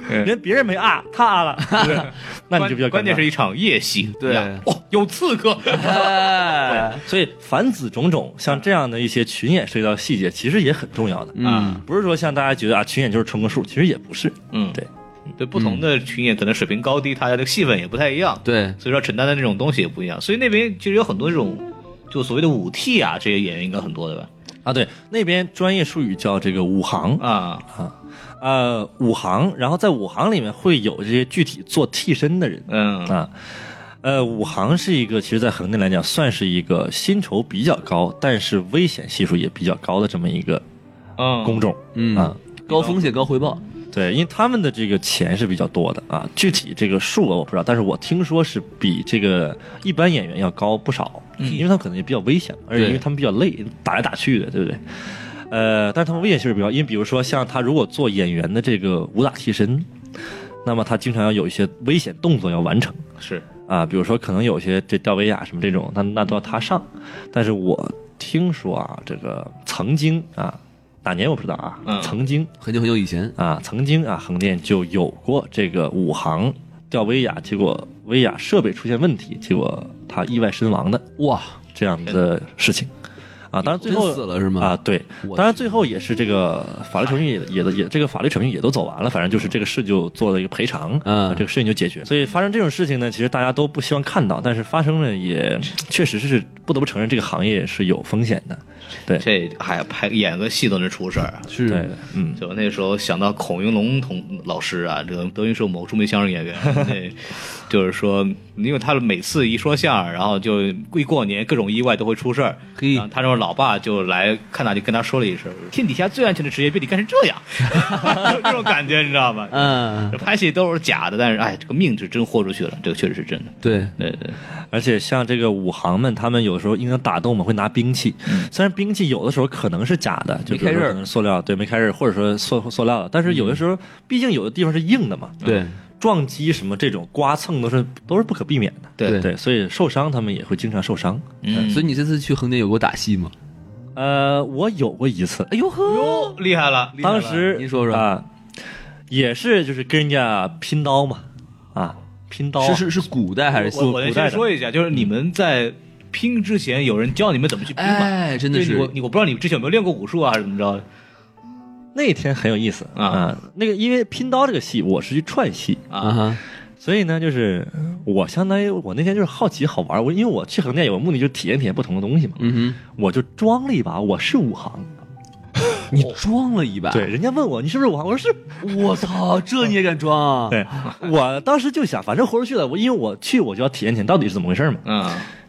S4: 人家别人没啊，他啊了， 那你就比较尴尬
S1: 关键是一场夜戏，
S3: 对
S1: 呀哦，有刺客，
S4: 嗯
S3: 哎，
S4: 所以凡此种种，像这样的一些群演涉及到细节，其实也很重要的。
S3: 嗯，
S4: 不是说像大家觉得啊，群演就是冲个数，其实也不是。
S1: 嗯
S4: 对，
S1: 对，不同的群演可能水平高低，他的戏份也不太一样，
S3: 对，
S1: 所以说承担的那种东西也不一样，所以那边其实有很多这种就所谓的舞替啊，这些演员应该很多的吧？
S4: 啊，对，那边专业术语叫这个武行啊，
S1: 啊，
S4: 呃，武行，然后在武行里面会有这些具体做替身的人
S1: 嗯
S4: 啊。呃，武行是一个，其实，在横店来讲，算是一个薪酬比较高，但是危险系数也比较高的这么一个
S1: 嗯，
S4: 工种。
S3: 嗯
S4: 啊，
S3: 高风险高回报，
S4: 对，因为他们的这个钱是比较多的啊，具体这个数额我不知道，但是我听说是比这个一般演员要高不少，因为他们可能也比较危险，而且
S3: 对
S4: 因为他们比较累，打来打去的，对不对？呃，但是他们危险性是比较，因为比如说像他如果做演员的这个武打替身，那么他经常要有一些危险动作要完成
S1: 是，
S4: 啊，比如说可能有些这吊威亚什么这种，那那都要他上，但是我听说啊，这个曾经啊。哪年我不知道啊，
S1: 嗯
S4: 曾经
S3: 很久很久以前，
S4: 啊，曾经啊，横店就有过这个武行吊威亚，结果威亚设备出现问题，结果他意外身亡的
S3: 哇，
S4: 这样的事情啊。当然最
S3: 真
S4: 后
S3: 死了是吗？
S4: 啊，，对
S3: 我，
S4: 当然最后也是这个法律程序也也也这个法律程序也都走完了，反正就是这个事就做了一个赔偿，
S3: 嗯
S4: 啊这个事情就解决。所以发生这种事情呢，其实大家都不希望看到，但是发生了也确实是不得不承认，这个行业是有风险的。
S1: 这还拍演个戏都能出事儿啊。
S3: 是
S4: 对，嗯，
S1: 就那时候想到孔云龙同老师啊，这个德云社某著名相声演员， 那就是说，因为他每次一说相声，然后就一过年各种意外都会出事儿。
S3: 嘿
S1: 然后他这种老爸就来看他，就跟他说了一声：“天底下最安全的职业被你干成这样。” 就这种感觉你知道吧？
S3: 嗯，
S1: 拍戏都是假的，但是哎，这个命是真豁出去了，这个确实是真的。
S3: 对，
S1: 对对，
S4: 而且像这个武行们，他们有时候因为打斗嘛，会拿兵器。虽然兵器有的时候可能是假的，就
S3: 嗯
S4: 比如
S3: 没开刃
S4: 说
S3: 嗯
S4: 可能塑料，对，没开刃，或者说塑塑料的，但是有的时候，毕竟有的地方是硬的嘛，
S3: 对，
S4: 撞击什么这种刮蹭都是都是不可避免的。
S1: 对
S4: 对，所以受伤他们也会经常受伤。
S1: 嗯，
S3: 所以你这次去横店有过打戏吗？
S4: 呃，我有过一次，
S3: 哎呦呵，
S1: 哟哦厉害了，厉害了
S4: 当时
S3: 您说说
S4: 啊，也是就是跟人家拼刀嘛，啊，拼刀
S3: 是是是古代还是
S1: 我
S3: 现
S1: 我
S3: 代？
S1: 得
S4: 古代
S1: 先
S4: 的嗯
S1: 说一下，就是你们在拼之前，有人教你们怎么去拼吗？
S3: 哎真的
S1: 对
S3: 是
S1: 我，你我不知道你们之前有没有练过武术啊，还是怎么着？
S4: 那天很有意思
S1: 啊
S4: 那个因为拼刀这个戏我是去串戏，
S3: 啊哈，
S4: 所以呢，就是我相当于我那天就是好奇好玩，我因为我去横店有个目的就是体验体验不同的东西嘛，
S3: 嗯
S4: 我就装了一把我是武行。
S3: 哼，你装了一把，
S4: 对，，人家问我你是不是武行，我说是。
S3: 我操，这你也敢装啊？
S4: 对，我当时就想，反正豁出去了，我因为我去我就要体验体验到底是怎么回事嘛。
S1: 嗯，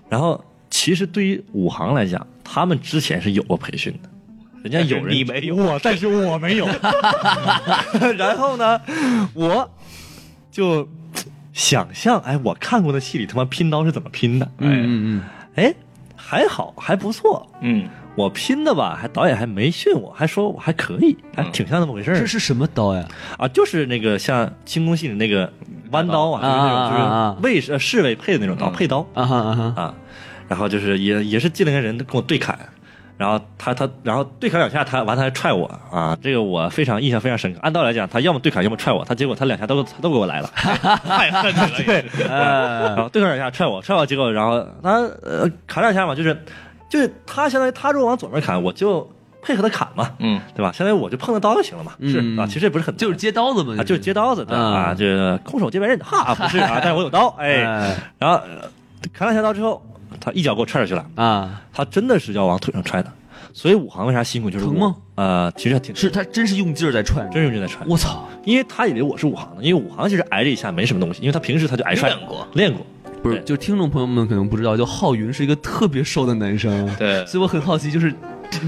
S4: 然后其实对于武行来讲，他们之前是有过培训的，人家有 人
S1: 你没有
S4: 我，但是我没有。 然后呢，我就想象，哎，我看过的戏里他妈拼刀是怎么拼的？
S1: 嗯
S3: 嗯嗯
S4: 哎，还好，还不错。
S1: 嗯，
S4: 我拼的吧，还导演还没训我，还说我还可以，还挺像那么回事
S3: 嗯，
S4: 儿
S3: 这是什么刀呀？
S4: 啊，就是那个像清宫戏里那个弯刀啊，就是那
S3: 啊啊啊啊
S4: 种就是卫士呃侍卫配的那种刀，配刀。
S3: 啊哈啊哈，
S4: 啊，然后就是也也是进来个人跟我对砍，然后他他然后对砍两下，他完他还踹我啊，这个我非常印象非常深刻。按道理来讲，他要么对砍，要么踹我，他结果他两下都他都给我来了，
S1: 太恨你了， 对，
S4: 然
S3: 哎
S4: 后对砍两下踹我，踹我结果然后他呃砍两下嘛，就是就是他相当于他如果往左边砍，我就配合他砍嘛，
S1: 嗯，
S4: 对吧？相当于我就碰到刀就行了嘛，
S3: 嗯
S4: 是啊，其实也不是很
S3: 就是接刀子嘛，
S4: 啊，就是接刀子的啊，
S3: 嗯
S4: 这空手接白刃 的哈，不是啊，但是我有刀，哎，
S3: 哎
S4: 然后呃砍两下刀之后，他一脚给我踹出去了。
S3: 啊，
S4: 他真的是要往腿上踹的。所以武行为啥辛苦就是
S3: 疼
S4: 我
S3: 吗？
S4: 呃，其实还挺
S3: 是他真是用劲儿在踹，
S4: 真认真在踹，
S3: 我操，
S4: 因为他以为我是武行的，因为武行其实挨这一下没什么东西，因为他平时他就挨踹
S1: 练过，
S4: 练过。
S3: 不是，
S4: 对
S3: 就听众朋友们可能不知道，就浩云是一个特别瘦的男生，啊
S1: 对
S3: 所以我很好奇，就是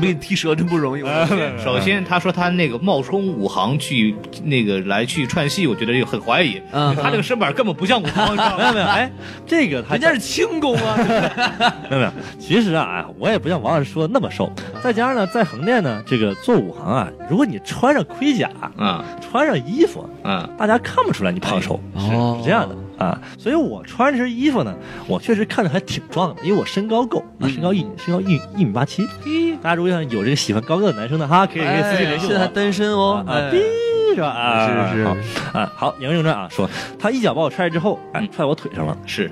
S3: 被你踢折真不容易，我
S1: 首先，他说他那个冒充武行去那个来去串戏，我觉得也很怀疑。
S3: 嗯
S1: 他这个身板根本不像武行，你知道
S4: 没有没有，
S1: 吗？
S4: 哎，这个他
S3: 人家是轻功啊，
S4: 没有没有，其实啊，我也不像王老师说的那么瘦，再加上呢，在横店呢，这个做武行啊，如果你穿上盔甲，
S1: 嗯
S4: 穿上衣服，
S1: 嗯，
S4: 大家看不出来你胖瘦，
S3: 哦
S4: 是这样的啊。所以我穿这身衣服呢，我确实看着还挺壮的，因为我身高够，啊、身高一身高一一米八七。大家如果想有这个喜欢高个的男生的哈，可以可以私信联系
S3: 现
S4: 我。
S3: 在还单身哦
S4: 啊，
S3: 哎
S4: 啊，逼是吧？啊，
S3: 是是嗯
S4: 好啊，好，言归正传啊，说他一脚把我踹之后，哎，踹我腿上了。
S1: 是，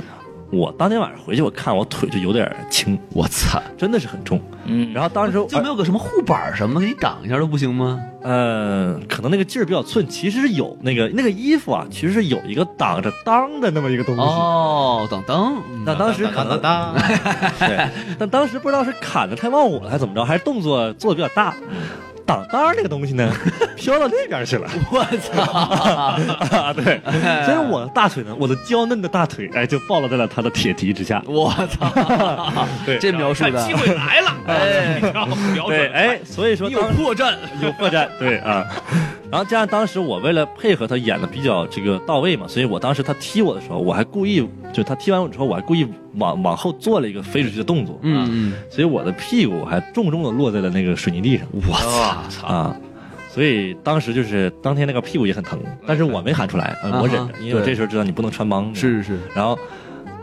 S4: 我当天晚上回去，我看我腿就有点轻，
S3: 我操，
S4: 真的是很重。
S1: 嗯，
S4: 然后当时
S3: 就没有个什么护板什么的给你挡一下都不行吗？
S4: 呃，可能那个劲儿比较寸，其实是有那个那个衣服啊，其实是有一个挡着裆的那么一个东西。
S3: 哦，挡挡，嗯
S4: 那当时 可能
S1: 当当
S4: 对， 但当时不知道是砍的太忘我了，还是怎么着，还是动作做的比较大。挡当儿那个东西呢，飘到那边去了。我操！ 对，所以我的大腿呢，我的娇嫩的大腿，哎，就暴露在了他的铁蹄之下。
S3: 我操，
S4: 对
S3: 这描述
S1: 看
S3: 的
S1: 机会来了，哎， 你知道吗瞄
S4: 对，
S1: 准了，
S4: 哎，所以说
S3: 你有
S4: 当时
S3: 破绽，
S4: 有破绽，对啊。然后加上当时我为了配合他演的比较这个到位嘛，所以我当时他踢我的时候，我还故意就他踢完我之后，我还故意往往后做了一个飞出去的动作，啊，
S3: 嗯
S4: 所以我的屁股还重重的落在了那个水泥地上。
S3: 嗯，我操，
S4: 啊，所以当时就是当天那个屁股也很疼，但是我没喊出来，呃
S3: 啊哈
S4: 我忍着，因为我
S3: 对
S4: 这时候知道你不能穿帮。
S3: 是，是，
S4: 然后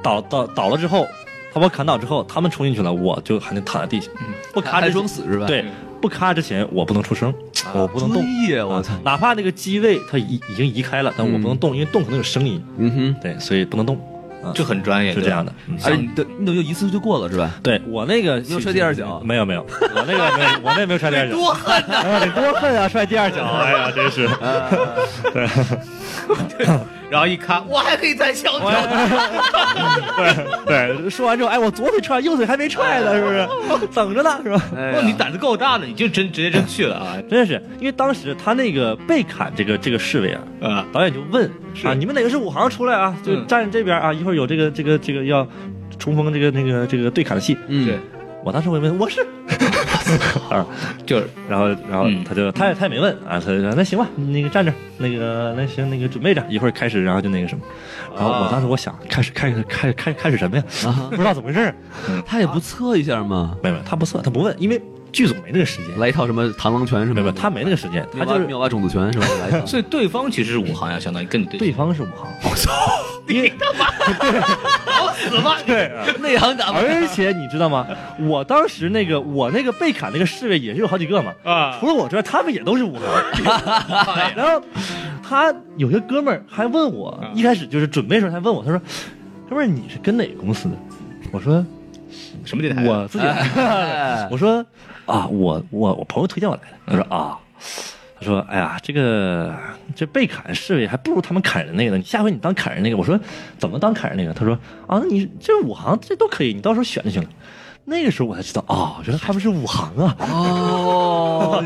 S4: 倒倒倒了之后，他把我砍倒之后，他们冲进去了，我就还能躺在地下，我
S3: 嗯还
S4: 卡着
S3: 装死是吧？
S4: 对。不咔之前，我不能出声，我不能动。
S3: 专业，我
S4: 啊
S3: 操！
S4: 哪怕那个机位它已已经移开了，但我不能动，因为动可能有声音。
S3: 嗯哼，
S4: 对，所以不能动，啊
S1: 就很专业，
S4: 是这样
S1: 的。
S4: 的。嗯
S3: 而哎且你的你等于一次就过了是吧？
S4: 对我那个
S3: 没有摔第二脚
S4: 没有没有，我那个没有，我那没有摔第 二脚，多狠 啊！得多狠啊，摔第二脚，哎呀，真是。
S1: 然后一看，我还可以再小跳。
S4: 对 对，说完之后，哎，我左腿踹，右腿还没踹呢，是 不是？等着呢，是吧？
S3: 哎
S1: 哇，
S3: 呀
S1: 你胆子够大的，你就真直接真去了啊！
S4: 真的是，因为当时他那个被砍这个这个侍卫啊，
S1: 啊，
S4: 导演就问
S1: 是
S4: 啊，你们哪个是武行出来啊？就
S1: 嗯
S4: 站这边啊，一会儿有这个这个这个要冲锋这个那个这个对砍的戏。
S3: 嗯，
S1: 对，
S4: 我当时我也问我是啊，
S1: 就是
S4: 然后然后
S1: 嗯
S4: 他就他也他也没问啊，他就说那行吧，那个站着，那个那行那个准备着，一会儿开始，然后就那个什么，然后
S1: 啊
S4: 我当时我想开始开始开开开始什么呀？
S3: 啊
S4: 不知道怎么回事儿，
S3: 他也
S4: 啊
S3: 不测一下吗？
S4: 没有没有，他不算他不问，因为剧组没那个时间，
S3: 来一套什么螳螂拳什
S4: 没
S3: 么
S4: 有没
S3: 的
S1: 嗯
S4: 有，，他没那个时间，
S3: 妙
S4: 他就
S3: 蛙
S4: 是
S3: 妙蛙种子拳是吧？来一套。
S1: 所以对方其实是武行啊呀，相当于跟你对
S4: 对方是武 行，我 操，你他妈
S1: 死吧，
S4: 对。
S3: 内行打不
S4: 而且你知道吗？我当时那个我那个被砍那个侍卫也是有好几个嘛，
S1: 啊哎
S4: 除！了我之外，他们也都是武行。 然后他有些哥们儿还问我，
S1: 啊
S4: 一开始就是准备的时候还问我，他说：“哥们儿，你是跟哪个公司的？”我说
S1: 什么电：“台？
S4: 我自己。
S3: 哎
S4: 我说：“啊，我我我朋友推荐我来的。”他说：“啊。”他说：“哎呀，这个这被砍侍卫还不如他们砍人那个呢。你下回你当砍人那个。”我说：“怎么当砍人那个？”他说：“啊，那你这武行这都可以，你到时候选就行了。”那个时候我才知道，哦，原来他们是武行啊！
S3: 哦，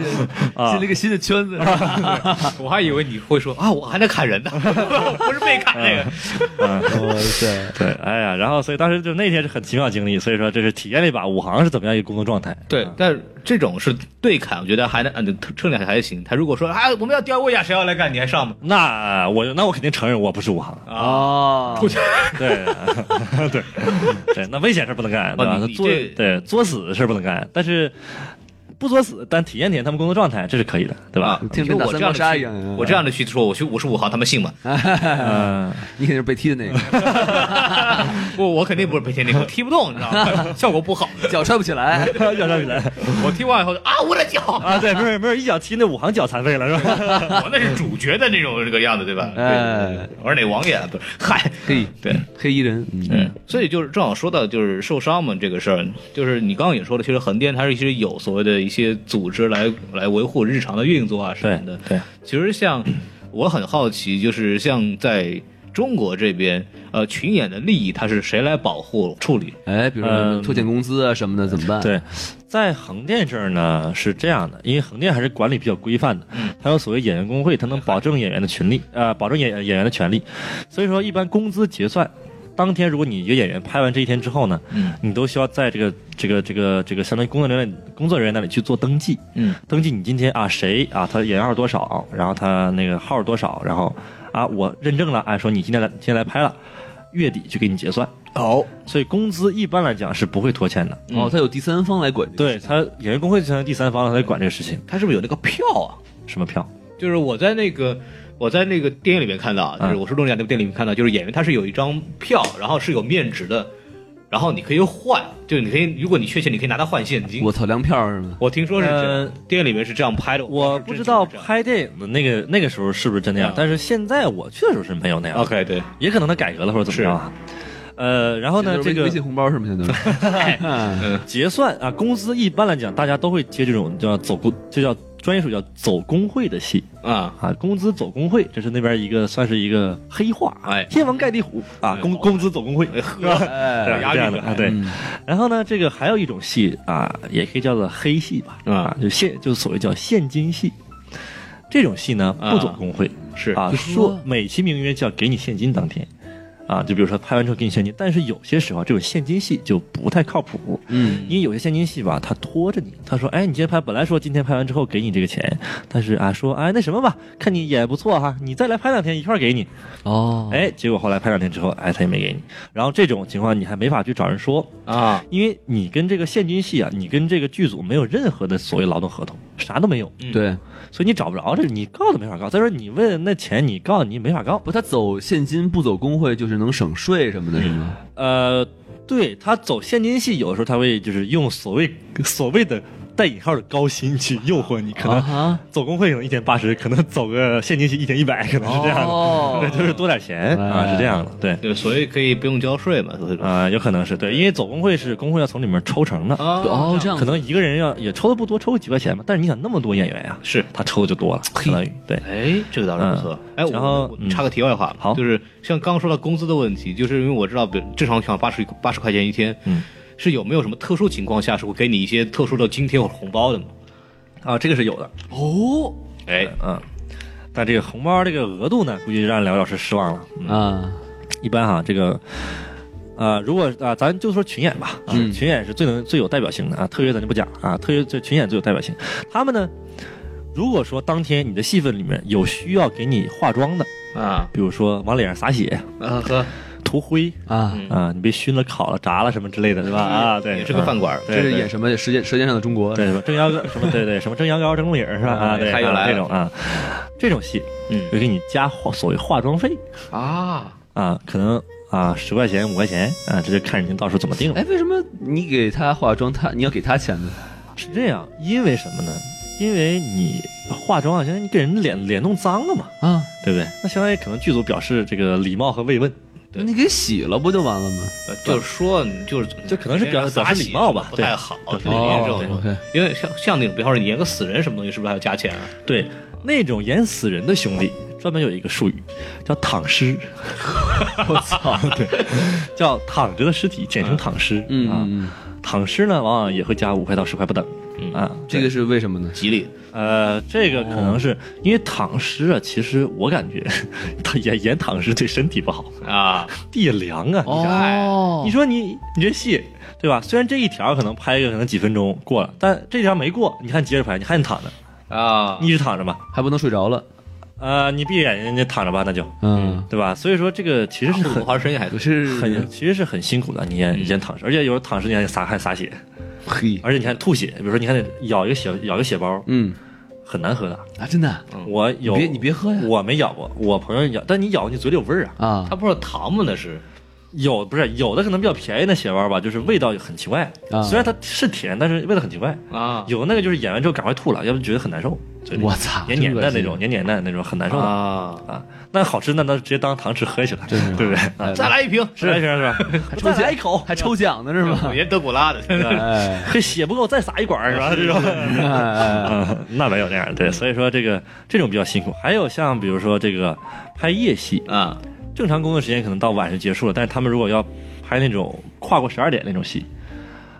S1: 啊
S3: 进了一个新的圈 子，是吧
S1: 我还以为你会说啊，我还能砍人呢， 不是被砍那个。
S3: 哇塞！
S4: 对，哎呀，然后所以当时就那天是很奇妙的经历，所以说这是体验了一把武行是怎么样一个工作状态。
S1: 对，但这种是对砍，我觉得还能嗯，称量还行。他如果说哎，我们要调位呀，谁要来干，你还上吗？
S4: 那我那我肯定承认我不是武行，啊
S3: 哦，
S4: 对 对对，那危险事儿不能干，对吧？
S1: 哦你
S4: 作
S1: 这
S4: 对作死的事儿不能干，但是不作死，但体验体验他们工作状态，这是可以的，对吧
S1: 啊？，
S3: 听
S1: 你说
S3: 跟打
S1: 我这
S3: 三
S1: 样
S3: 国杀
S1: 的
S3: 一样
S1: 去，
S3: 啊
S1: 我这样的去说，我去我是武行，他们信吗？
S4: 嗯、
S3: 你肯定是被踢的那个，
S1: 不，我肯定不是被天那个，我踢不动，你知道吗？效果不好。
S3: 脚踹不起 来。
S4: 要上起来
S1: 我踢完以后就啊，我的脚，
S4: 啊！对，不是不是，一脚踢那武行脚残废了是吧？
S1: 我那是主角的那种这个样子，对吧？
S3: 哎，
S1: 我是哪王爷啊？不是，嗨，
S3: 嘿，
S1: 对。
S3: 黑衣人，
S1: 嗯，所以就是正好说到就是受伤嘛这个事儿，就是你刚刚也说了，其实横店它是其实有所谓的一些组织来来维护日常的运作啊什
S4: 对
S1: 么的。
S4: 对，
S1: 其实像我很好奇，就是像在中国这边，呃，群演的利益它是谁来保护处理？
S3: 哎，比如说
S4: 嗯
S3: 拖欠工资啊什么的，怎么办？，
S4: 对，在横店这儿呢是这样的，因为横店还是管理比较规范的，
S1: 嗯
S4: 它有所谓演员工会，它能保证演员的权利，呃，保证演演员的权利。所以说，一般工资结算当天，如果你一个演员拍完这一天之后呢，
S1: 嗯
S4: 你都需要在这个这个这个这个相当于工作人员工作人员那里去做登记，
S1: 嗯，
S4: 登记你今天啊谁啊他演员号是多少，然后他那个号是多少，然后啊我认证了，啊说你今天来今天来拍了，月底去给你结算。
S3: 哦
S4: 所以工资一般来讲是不会拖欠的。
S1: 嗯
S3: 哦，他有第三方来管这个
S4: 对他演员工会相当于第三方，他来管这个事情，
S1: 它是不是有那个票啊？
S4: 什么票？
S1: 就是我在那个我在那个电影里面看到啊，就是
S4: 嗯
S1: 我是诺丽亚那部电影里面看到，就是演员他是有一张票，然后是有面值的，然后你可以换，就你可以如果你缺钱，你可以拿它换现金
S3: 我。操，粮票是吗？
S1: 我听说是这样
S4: 呃
S1: 电影里面是这样拍的，
S4: 我不知道
S1: 真的是
S4: 拍电影的那个那个时候是不是真那样
S1: 嗯，
S4: 但是现在我去的时候是没有
S1: 这
S4: 那
S1: 样
S4: 样的。
S1: OK 对，
S4: 也可能他改革了或者怎么样啊。呃，然后呢，
S3: 就是
S4: 这
S3: 微
S4: 个
S3: 微信红包是吗？现在都是 哎
S4: 结算啊，工资一般来讲，大家都会接这种叫走工，这叫专业术语叫走工会的戏
S1: 啊，
S4: 啊，工资走工会，这是那边一个算是一个黑话，啊
S1: 哎
S4: 天王盖地虎啊，
S1: 哎
S4: 工
S1: 好
S4: 工资走工会，
S1: 呵，
S4: 对
S1: 押
S4: 这样
S1: 韵
S4: 的
S1: 了
S4: 啊，对
S3: 嗯。
S4: 然后呢，这个还有一种戏啊，也可以叫做黑戏吧，
S1: 嗯
S4: 啊，就现就所谓叫现金戏。这种戏呢，不走
S1: 啊
S4: 工会
S1: 是
S4: 啊，
S3: 就嗯说
S4: 说美其名曰叫给你现金当天。啊，就比如说拍完之后给你现金，但是有些时候这种现金戏就不太靠谱，
S3: 嗯，
S4: 因为有些现金戏吧，他拖着你，他说，哎，你今天拍，本来说今天拍完之后给你这个钱，但是啊，说，哎，那什么吧，看你演不错哈，你再来拍两天一块儿给你，
S3: 哦，
S4: 哎，结果后来拍两天之后，哎，他也没给你，然后这种情况你还没法去找人说，
S1: 啊，
S4: 因为你跟这个现金系啊，你跟这个剧组没有任何的所谓劳动合同，啥都没有，
S3: 对，
S4: 所以你找不着这，你告都没法告。再说你问那钱，你告你没法告。
S3: 不，他走现金不走工会，就是能省税什么的，是吗？
S4: 呃，对他走现金系，有的时候他会就是用所谓所谓的带引号的高薪去诱惑你，可
S3: 啊
S4: 能
S3: 哈，
S4: 走工会可能一天八十，可能走个现金是一天一百，可能是这样的，
S3: 哦
S4: 对， 就是多点钱啊，是这样的，对。
S1: 对，所以可以不用交税嘛，所以说
S4: 啊、有可能是对，因为走工会是工会要从里面抽成的，
S3: 哦，这样
S4: 可
S3: 子
S4: 能一个人要也抽的不多，抽个几块钱吧。但是你想那么多演员呀、
S1: 是
S4: 他抽的就多了，相当于对。
S1: 哎，这个倒是不错。哎，我
S4: 然后
S1: 我
S4: 嗯
S1: 插个题外话，
S4: 好
S1: 就是像刚刚说到工资的问题，就是因为我知道，比如正常像八十八十块钱一天，
S4: 嗯，
S1: 是有没有什么特殊情况下是会给你一些特殊的津贴或者红包的吗？
S4: 啊，这个是有的，
S3: 哦
S1: 哎，
S4: 嗯。但这个红包这个额度呢，估计让廖老师失望了。嗯、
S3: 啊，
S4: 一般哈，这个，呃，如果啊、咱就说群演吧，啊，
S3: 嗯
S4: 群演是最能最有代表性的啊，特约咱就不讲啊，特约这群演最有代表性。他们呢，如果说当天你的戏份里面有需要给你化妆的，
S1: 啊，
S4: 比如说往脸上撒血、
S1: 啊呵，
S4: 涂灰
S3: 啊，
S1: 嗯
S4: 啊，你别熏了、烤了、炸了什么之类的，是吧？啊，对，
S1: 也是个
S4: 嗯
S1: 饭馆儿，
S4: 对
S3: 这是
S4: 对
S3: 演什么《舌尖舌尖上的中国》
S4: 对什么蒸羊羔什么对对什么蒸羊羔蒸鹿影儿是吧？啊，对，
S1: 他又来了
S4: 这种啊，这种戏
S1: 嗯
S4: 会给你加化所谓化妆费
S3: 啊？
S4: 啊，可能啊十块钱五块钱啊，这就看你到时候怎么定了。
S3: 哎，为什么你给他化妆，他你要给他钱呢？
S4: 是这样，因为什么呢？因为你化妆啊，相当于你给人脸脸弄脏了嘛，
S3: 啊，
S4: 对不对？那相当于可能剧组表示这个礼貌和慰问，
S3: 那你给洗了不就完了吗？
S1: 呃就是说你就是
S4: 这可能是表
S1: 撒
S4: 表示礼貌吧
S1: 不
S4: 对
S1: 太好，是
S4: 对哦
S1: 吧这种
S4: 对
S1: 东西
S3: OK
S1: 因为像像那种，比方说你演个死人什么东西，是不是还要加钱啊？
S4: 对，那种演死人的兄弟，专门有一个术语叫“躺尸”，我操， 对，叫躺着的尸体，简称“躺尸”
S3: 嗯
S4: 啊。
S3: 嗯，嗯
S4: 躺尸呢，往往也会加五块到十块不等啊。
S3: 这个是为什么呢？
S1: 吉 利，
S4: 呃，这个可能是因为躺尸啊，其实我感觉 他演演躺尸对身体不好啊，地也凉啊。你想
S3: 哦
S4: 你说你你这戏对吧？虽然这一条可能拍个可能几分钟过了，但这条没过，你看接着拍，你还得躺着，
S1: 啊
S4: 你一直躺着吧。
S3: 还不能睡着了。
S4: 呃，你闭着眼睛你躺着吧，那就，
S3: 嗯，
S4: 对吧？所以说这个其实是很
S1: 花生 意还
S3: 可
S1: 多，
S3: 是
S4: 很其实是很辛苦的，你
S3: 嗯
S4: 演你演躺尸，而且有时候躺尸你还得撒还撒血，
S3: 嘿，
S4: 而且你还吐血，比如说你还得咬一个血咬一个血包，
S3: 嗯
S4: 很难喝的。
S3: 啊，真的啊
S4: 我有
S3: 你别你别喝呀
S4: 我没咬过，我朋友咬，但你咬你嘴里有味儿啊。
S3: 啊
S1: 他不是糖吗？那是
S4: 有不是有的可能比较便宜的血包吧，就是味道很奇怪，
S3: 啊
S4: 虽然它是甜，但是味道很奇怪。
S1: 啊
S4: 有的那个就是演完之后赶快吐了，要不觉得很难受，嘴里
S3: 我操
S4: 黏黏的
S3: 真恶
S4: 那
S3: 心
S4: 种，黏黏的那种很难受的啊
S1: 啊，
S4: 那好吃那那直接当糖吃喝去了，对不对？
S3: 哎
S4: 啊
S1: 再来一瓶，
S4: 是是是，
S3: 抽奖一口，还抽奖呢 是吗？
S1: 别德古拉的，
S3: 哎
S4: 这 血不够再撒一管儿是吧？这种。
S3: 哎哎，
S4: 嗯，那没有那样的对，所以说这个这种比较辛苦。还有像比如说这个拍夜戏，
S1: 啊
S4: 正常工作时间可能到晚上结束了，但是他们如果要拍那种跨过十二点那种戏，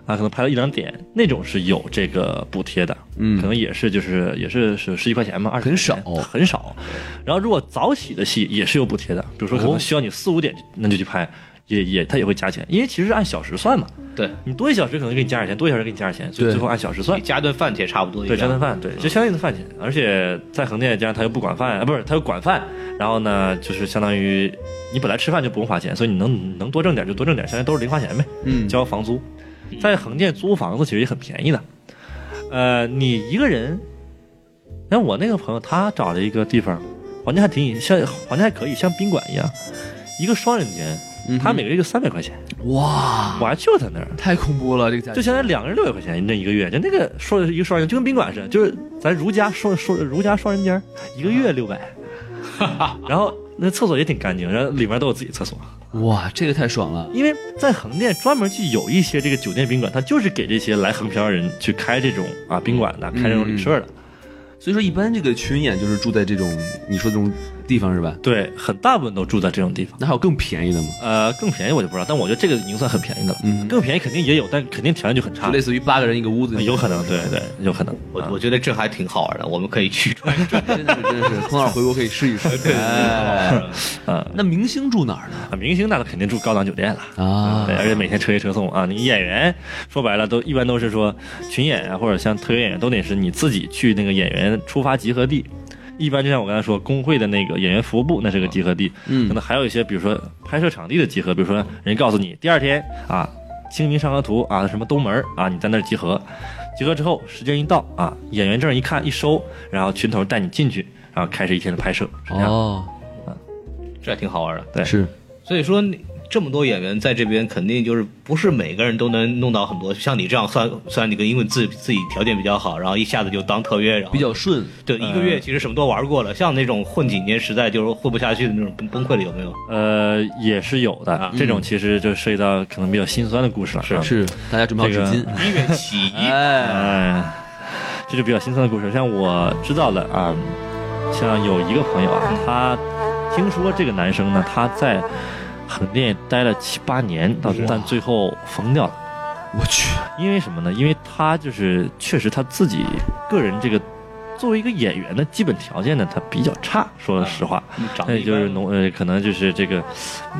S4: 啊，可能拍到一两点那种是有这个补贴的，
S3: 嗯
S4: 可能也是就是也是是十几块钱嘛，二十
S3: 很少
S4: 很少。然后如果早起的戏也是有补贴的，比如说
S3: 哦
S4: 可能需要你四五点那就去拍，也也他也会加钱，因为其实是按小时算嘛，
S1: 对，
S4: 你多一小时可能给你加点钱，多一小时给你加点钱，所以
S3: 对
S4: 最后按小时算
S1: 你。加顿饭钱差不多一
S4: 对，
S1: 样，嗯
S4: 加顿饭，对，就相应的饭钱，而且在横店加上他又不管饭啊，不是他又管饭，然后呢，就是相当于你本来吃饭就不用花钱，所以你能能多挣点就多挣点，相当于都是零花钱呗，
S3: 嗯
S4: 交房租，在横店租房子其实也很便宜的，呃，你一个人，像我那个朋友他找了一个地方，环境还挺像环境还可以，像宾馆一样，一个双人间，
S1: 嗯
S4: 他每个月就三百块钱，
S3: 哇，
S4: 我还去过他那儿，
S3: 太恐怖了，这个价
S4: 就
S3: 钱
S4: 相当于两个人六百块钱，那一个月，就那个说一个双人，就跟宾馆似的，就是咱如家双双如家双人间，一个月
S3: 啊
S4: 六百， 然后那厕所也挺干净，然后里面都有自己厕所，
S3: 哇，这个太爽了。
S4: 因为在横店专门去有一些这个酒店宾馆，它就是给这些来横漂人去开这种啊宾馆的，开这种旅社的，
S3: 嗯所以说，一般这个群演就是住在这种你说这种地方是吧？
S4: 对，很大部分都住在这种地方。
S3: 那还有更便宜的吗？
S4: 呃，更便宜我就不知道，但我觉得这个已经算很便宜的了。
S3: 嗯
S4: 更便宜肯定也有，但肯定条件就很
S3: 就
S4: 差，
S3: 类似于八个人一个屋子，
S4: 有可能，对对，有可能。
S1: 我
S4: 啊
S1: 我觉得这还挺好玩的，我们可以去转一转。
S3: 真的是真的是，孔老师回国可以试一 试。哎，
S4: 嗯
S3: 那明星住哪儿呢？
S4: 啊，明星那他肯定住高档酒店了
S3: 啊
S4: 对，而且每天车接车送啊。你演员说白了都一般都是说群演啊，或者像特约演员都得是你自己去那个演员出发集合地。一般就像我刚才说，工会的那个演员服务部那是个集合地，
S3: 嗯
S4: 可能还有一些比如说拍摄场地的集合，比如说人告诉你第二天啊，清明上河图啊，什么东门啊，你在那儿集合，集合之后时间一到啊，演员证一看一收，然后群头带你进去，然后开始一天的拍摄，是这样。
S3: 哦，
S1: 这还挺好玩的。
S4: 对
S3: 是
S1: 所以说，这么多演员在这边，肯定就是不是每个人都能弄到很多。像你这样算算你个英文自自己条件比较好，然后一下子就当特约，然后
S3: 比较顺。
S1: 对一个月其实什么都玩过了。像那种混几年，实在就是混不下去的那种崩崩溃的，有没有？
S4: 呃，也是有的。
S1: 啊
S4: 这种其实就涉及到可能比较心酸的故事了。啊是
S3: 是，大家准备好纸巾。
S1: 一月起
S3: 哎，
S4: 哎，这就比较心酸的故事。像我知道的啊、像有一个朋友啊，他听说这个男生呢，他在横店待了七八年，但但最后疯掉了。
S3: 我去，
S4: 因为什么呢？因为他就是确实他自己个人这个作为一个演员的基本条件呢，他比较差。说了实话，
S1: 长
S4: 那
S1: 得一
S4: 就是
S1: 般
S4: 农呃，可能就是这个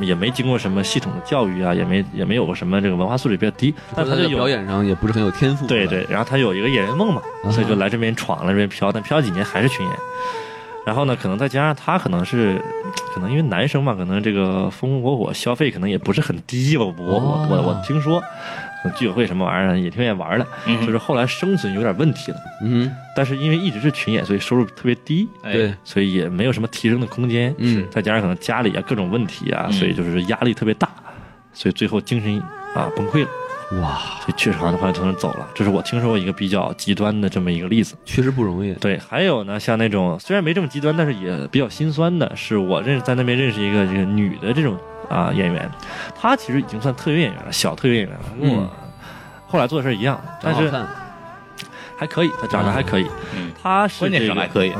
S4: 也没经过什么系统的教育啊，也没也没有过什么这个文化素质比较低，但他
S3: 他
S4: 就
S3: 在
S4: 有
S3: 表。演上也不是很有天赋。
S4: 对
S3: 是吧，
S4: 对，然后他有一个演员梦嘛，所以就来这边闯，来这边飘，但飘几年还是群演。然后呢，可能再加上他可能是，可能因为男生嘛，可能这个风风火火，消费可能也不是很低吧。我我我我我听说，居委会什么玩意儿也挺愿意玩的，就是后来生存有点问题了。
S3: 嗯，
S4: 但是因为一直是群演，所以收入特别低，
S1: 哎
S3: 对，
S4: 所以也没有什么提升的空间。
S3: 嗯
S4: 再加上可能家里啊各种问题啊，
S1: 嗯
S4: 所以就是压力特别大，所以最后精神啊崩溃了。
S3: 哇，
S4: 所以确实好像后来从那儿走了。这是我听说过一个比较极端的这么一个例子。
S3: 确实不容易。
S4: 对，还有呢，像那种虽然没这么极端，但是也比较心酸的是，我认识在那边认识一个这个女的这种啊、演员，她其实已经算特约演员了，小特约演员了，跟我、
S3: 嗯
S4: 后来做的事儿一样，
S3: 长
S4: 但
S3: 好
S4: 是
S3: 看
S4: 还可以，她长得还可以，
S1: 嗯
S4: 她是、这
S1: 关
S4: 个、
S1: 键上还可以。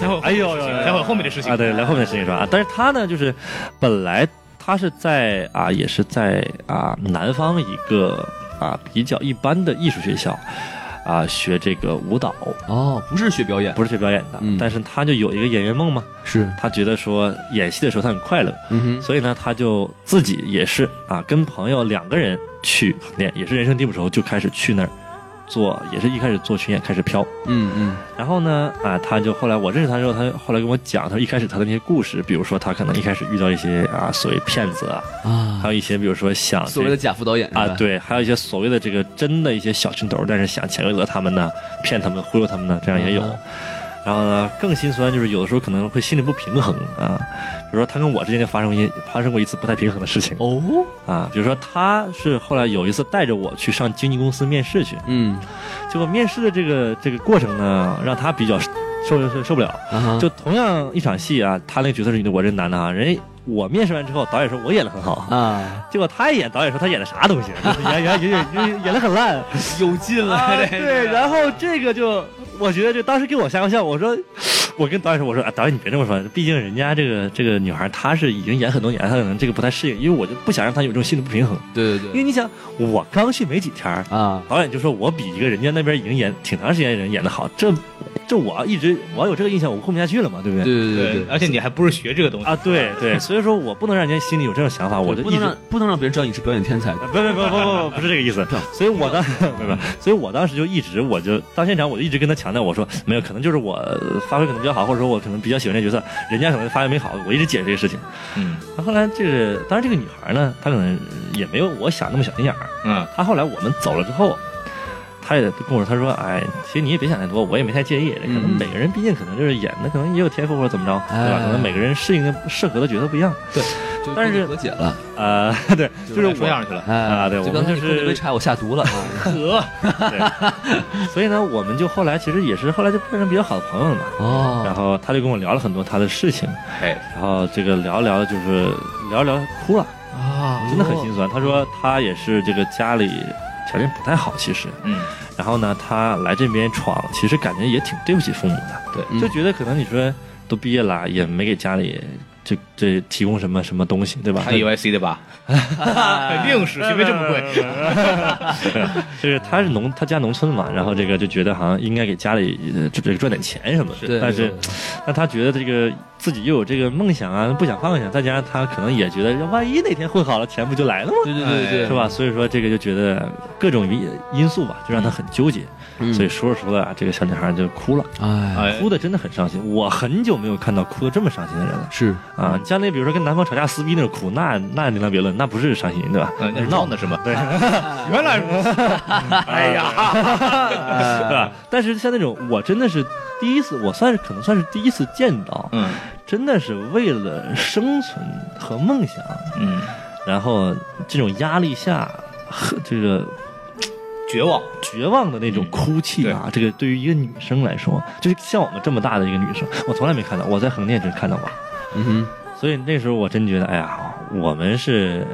S1: 待会儿
S4: 哎呦呦呦呦
S1: 待会儿后面的事情
S4: 啊，对，来后面的事情说啊。但是他呢，就是本来他是在啊，也是在啊南方一个啊比较一般的艺术学校啊学这个舞蹈，
S3: 哦，不是学表演，
S4: 不是学表演的。
S3: 嗯
S4: 但是他就有一个演员梦嘛，
S3: 是，
S4: 他觉得说演戏的时候他很快乐，
S3: 嗯哼，
S4: 所以呢，他就自己也是啊，跟朋友两个人去横店，也是人生地不熟，就开始去那儿做，也是一开始做群演开始飘。
S3: 嗯嗯，
S4: 然后呢，啊，他就后来我认识他之后，他后来跟我讲，他说一开始他的那些故事，比如说他可能一开始遇到一些啊所谓骗子啊，还
S3: 啊，
S4: 有一些比如说想这
S3: 所谓的假副导演是吧
S4: 啊，，对，还有一些所谓的这个真的一些小青头，但是想潜规则他们呢，骗他们、忽悠他们呢，这样也有。
S3: 嗯
S4: 然后呢，更心酸就是有的时候可能会心里不平衡啊，比如说他跟我之间就发生过一发生过一次不太平衡的事情
S3: 哦，
S4: 啊，比如说他是后来有一次带着我去上经纪公司面试去，
S3: 嗯，
S4: 结果面试的这个这个过程呢，让他比较受受受不了。
S3: 啊哈
S4: 就同样一场戏啊，他那个角色是女的，我这男的啊，人家我面试完之后，导演说我演的很 好，
S3: 啊，
S4: 结果他一演，导演说他演的啥东西，演演演演演的很烂，
S3: 有劲了，
S4: 啊 对，然后这个就我觉得这当时给我吓够呛，我说。我跟导演说：“我说啊，导演你别这么说，毕竟人家这个这个女孩她是已经演很多年，她可能这个不太适应，因为我就不想让她有这种心理不平衡。
S3: 对对
S4: 因为
S3: 对，
S4: 你想，我刚去没几天儿，
S3: 啊，
S4: 导演就说我比一个人家那边已经演挺长时间的人演的好，这这我一直我要有这个印象，我混不下去了嘛，对不对？
S3: 对对对
S1: 对，
S3: 对，
S1: 而且你还不是学这个东西
S4: 啊，对对，所以说我不能让人家心里有这种想法，我就
S3: 不
S4: 一
S3: 能
S4: 直。呃
S3: 让不能让别人知道你是表演天才，
S4: 不不不不不不，不是这个意思。
S3: 啊
S4: 所以我当 不是，不是所以我当时就一直，我就到现场，我就一直跟他强调，我说没有，可能就是我呃发挥可能比较好，或者说我可能比较喜欢这角色，人家可能发挥没好，我一直解释这个事情。
S1: 嗯
S4: 然后后来这个，当然这个女孩呢，她可能也没有我想那么小心眼儿，
S1: 嗯，
S4: 他后来我们走了之后，他也跟我说，他说：“哎，其实你也别想太多，我也没太介意。可能每个人毕竟可能就是演的，可能也有天赋或者怎么着，对吧？
S3: 哎
S4: 可能每个人适应的适合的角色不一样。
S3: 就
S4: 但是
S3: 和解了，
S4: 呃， 对，就
S1: 说
S4: 是我，
S1: 相声去了。
S3: 哎
S4: 啊对
S3: 就
S4: 我
S3: 刚
S4: 们
S3: 才
S4: 就是
S3: 你喝那杯茶我下毒了啊，
S4: 所以呢，我们就后来其实也是后来就变成比较好的朋友了嘛。然
S3: 哦，
S4: 后他就跟我聊了很多他的事情，
S1: 哎，
S4: 然后这个聊着聊着就是聊着聊着哭了，
S3: 啊
S4: 真的很心酸。他说他也是这个家里条件不太好，其实，
S1: 嗯，
S4: 然后呢，他来这边闯，其实感觉也挺对不起父母的，
S3: 嗯
S4: 就觉得可能你说都毕业了，也没给家里这这提供什么什么东西，对吧？
S1: 他 EYC 的 吧？肯定是，学费这么贵。
S4: 就是他是农，他家农村嘛，然后这个就觉得好像应该给家里呃这这赚点钱什么的，
S3: 对
S4: 但是那他觉得这个自己又有这个梦想啊，不想放下，再加上他可能也觉得，万一哪天混好了，钱不就来了吗？
S3: 对哦对对对，
S4: 是吧？所以说这个就觉得各种因因素吧，就让他很纠结，
S3: 嗯
S4: 所以说着说着啊，这个小女孩就哭了。
S3: 哎，
S1: 哎
S4: 哭的真的很伤心，我很久没有看到哭的这么伤心的人了
S3: 是
S4: 啊！像那比如说跟男方吵架撕逼那种哭，那那另当别论，那不是伤心对吧？
S1: 嗯，那是闹的是吗？对，
S4: 原来如此，哎呀，
S3: 哎嗯
S4: 对吧？但是像那种我真的是第一次，我算是可能算是第一次见到
S1: 嗯，
S4: 真的是为了生存和梦想，
S1: 嗯，
S4: 然后这种压力下，呵这个
S1: 绝望，
S4: 绝望的那
S3: 嗯
S4: 种哭泣啊，这个对于一个女生来说，就是像我们这么大的一个女生，我从来没看到，我在横店只看到过。
S3: 嗯
S4: 所以那时候我真觉得，哎呀，我们是，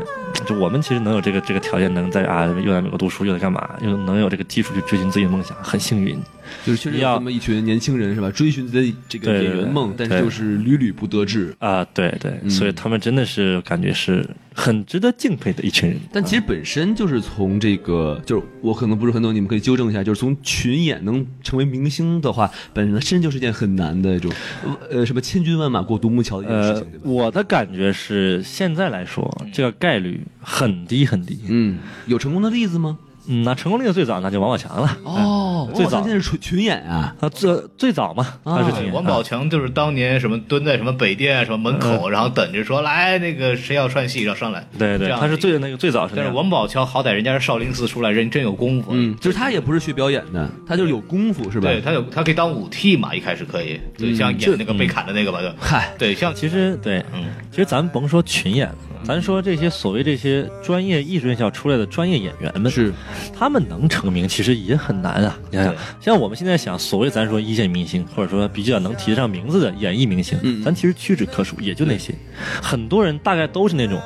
S4: 就我们其实能有这个这个条件，能在啊又来美国读书，又来干嘛，又能有这个基础去追寻自己的梦想，很幸运。
S3: 哼，就是确实有
S4: 要
S3: 这么一群年轻人是吧？追寻自己的这个
S4: 对对
S3: 演
S4: 对
S3: 员梦，但是
S4: 对
S3: 就是屡屡不得志。
S4: 啊、对对，
S3: 嗯
S4: 所以他们真的是感觉是很值得敬佩的一群人。
S3: 但其实本身就是从这个，就是我可能不是很懂，你们可以纠正一下。就是从群演能成为明星的话，本身就是件很难的一种，呃，什么千军万马过独木桥的一件事
S4: 呃
S3: 情，对，吧？
S4: 我的感觉是，现在来说，这个概率很低很低。
S3: 嗯，有成功的例子吗？
S4: 嗯，那成功率最早那就王宝强了。
S3: 哦，
S4: 哎最早
S3: 现在是群群演啊，
S4: 他呃最最早嘛，他
S3: 啊
S4: 是挺、
S3: 对
S1: 王宝强就是当年什么蹲在什么北电什么门口，然后等着说来那个谁要串戏，然后上来。
S4: 对
S1: 这
S4: 对，
S1: 样
S4: 他
S1: 的
S4: 是
S1: 一
S4: 最那个最早是那
S1: 但是
S4: 样。
S1: 王宝强好歹人家是少林寺出来，人真有功夫。
S3: 嗯，就是他也不是学表演的，他就是有功夫是吧？
S1: 对他有，他可以当武替嘛，一开始可以，对，像演那个被砍的那个吧，对，
S3: 嗨，
S1: 对，像
S4: 其实对，
S1: 嗯
S4: 其实咱甭说群演了，咱说这些所谓这些专业艺术院校出来的专业演员们，
S3: 是
S4: 他们能成名其实也很难啊。你想想
S1: 对，
S4: 像我们现在想所谓咱说一线明星，或者说比较能提得上名字的演艺明星，
S3: 嗯
S4: 咱其实屈指可数，也就那些。很多人大概都是那种。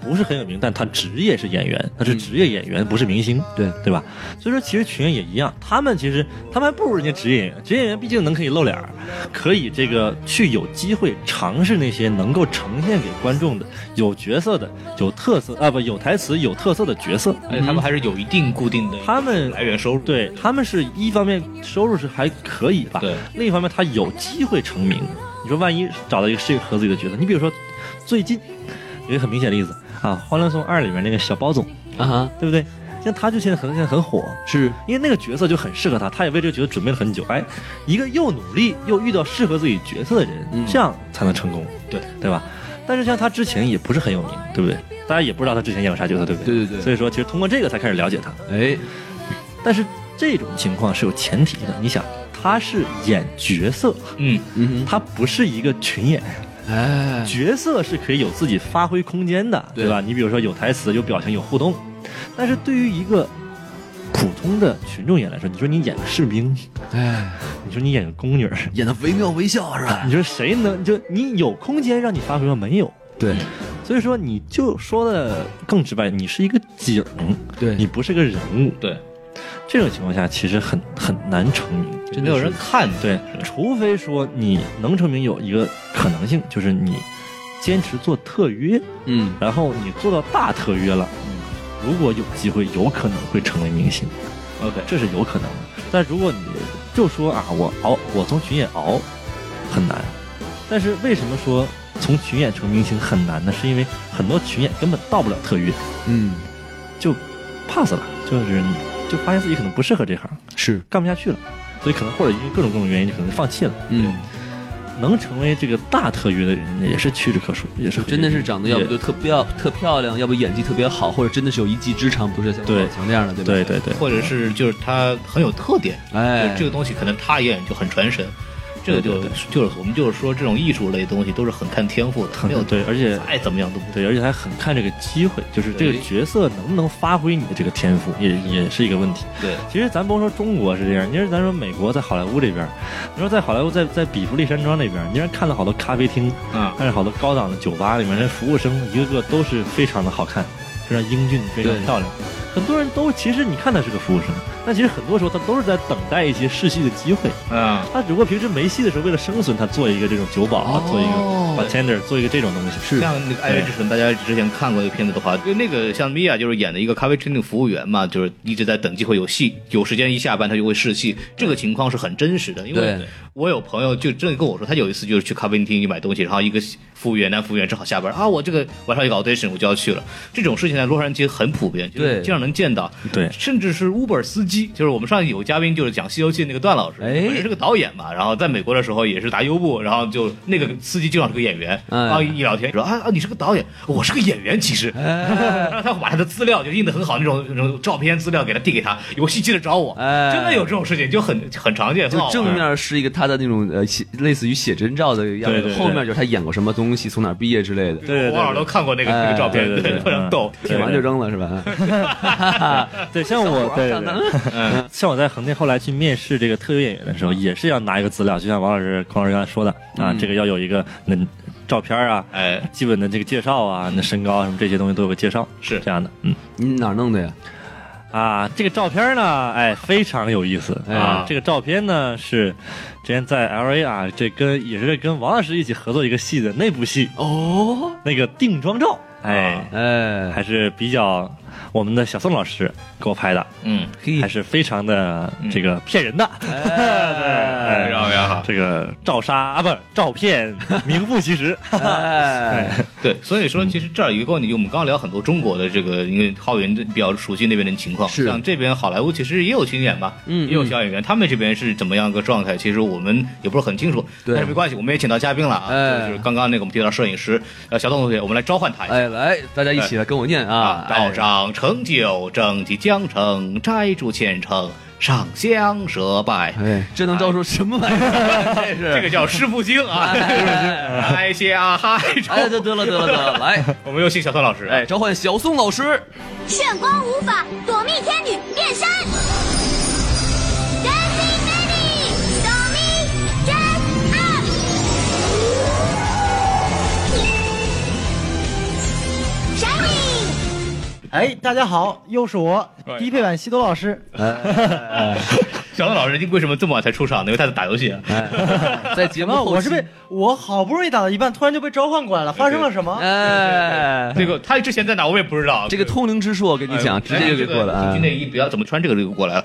S4: 不是很有名，但他职业是演员，他是职业演员，不是明星，
S3: 嗯对
S4: 对吧？所以说，其实群演也一样，他们其实他们还不如人家职业演员，职业演员毕竟能可以露脸儿，可以这个去有机会尝试那些能够呈现给观众的有角色的、有特色啊不有台词、有特色的角色，
S3: 哎
S1: 而且他们还是有一定固定的
S4: 他们
S1: 来源收入，
S4: 对他们是一方面收入是还可以吧，
S1: 对，
S4: 另一方面他有机会成名。你说万一找到一个适合自己的角色，你比如说最近有一个很明显的例子啊，《欢乐颂二》里面那个小包总，
S3: 啊哈，
S4: 对不对？像他就现在很现在很火，
S3: 是
S4: 因为那个角色就很适合他，他也为这个角色准备了很久。哎，一个又努力又遇到适合自己角色的人，
S3: 嗯
S4: 这样才能成功，
S1: 对
S4: 对吧？但是像他之前也不是很有名，对不对？大家也不知道他之前演过啥角色，对不对？
S3: 对对对
S4: 所以说，其实通过这个才开始了解他。
S3: 哎，
S4: 但是这种情况是有前提的，你想，他是演角色，
S1: 嗯，
S3: 嗯
S4: 他不是一个群演，
S3: 哼，哎，
S4: 角色是可以有自己发挥空间的，
S3: 对
S4: 对吧？你比如说有台词、有表情、有互动，但是对于一个普通的群众演来说，你说你演个士兵，
S3: 哎，
S4: 你说你演个宫女儿，
S3: 演的惟妙惟肖是
S1: 哎
S3: 吧？
S4: 你说谁能就你有空间让你发挥吗？没有。
S3: 对，
S4: 所以说，你就说的更直白，你是一个景，
S3: 对
S4: 你不是个人物。
S1: 对，
S4: 这种情况下，其实很很难成名，
S1: 就没有人看，
S4: 对，除非说你能成名有一个可能性，就是你坚持做特约，
S3: 嗯，
S4: 然后你做到大特约了，
S1: 嗯
S4: 如果有机会，有可能会成为明星，
S1: ，OK，
S4: 这是有可能的。但如果你就说啊，我熬，我从群演熬很难，但是为什么说从群演成明星很难呢？是因为很多群演根本到不了特约，
S3: 嗯，
S4: 就 pass 了，就是你就发现自己可能不适合这行，
S3: 是，
S4: 干不下去了，所以可能或者因为各种各种原因，就可能放弃了。
S3: 嗯，
S4: 能成为这个大特约的人也是屈指可数，也是
S3: 真的是长得要不就特漂特漂亮，要不演技特别好，或者真的是有一技之长，不是像
S4: 对
S3: 王宝强那样的，对吧？
S4: 对，对对，
S1: 或者是就是他很有特点，
S3: 哎，
S1: 就这个东西可能他演就很传神，这个就
S4: 对对
S1: 就是我们就是说这种艺术类的东西都是很看天赋的，
S4: 很
S1: 没有
S4: 对而且
S1: 再怎么样都不
S4: 对，而且还很看这个机会，就是这个角色能不能发挥你的这个天赋，也也是一个问题。
S1: 对，
S4: 其实咱甭说中国是这样，你说咱说美国在好莱坞这边，你说在好莱坞在在比弗利山庄那边，你说看了好多咖啡厅，
S1: 啊，
S4: 看了好多高档的酒吧里面，人服务生一个个都是非常的好看，非常英俊，非常
S3: 对
S4: 漂亮。很多人都其实你看他是个服务生，但其实很多时候他都是在等待一些试戏的机会。
S1: 嗯，
S4: 他只不过平时没戏的时候，为了生存，他做一个这种酒保，
S1: 哦
S4: 啊，做一个 bartender，做一个这种东西。
S3: 是
S1: 像那个《爱乐之城》，大家之前看过一个片子的话，就那个像米娅就是演的一个咖啡厅的服务员嘛，就是一直在等机会有戏，有时间一下班他就会试戏，这个情况是很真实的。因为
S3: 对
S1: 我有朋友就真的跟我说，他有一次就是去咖啡厅去买东西，然后一个服务员男服务员正好下班啊，我这个晚上有个 audition 我就要去了。这种事情在洛杉矶很普遍，就是
S3: 对
S1: 经常能见到，
S4: 对
S1: 甚至是 Uber 司西，就是我们上一期有个嘉宾就是讲《西游记》那个段老师，
S3: 哎
S1: 本身是个导演嘛，然后在美国的时候也是打优步，然后就那个司机就想是个演员，
S3: 哎
S1: 然后一聊天说啊啊你是个导演，我是个演员其实，
S4: 哎
S1: 然 后他把他的资料就印的很好那种那种照片资料给他递给他，有戏记得找我，
S3: 哎
S1: 真的有这种事情就很很常见，很
S3: 就
S1: 好玩
S3: 正面是一个他的那种呃写类似于写真照的样
S4: 对
S3: 子，
S4: 对对
S3: 后面就是他演过什么东西，从哪儿毕业之类的，
S4: 对对对
S1: 我偶尔都看过那个那个照片，
S4: 哎对对 对
S1: 非常逗。
S4: 对
S3: 舔完就扔了是吧？
S4: 对，像我对对对嗯 像我在横店后来去面试这个特约演员的时候，也是要拿一个资料，就像王老师、孔老师刚才说的啊，这个要有一个那照片啊，
S1: 哎，
S4: 基本的这个介绍啊，那身高啊什么这些东西都有个介绍，
S1: 是
S4: 这样的，嗯
S3: 你哪儿弄的呀？
S4: 啊，这个照片呢，哎，非常有意思啊
S1: 哎，
S4: 这个照片呢是之前在 L A 啊，这跟也是跟王老师一起合作一个戏的那部戏，
S3: 哦，
S4: 那个定妆照，哎，还
S3: 哎，
S4: 是比较我们的小宋老师给我拍的，
S1: 嗯，
S3: 嘿
S4: 还是非常的这个骗人的，
S3: 哎
S4: 哎
S1: 非常非常好。
S4: 这个照杀啊，不是照片，名副其实。
S3: 哎，
S1: 对，所以说其实这儿有一个问题，我们刚刚聊很多中国的这个，因为浩云比较熟悉那边的情况，
S3: 是
S1: 像这边好莱坞其实也有群演吧，
S3: 嗯
S1: 也有小演员，他们这边是怎么样一个状态，其实我们也不是很清楚，
S3: 对
S1: 但是没关系，我们也请到嘉宾了啊，
S3: 哎
S1: 就是刚刚那个我们提到摄影师呃小董同学，我们来召唤他一下。
S3: 哎，来，大家一起来跟我念啊！
S1: 道
S3: 哎
S1: 长盛酒，正气江城，斋主虔诚，上香舌拜。
S3: 哎，这能招出什么玩意儿？这是
S1: 这个叫师傅经 啊，哎谢啊嗨，
S3: 哎，得得了得了得了， 来，
S1: 我们有请小宋老师，
S3: 哎，，召唤小宋老师。
S6: 炫光无法，躲避天女变身。Dancing Lady，躲避 Jump Up。Shining。
S7: 哎，大家好，又是我低配版西多老师。
S1: 小宋老师为什么这么晚才出场呢？因为他在打游戏啊。
S3: 哎， 在节
S7: 怎
S3: 目
S7: 么？
S3: 后期
S7: 我是被我好不容易打到一半，突然就被召唤过来了，发生了什么？
S3: 哎，
S1: 这个他之前在哪我也不知道。
S3: 这个通灵之术，我跟你讲，直接就给过了
S1: 哎这个
S3: 啊
S1: 军！内衣不要怎么穿这个就过来了。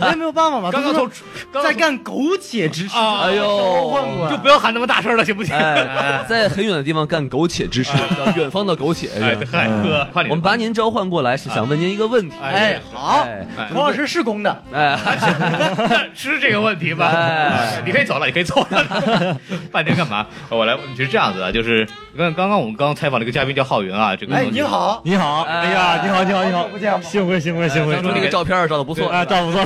S7: 我也没有办法嘛，
S1: 刚刚
S7: 都
S1: 从
S7: 啊说
S1: 刚
S7: 在
S1: 刚从
S7: 干苟且之事，
S1: 啊
S3: 哎呦
S7: 召唤过来
S1: 就不要喊那么大声了，行不行？
S3: 哎，在很远的地方干苟且之事，叫远方的苟且。
S1: 哎，
S3: 是吧
S1: 嗨哥，快点。
S3: 我们把您召唤过来，是想问您一个问题。
S7: 哎，好
S3: 哎，
S7: 孔老师是公的，
S3: 哎，
S1: 是这个问题吧？
S3: 哎
S1: 你可以走了，你可以走了。 半天干嘛？我来，就是这样子啊，就是刚刚刚我们刚采访了一个嘉宾叫浩云啊，这个
S7: 哎，你好，
S8: 你好，
S3: 哎
S8: 哎呀，你好，你好，你好
S7: 不，见吗？
S8: 幸会，幸会，幸会
S3: 当初那
S4: 哎
S3: 个照片儿照的不错，
S8: 啊，
S3: 是吧
S8: 照不错，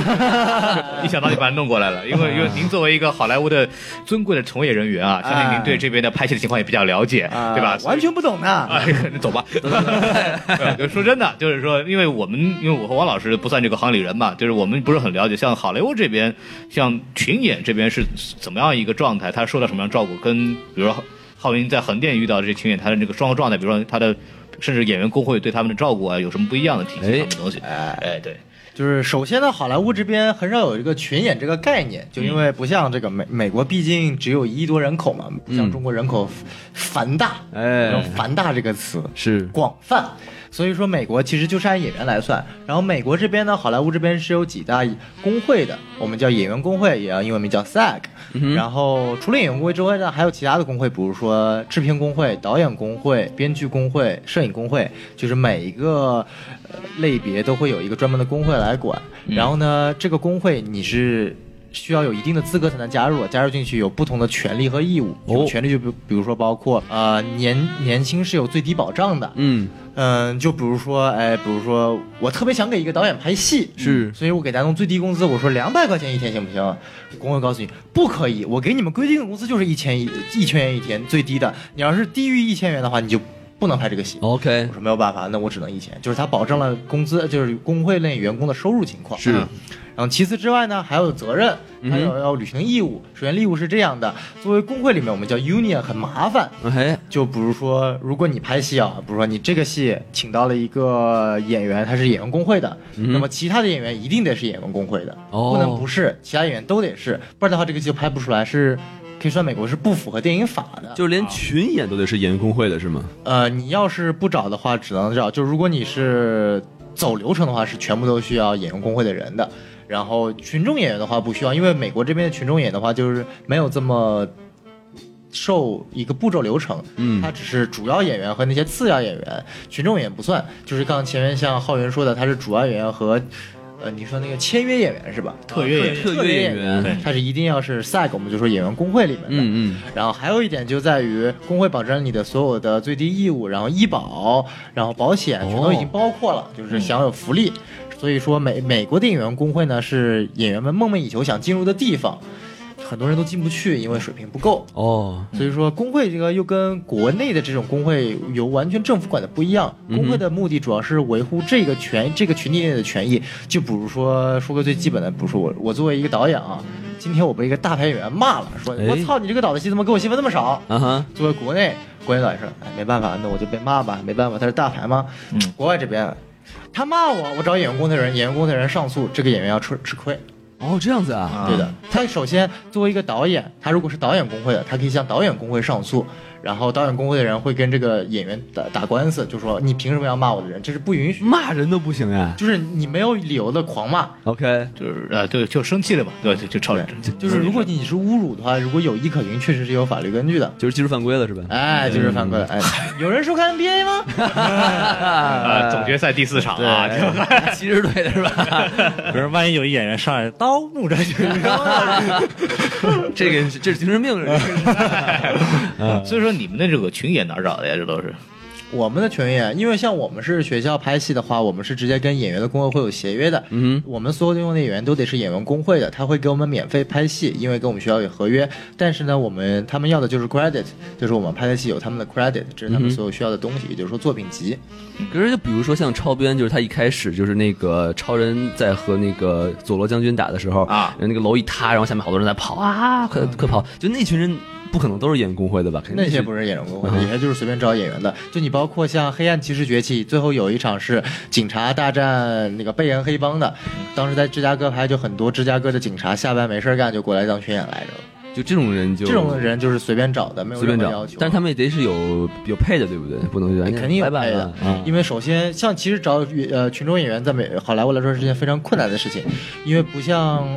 S1: 一想到就把他弄过来了，因为因为您作为一个好莱坞的尊贵的从业人员啊，相信您对这边的拍戏的情况也比较了解，
S7: 哎啊
S1: 对吧？
S7: 完全不懂呢。
S1: 哎，那走 吧。对说真的，就是说，因为我们，因为我和王老师不算这个行里人嘛，就是我们不是很了解，像好莱坞这边，像群演这边是怎么样一个状态，他受到什么样的照顾，跟比如说浩云在横店遇到的这群演，他的这个生活状态，比如说他的。甚至演员工会对他们的照顾啊，有什么不一样的体现？
S3: 哎
S1: 什么东西？哎，对，
S7: 就是首先呢，好莱坞这边很少有一个群演这个概念，就因为不像这个美美国，毕竟只有一亿多人口嘛，不像中国人口繁大，
S3: 哎
S7: 用繁大这个词
S3: 是
S7: 广泛。所以说，美国其实就是按演员来算。然后美国这边呢，好莱坞这边是有几大工会的，我们叫演员工会，也要英文名叫 SAG、然后除了演员工会之外呢，还有其他的工会，比如说制片工会、导演工会、编剧工会、摄影工会，就是每一个呃类别都会有一个专门的工会来管。然后呢，这个工会你是。需要有一定的资格才能加入，加入进去有不同的权利和义务。这种权利就比比如说包括呃年年薪是有最低保障的，
S3: 嗯，
S7: 嗯，就比如说，哎，比如说，我特别想给一个导演拍戏，嗯
S3: 是
S7: 所以我给他弄最低工资，我说两百块钱一天行不行？工会告诉你不可以，我给你们规定的工资就是一千一一千元一天最低的，你要是低于一千元的话，你就不能拍这个戏。
S3: OK，
S7: 我说没有办法，那我只能一千，就是他保证了工资，就是工会内员工的收入情况。
S3: 是嗯
S7: 嗯然后其次之外呢，还有责任，还有要履行义务。首先，义务是这样的，作为工会里面，我们叫 union，很麻烦。
S3: 哎，
S7: 就比如说，如果你拍戏啊，比如说你这个戏请到了一个演员，他是演员工会的，那么其他的演员一定得是演员工会的，
S3: 哦
S7: 不能不是，其他演员都得是，不然的话这个戏就拍不出来，是可以算美国是不符合电影法的。
S3: 就是连群演都得是演员工会的是吗？
S7: 呃，你要是不找的话，只能找，就如果你是走流程的话，是全部都需要演员工会的人的。然后群众演员的话不需要，因为美国这边的群众演员的话就是没有这么受一个步骤流程，
S3: 嗯
S7: 它只是主要演员和那些次要演员，群众演员不算。就是刚前面像浩源说的，他是主要演员和呃，你说那个签约演员是吧？啊
S1: 特约演员
S7: 特约
S3: 特
S7: 演
S3: 约演
S4: 员
S7: 他是一定要是 SAG，我们就说演员工会里面的。
S3: 嗯嗯，
S7: 然后还有一点就在于工会保证你的所有的最低义务，然后医保，然后保险全都已经包括了，就是享有福利。所以说美美国电影员工会呢是演员们梦寐以求想进入的地方，很多人都进不去，因为水平不够。
S3: 哦，
S7: 所以说，工会这个又跟国内的这种工会有完全政府管的不一样。工会的目的主要是维护这个权、这个群体内的权益。就比如说，说个最基本的，比如说我，我作为一个导演啊，今天我被一个大牌演员骂了，说
S3: 哎
S7: 我操，你这个导的戏怎么给我戏份那么少？
S3: 啊哈，
S7: 作为国内国内导演说，哎，没办法，那我就被骂吧，没办法，他是大牌嘛。国外这边，他骂我，我找演员工会的人，演员工会的人上诉，这个演员要吃吃亏。
S3: 哦，这样子啊，
S7: 对的，他首先作为一个导演，他如果是导演工会的，他可以向导演工会上诉，然后导演工会的人会跟这个演员打打官司，就说你凭什么要骂我的人，这是不允许，
S3: 骂人都不行呀。
S7: 嗯就是你没有理由的狂骂。
S3: OK，
S1: 就是呃，对，就生气了嘛，
S7: 嗯
S1: 对吧，就就吵，就
S7: 就是如果你是侮辱的话，如果有意可循，确实是有法律根据的。
S3: 就是技术犯规了是 吧？
S7: 哎，就是犯规了。哎， 有人收看 NBA 吗？
S1: 啊，总决赛第四场啊，就
S3: 骑士队的是吧？
S4: 可是万一有一演员上来刀木这就
S3: 这个是这是精神病， 这是
S7: 嗯
S1: 所以说你们的这个群演哪儿找的呀？这都是
S7: 我们的群演，因为像我们是学校拍戏的话，我们是直接跟演员的工会会有协约的。嗯，我们所有的用的演员都得是演员工会的，他会给我们免费拍戏，因为跟我们学校有合约。但是呢，我们他们要的就是 credit，就是我们拍的戏有他们的 credit，这是他们所有需要的东西，也就是说作品集。
S3: 可是就比如说像超编，就是他一开始就是那个超人在和那个佐罗将军打的时候
S1: 啊
S3: 那个楼一塌，然后下面好多人在跑啊，快快跑！就那群人不可能都是演工会的吧？肯定
S7: 嗯那些不是演员工会的，也就是随便招演员的。就你包括像《黑暗骑士崛起》，最后有一场是警察大战那个贝恩黑帮的，当时在芝加哥拍，就很多芝加哥的警察下班没事儿干就过来当群演来着。
S3: 就这种人就
S7: 这种人就是随便找的，没有
S3: 随
S7: 任
S3: 便
S7: 何
S3: 找
S7: 要求。，
S3: 但是他们也得是有有配的，对不对？不能就
S7: 肯定有
S3: 拜拜
S7: 配
S3: 了
S7: 的，
S3: 啊
S7: 因为首先像其实找呃群众演员在美好莱坞来说是件非常困难的事情，因为不像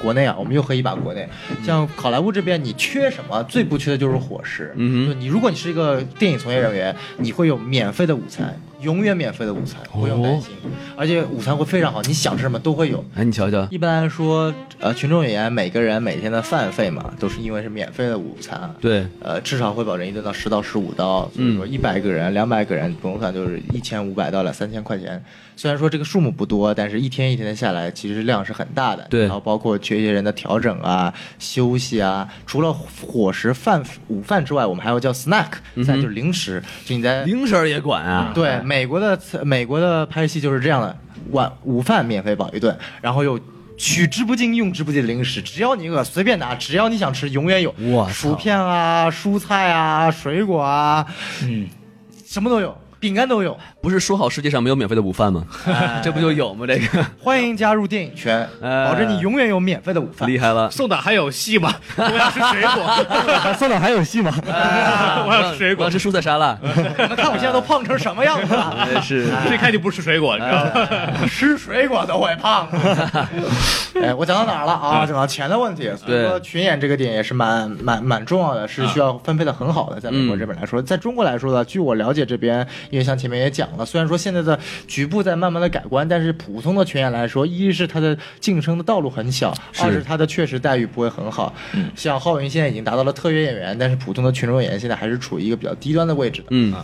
S7: 国内啊，我们又喝一把国内，
S3: 嗯
S7: 像好莱坞这边你缺什么，最不缺的就是伙食。
S3: 嗯哼
S7: 就你如果你是一个电影从业人员，你会有免费的午餐，永远免费的午餐，不用担心，
S3: 哦
S7: 而且午餐会非常好，你想吃什么都会有。
S3: 哎，你瞧瞧，
S7: 一般来说，呃，群众演员每个人每天的饭费嘛，都是因为是免费的午餐。
S3: 对，
S7: 呃，至少会保证一顿到十到十五刀，所以说一百个人、两百个人，不用算就是一千五百到两三千块钱。虽然说这个数目不多，但是一天一天的下来，其实量是很大的。
S3: 对
S7: 然后包括缺些人的调整啊、休息啊，除了伙食饭午饭之外，我们还有叫 snack，再就是零食，就 你在
S3: 零食儿也管啊？
S7: 对，美国的美国的拍戏就是这样的，晚午饭免费饱一顿，然后有取之不尽、用之不尽的零食，只要你饿，随便拿，只要你想吃，永远有。
S3: 哇
S7: 薯片啊，蔬菜啊，水果啊，
S1: 嗯，
S7: 什么都有，饼干都有。
S3: 不是说好世界上没有免费的午饭吗？这不就有吗？这 个
S7: 欢迎加入电影圈，
S3: 哎
S7: 保证你永远有免费的午饭。
S3: 厉害了。
S1: 宋导还有戏吗？ 我要吃水 果，
S7: 宋导还有戏吗？
S3: 哎
S1: 我要吃水
S3: 我
S1: 果
S3: 要，吃蔬菜沙拉，
S7: 你们看我现在都胖成什么样子了？
S3: 哎是
S1: 这看就不吃水果，你知道吗？
S7: 吃水果都会 胖。哎，我讲到哪儿了啊？讲到钱的问题，所以
S3: 嗯
S7: 说
S3: 对
S7: 群演这个点也是蛮蛮蛮重要的，是需要分配的很好的。在美
S3: 嗯
S7: 国这边来说，在中国来说呢，据我了解，这边因为像前面也讲了，虽然说现在的局部在慢慢的改观，但是普通的群演来说，一是他的晋升的道路很小，二是他的确实待遇不会很好。
S3: 嗯
S7: 像浩云现在已经达到了特约演员，但是普通的群众演员现在还是处于一个比较低端的位置的。
S3: 嗯，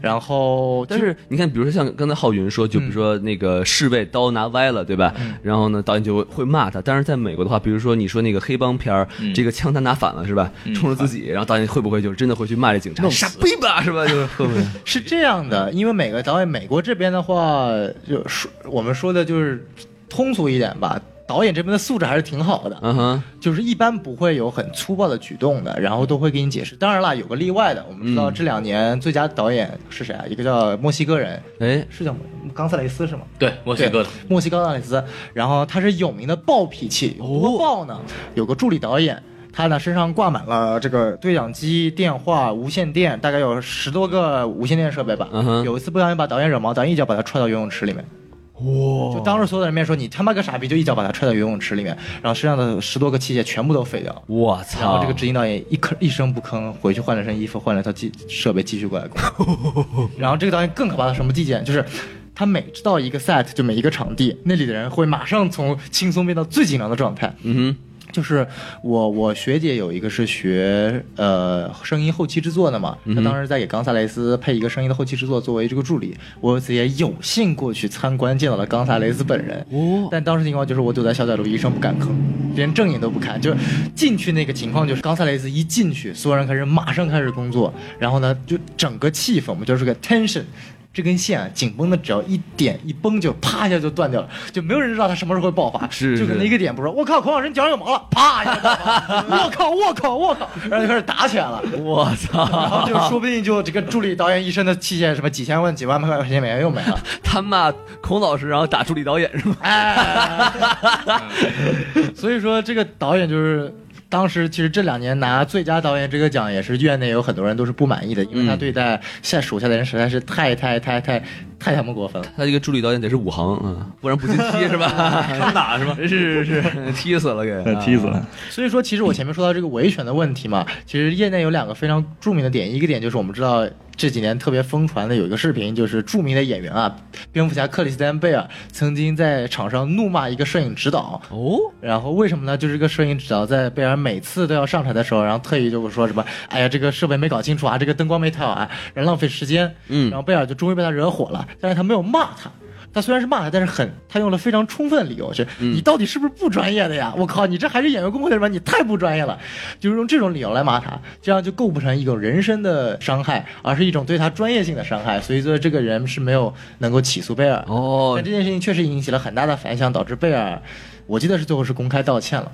S7: 然后，
S3: 但是你看，比如说像刚才浩云说，就比如说那个侍卫刀拿歪了，对吧？然后呢，导演就会骂他。但是在美国的话，比如说你说那个黑帮片儿，这个枪他拿反了是吧？冲着自己，然后导演会不会就真的会去骂这警察？傻逼吧，是吧？就是嗯 会不会？
S7: 是这样的，因为每个导演，美国这边的话，就说我们说的就是通俗一点吧，导演这边的素质还是挺好的，
S3: 嗯哼，
S7: 就是一般不会有很粗暴的举动的，然后都会给你解释。当然啦，有个例外的，我们知道这两年最佳导演是谁啊？一个叫墨西哥人，
S3: 哎，
S7: 是叫墨冈萨雷斯是吗？
S1: 对，墨西哥的，
S7: 墨西哥奥纳里斯，然后他是有名的暴脾气，有多
S1: 哦
S7: 暴呢？有个助理导演。他呢身上挂满了这个对讲机、电话、无线电，大概有十多个无线电设备吧。
S3: 嗯哼
S7: 有一次不小心把导演惹毛，导演一脚把他踹到游泳池里面。哇！就当着所有的人面说你他妈个傻逼，就一脚把他踹到游泳池里面，然后身上的十多个器械全部都废掉。
S3: 我
S7: 然后
S3: 操！
S7: 这个执行导演一吭一声不吭，回去换了身衣服，换了套机设备，继续过来工作。然后这个导演更可怕的是什么地点？就是他每到一个 set 就每一个场地，那里的人会马上从轻松变到最紧张的状态。
S3: 嗯
S7: 就是我我学姐有一个是学呃声音后期制作的嘛，她当时在给冈萨雷斯配一个声音的后期制作，作为这个助理，我也有幸过去参观见到了冈萨雷斯本人。
S3: 哦
S7: 但当时情况就是我躲在小角落一声不敢吭，连正眼都不看，就是进去那个情况就是冈萨雷斯一进去，所有人开始马上开始工作，然后呢就整个气氛我们就是个 tension。这根线啊，紧绷的，只要一点一绷就啪一下就断掉了，就没有人知道它什么时候会爆发。
S3: 是
S7: 就可能一
S3: 是
S7: 个点不是，我靠，孔老师你脚上有毛了，啪一下爆发， 我靠，我靠，我靠，然后就开始打起来 了。
S3: 哼，我操，
S7: 然后就说不定就这个助理导演一身的器械，什么几千万、几万块钱美元又没 了。
S3: 他骂孔老师，然后打助理导演是吗？
S7: 哎， 所以说这个导演就是。当时其实这两年拿最佳导演这个奖，也是院内有很多人都是不满意的，因为他对待下属下的人实在是太太太太太他妈过分了。
S3: 他这个助理导演得是武行啊，不然不进踢是吧？看打是吧？是是是， 踢死了给啊
S4: 那呃踢死了。
S7: 所以说，其实我前面说到这个维权的问题嘛，其实业内有两个非常著名的点，一个点就是我们知道这几年特别疯传的有一个视频，就是著名的演员啊，蝙蝠侠克里斯丹贝尔曾经在场上怒骂一个摄影指导。
S3: 哦，
S7: 然后为什么呢？就是这个摄影指导在贝尔每次都要上场的时候，然后特意就说什么：“哎呀，这个设备没搞清楚啊，这个灯光没调啊，人浪费时间。”
S3: 嗯
S7: 然后贝尔就终于被他惹火了，但是他没有骂他。他虽然是骂他，但是很，他用了非常充分理由，是、你到底是不是不专业的呀？我靠，你这还是演员工会的吗？你太不专业了，就是用这种理由来骂他，这样就构不成一种人身的伤害，而是一种对他专业性的伤害。所以说，这个人是没有能够起诉贝尔的。
S3: 哦
S7: 但，这件事情确实引起了很大的反响，导致贝尔，我记得是最后是公开道歉了，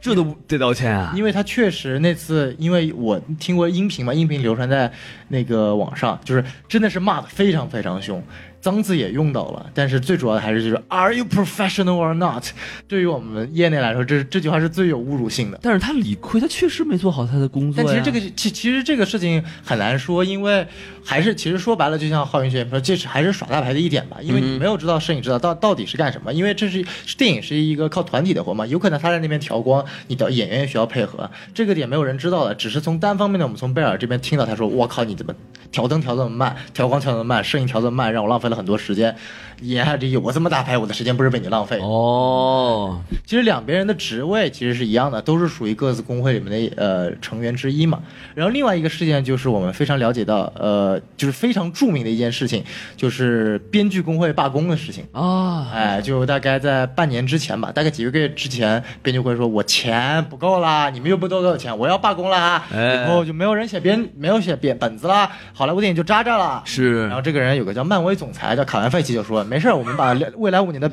S3: 这都得道歉啊？
S7: 因为他确实那次，因为我听过音频嘛，音频流传在那个网上，就是真的是骂的非常非常凶，脏字也用到了，但是最主要的还是就是 Are you professional or not？对于我们业内来说，这这句话是最有侮辱性的。
S3: 但是他理亏，他确实没做好他的工作
S7: 但
S3: 呀。
S7: 其实这个其其实这个事情很难说，因为还是其实说白了，就像浩云学员说，这是还是耍大牌的一点吧，
S3: 嗯
S7: 因为你没有知道摄影指导到到底是干什么，因为这是是电影是一个靠团体的活嘛，有可能他在那边调光，你的演员也需要配合，这个点没有人知道的，只是从单方面的我们从贝尔这边听到他说，我靠，你怎么调灯调这么慢，调光调这么慢，摄影调这么慢，让我浪费了很多时间，言下之意，我这么大牌，我的时间不是被你浪费的
S3: 哦，
S7: 其实两边人的职位其实是一样的，都是属于各自工会里面的呃成员之一嘛。然后另外一个事件就是我们非常了解到，呃，就是非常著名的一件事情，就是编剧工会罢工的事情。
S3: 啊，
S7: 哎，就大概在半年之前吧，大概几个月之前，编剧会说：“我钱不够啦，你们又不多给我钱，我要罢工啦。
S3: 哎
S7: 以后就没有人写编，没有写编本子啦，好莱坞电影就渣渣啦。
S3: 是
S7: 然后这个人有个叫漫威总裁叫卡文费奇就说：“没事儿，我们把未来五年的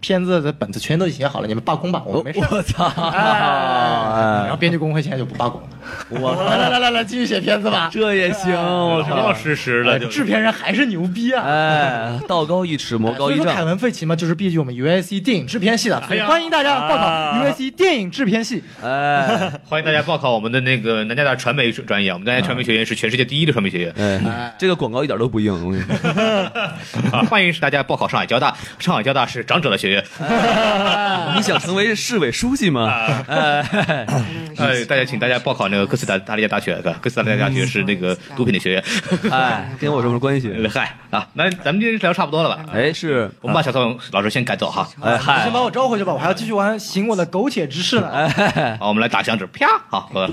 S7: 片子的本子全都写好了，你们罢工吧，我们没事儿。
S3: 我操！
S7: 哎然
S3: 哎
S7: 后编剧工会现在就不罢工了。我 来来来来来，继续写片子吧。
S3: 这也行，我
S2: 这要
S3: 操！
S2: 实时了，就
S7: 哎制片人还是牛逼啊！
S3: 哎哎，道高一尺，魔高
S7: 所以
S3: 一
S7: 说凯
S3: 丈。
S7: 文·费奇嘛，就是毕竟我们 USC 电影制片系的，所以欢迎大家报考 USC 电影制片系。
S3: 哎
S1: 欢迎大家报考我们的那个南加大传媒专业，我们南加大传媒学院是全世界第一的传媒学院。
S3: 哎，这个广告一点都不硬，我跟你说。
S7: 嗯
S1: 啊，欢迎大家报考上海交大，上海交大是长者的学院。
S7: 嗯
S3: 你想成为市委书记吗？哎，
S1: 呃，大家请大家报考那个哥斯达达利亚大学，哥斯达利亚大学是那个毒品的学院。
S7: 嗯
S3: 哎，跟我有什么关 系？
S1: 嗨啊，那咱们今天聊差不多了吧？
S3: 哎，是，
S1: 我们把小宋老师先赶走哈。
S3: 哎
S7: 你
S3: 嗨
S7: 先，把我招回去吧，我还要继续玩行我的苟且之事
S3: 哎
S7: 呢。
S1: 好，我们来打响指，啪！好，好的，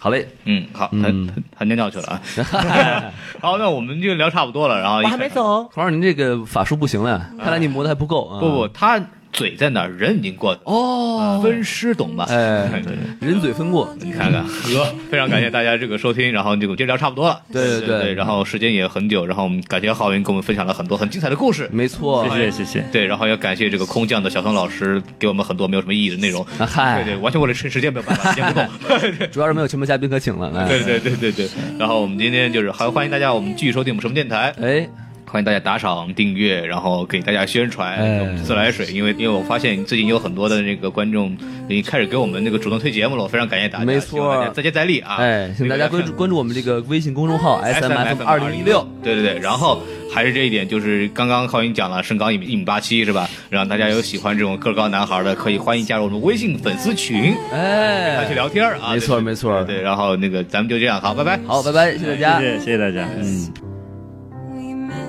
S3: 好嘞，
S1: 嗯，好，他他他尿尿去了啊。好，那我们就聊差不多了，然后
S7: 我还没。走，
S3: 孔老师，您这个法术不行了，看来你磨的还不够啊。
S1: 不不，，他嘴在哪儿，人已经过去了。
S3: 哦，
S1: 分尸懂吧？
S3: 哎
S1: 对对对。
S3: 人嘴分过，
S1: 你看看，得非常感谢大家这个收听，然后这个这聊差不多了，
S3: 对对
S1: 对
S3: 对
S1: 然后时间也很久，然后我们感谢浩云给我们分享了很多很精彩的故事，
S3: 没错。
S4: 谢谢谢谢，
S1: 对，然后也感谢这个空降的小宋老师给我们很多没有什么意义的内容，
S3: 啊嗨
S1: 对对，完全为了趁时间没有办法，时间不够，
S3: 主要是没有前面嘉宾可请了，
S1: 对
S3: 哎，
S1: 对对对对，然后我们今天就是还欢迎大家，我们继续收听我们什么电台。
S3: 哎，
S1: 欢迎大家打赏、订阅，然后给大家宣传
S3: 哎
S1: 给我们自来水，因为因为我发现最近有很多的那个观众已经开始给我们那个主动推节目了，我非常感谢大家，
S3: 没错
S1: 希望大家再接再厉啊！
S3: 哎，请大家关注关注我们这个微信公众号 S
S1: 哎 S
S3: M
S1: M
S3: F 二零一六。，
S1: 对对对，然后还是这一点，就是刚刚浩云讲了，身高一米一米八七是吧？让大家有喜欢这种个儿高男孩的，可以欢迎加入我们微信粉丝群，大家去
S3: 哎，
S1: 聊天儿啊。
S3: 没错
S1: 对
S3: 没错
S1: 对，对然后那个咱们就这样，好，拜拜。
S3: 好，拜拜，谢谢大家。
S4: 谢谢谢谢大家，嗯。
S8: we make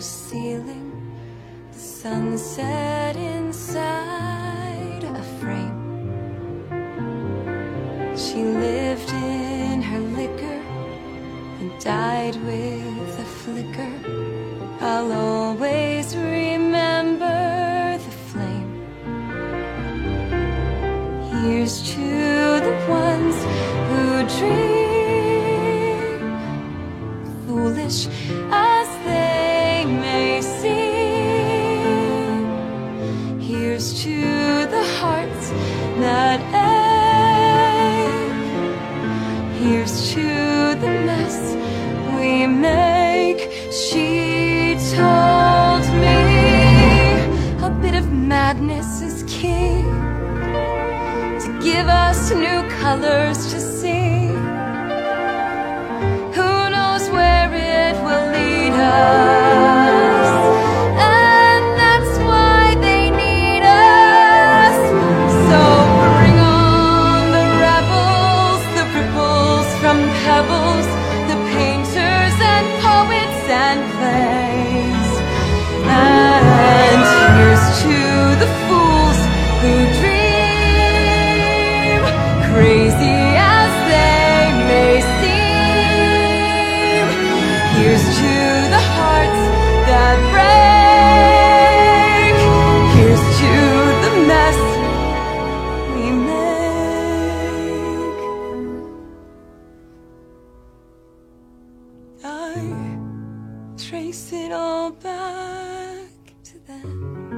S8: ceiling, the sunset inside a frame. She lived in her liquor and died with a flicker. I'll always remember the flame. Here's to the ones who dream foolish as they may seem. Here's to the hearts that ache. Here's to the mess we make. She told me a bit of madness is key to give us new colors to see. Who knows where it will lead us? And that's why they need us. So bring on the rebels, the ripples from pebbles, the painters and poets and plays. And here's to the fools who dream, crazy as they may seem. Here's to the hearts that break. Here's to the mess we make. I trace it all back to them.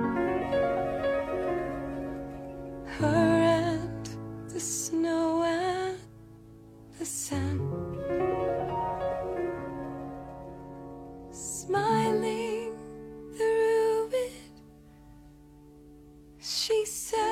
S8: Her and the snow and the sun. Smiling through it, she said.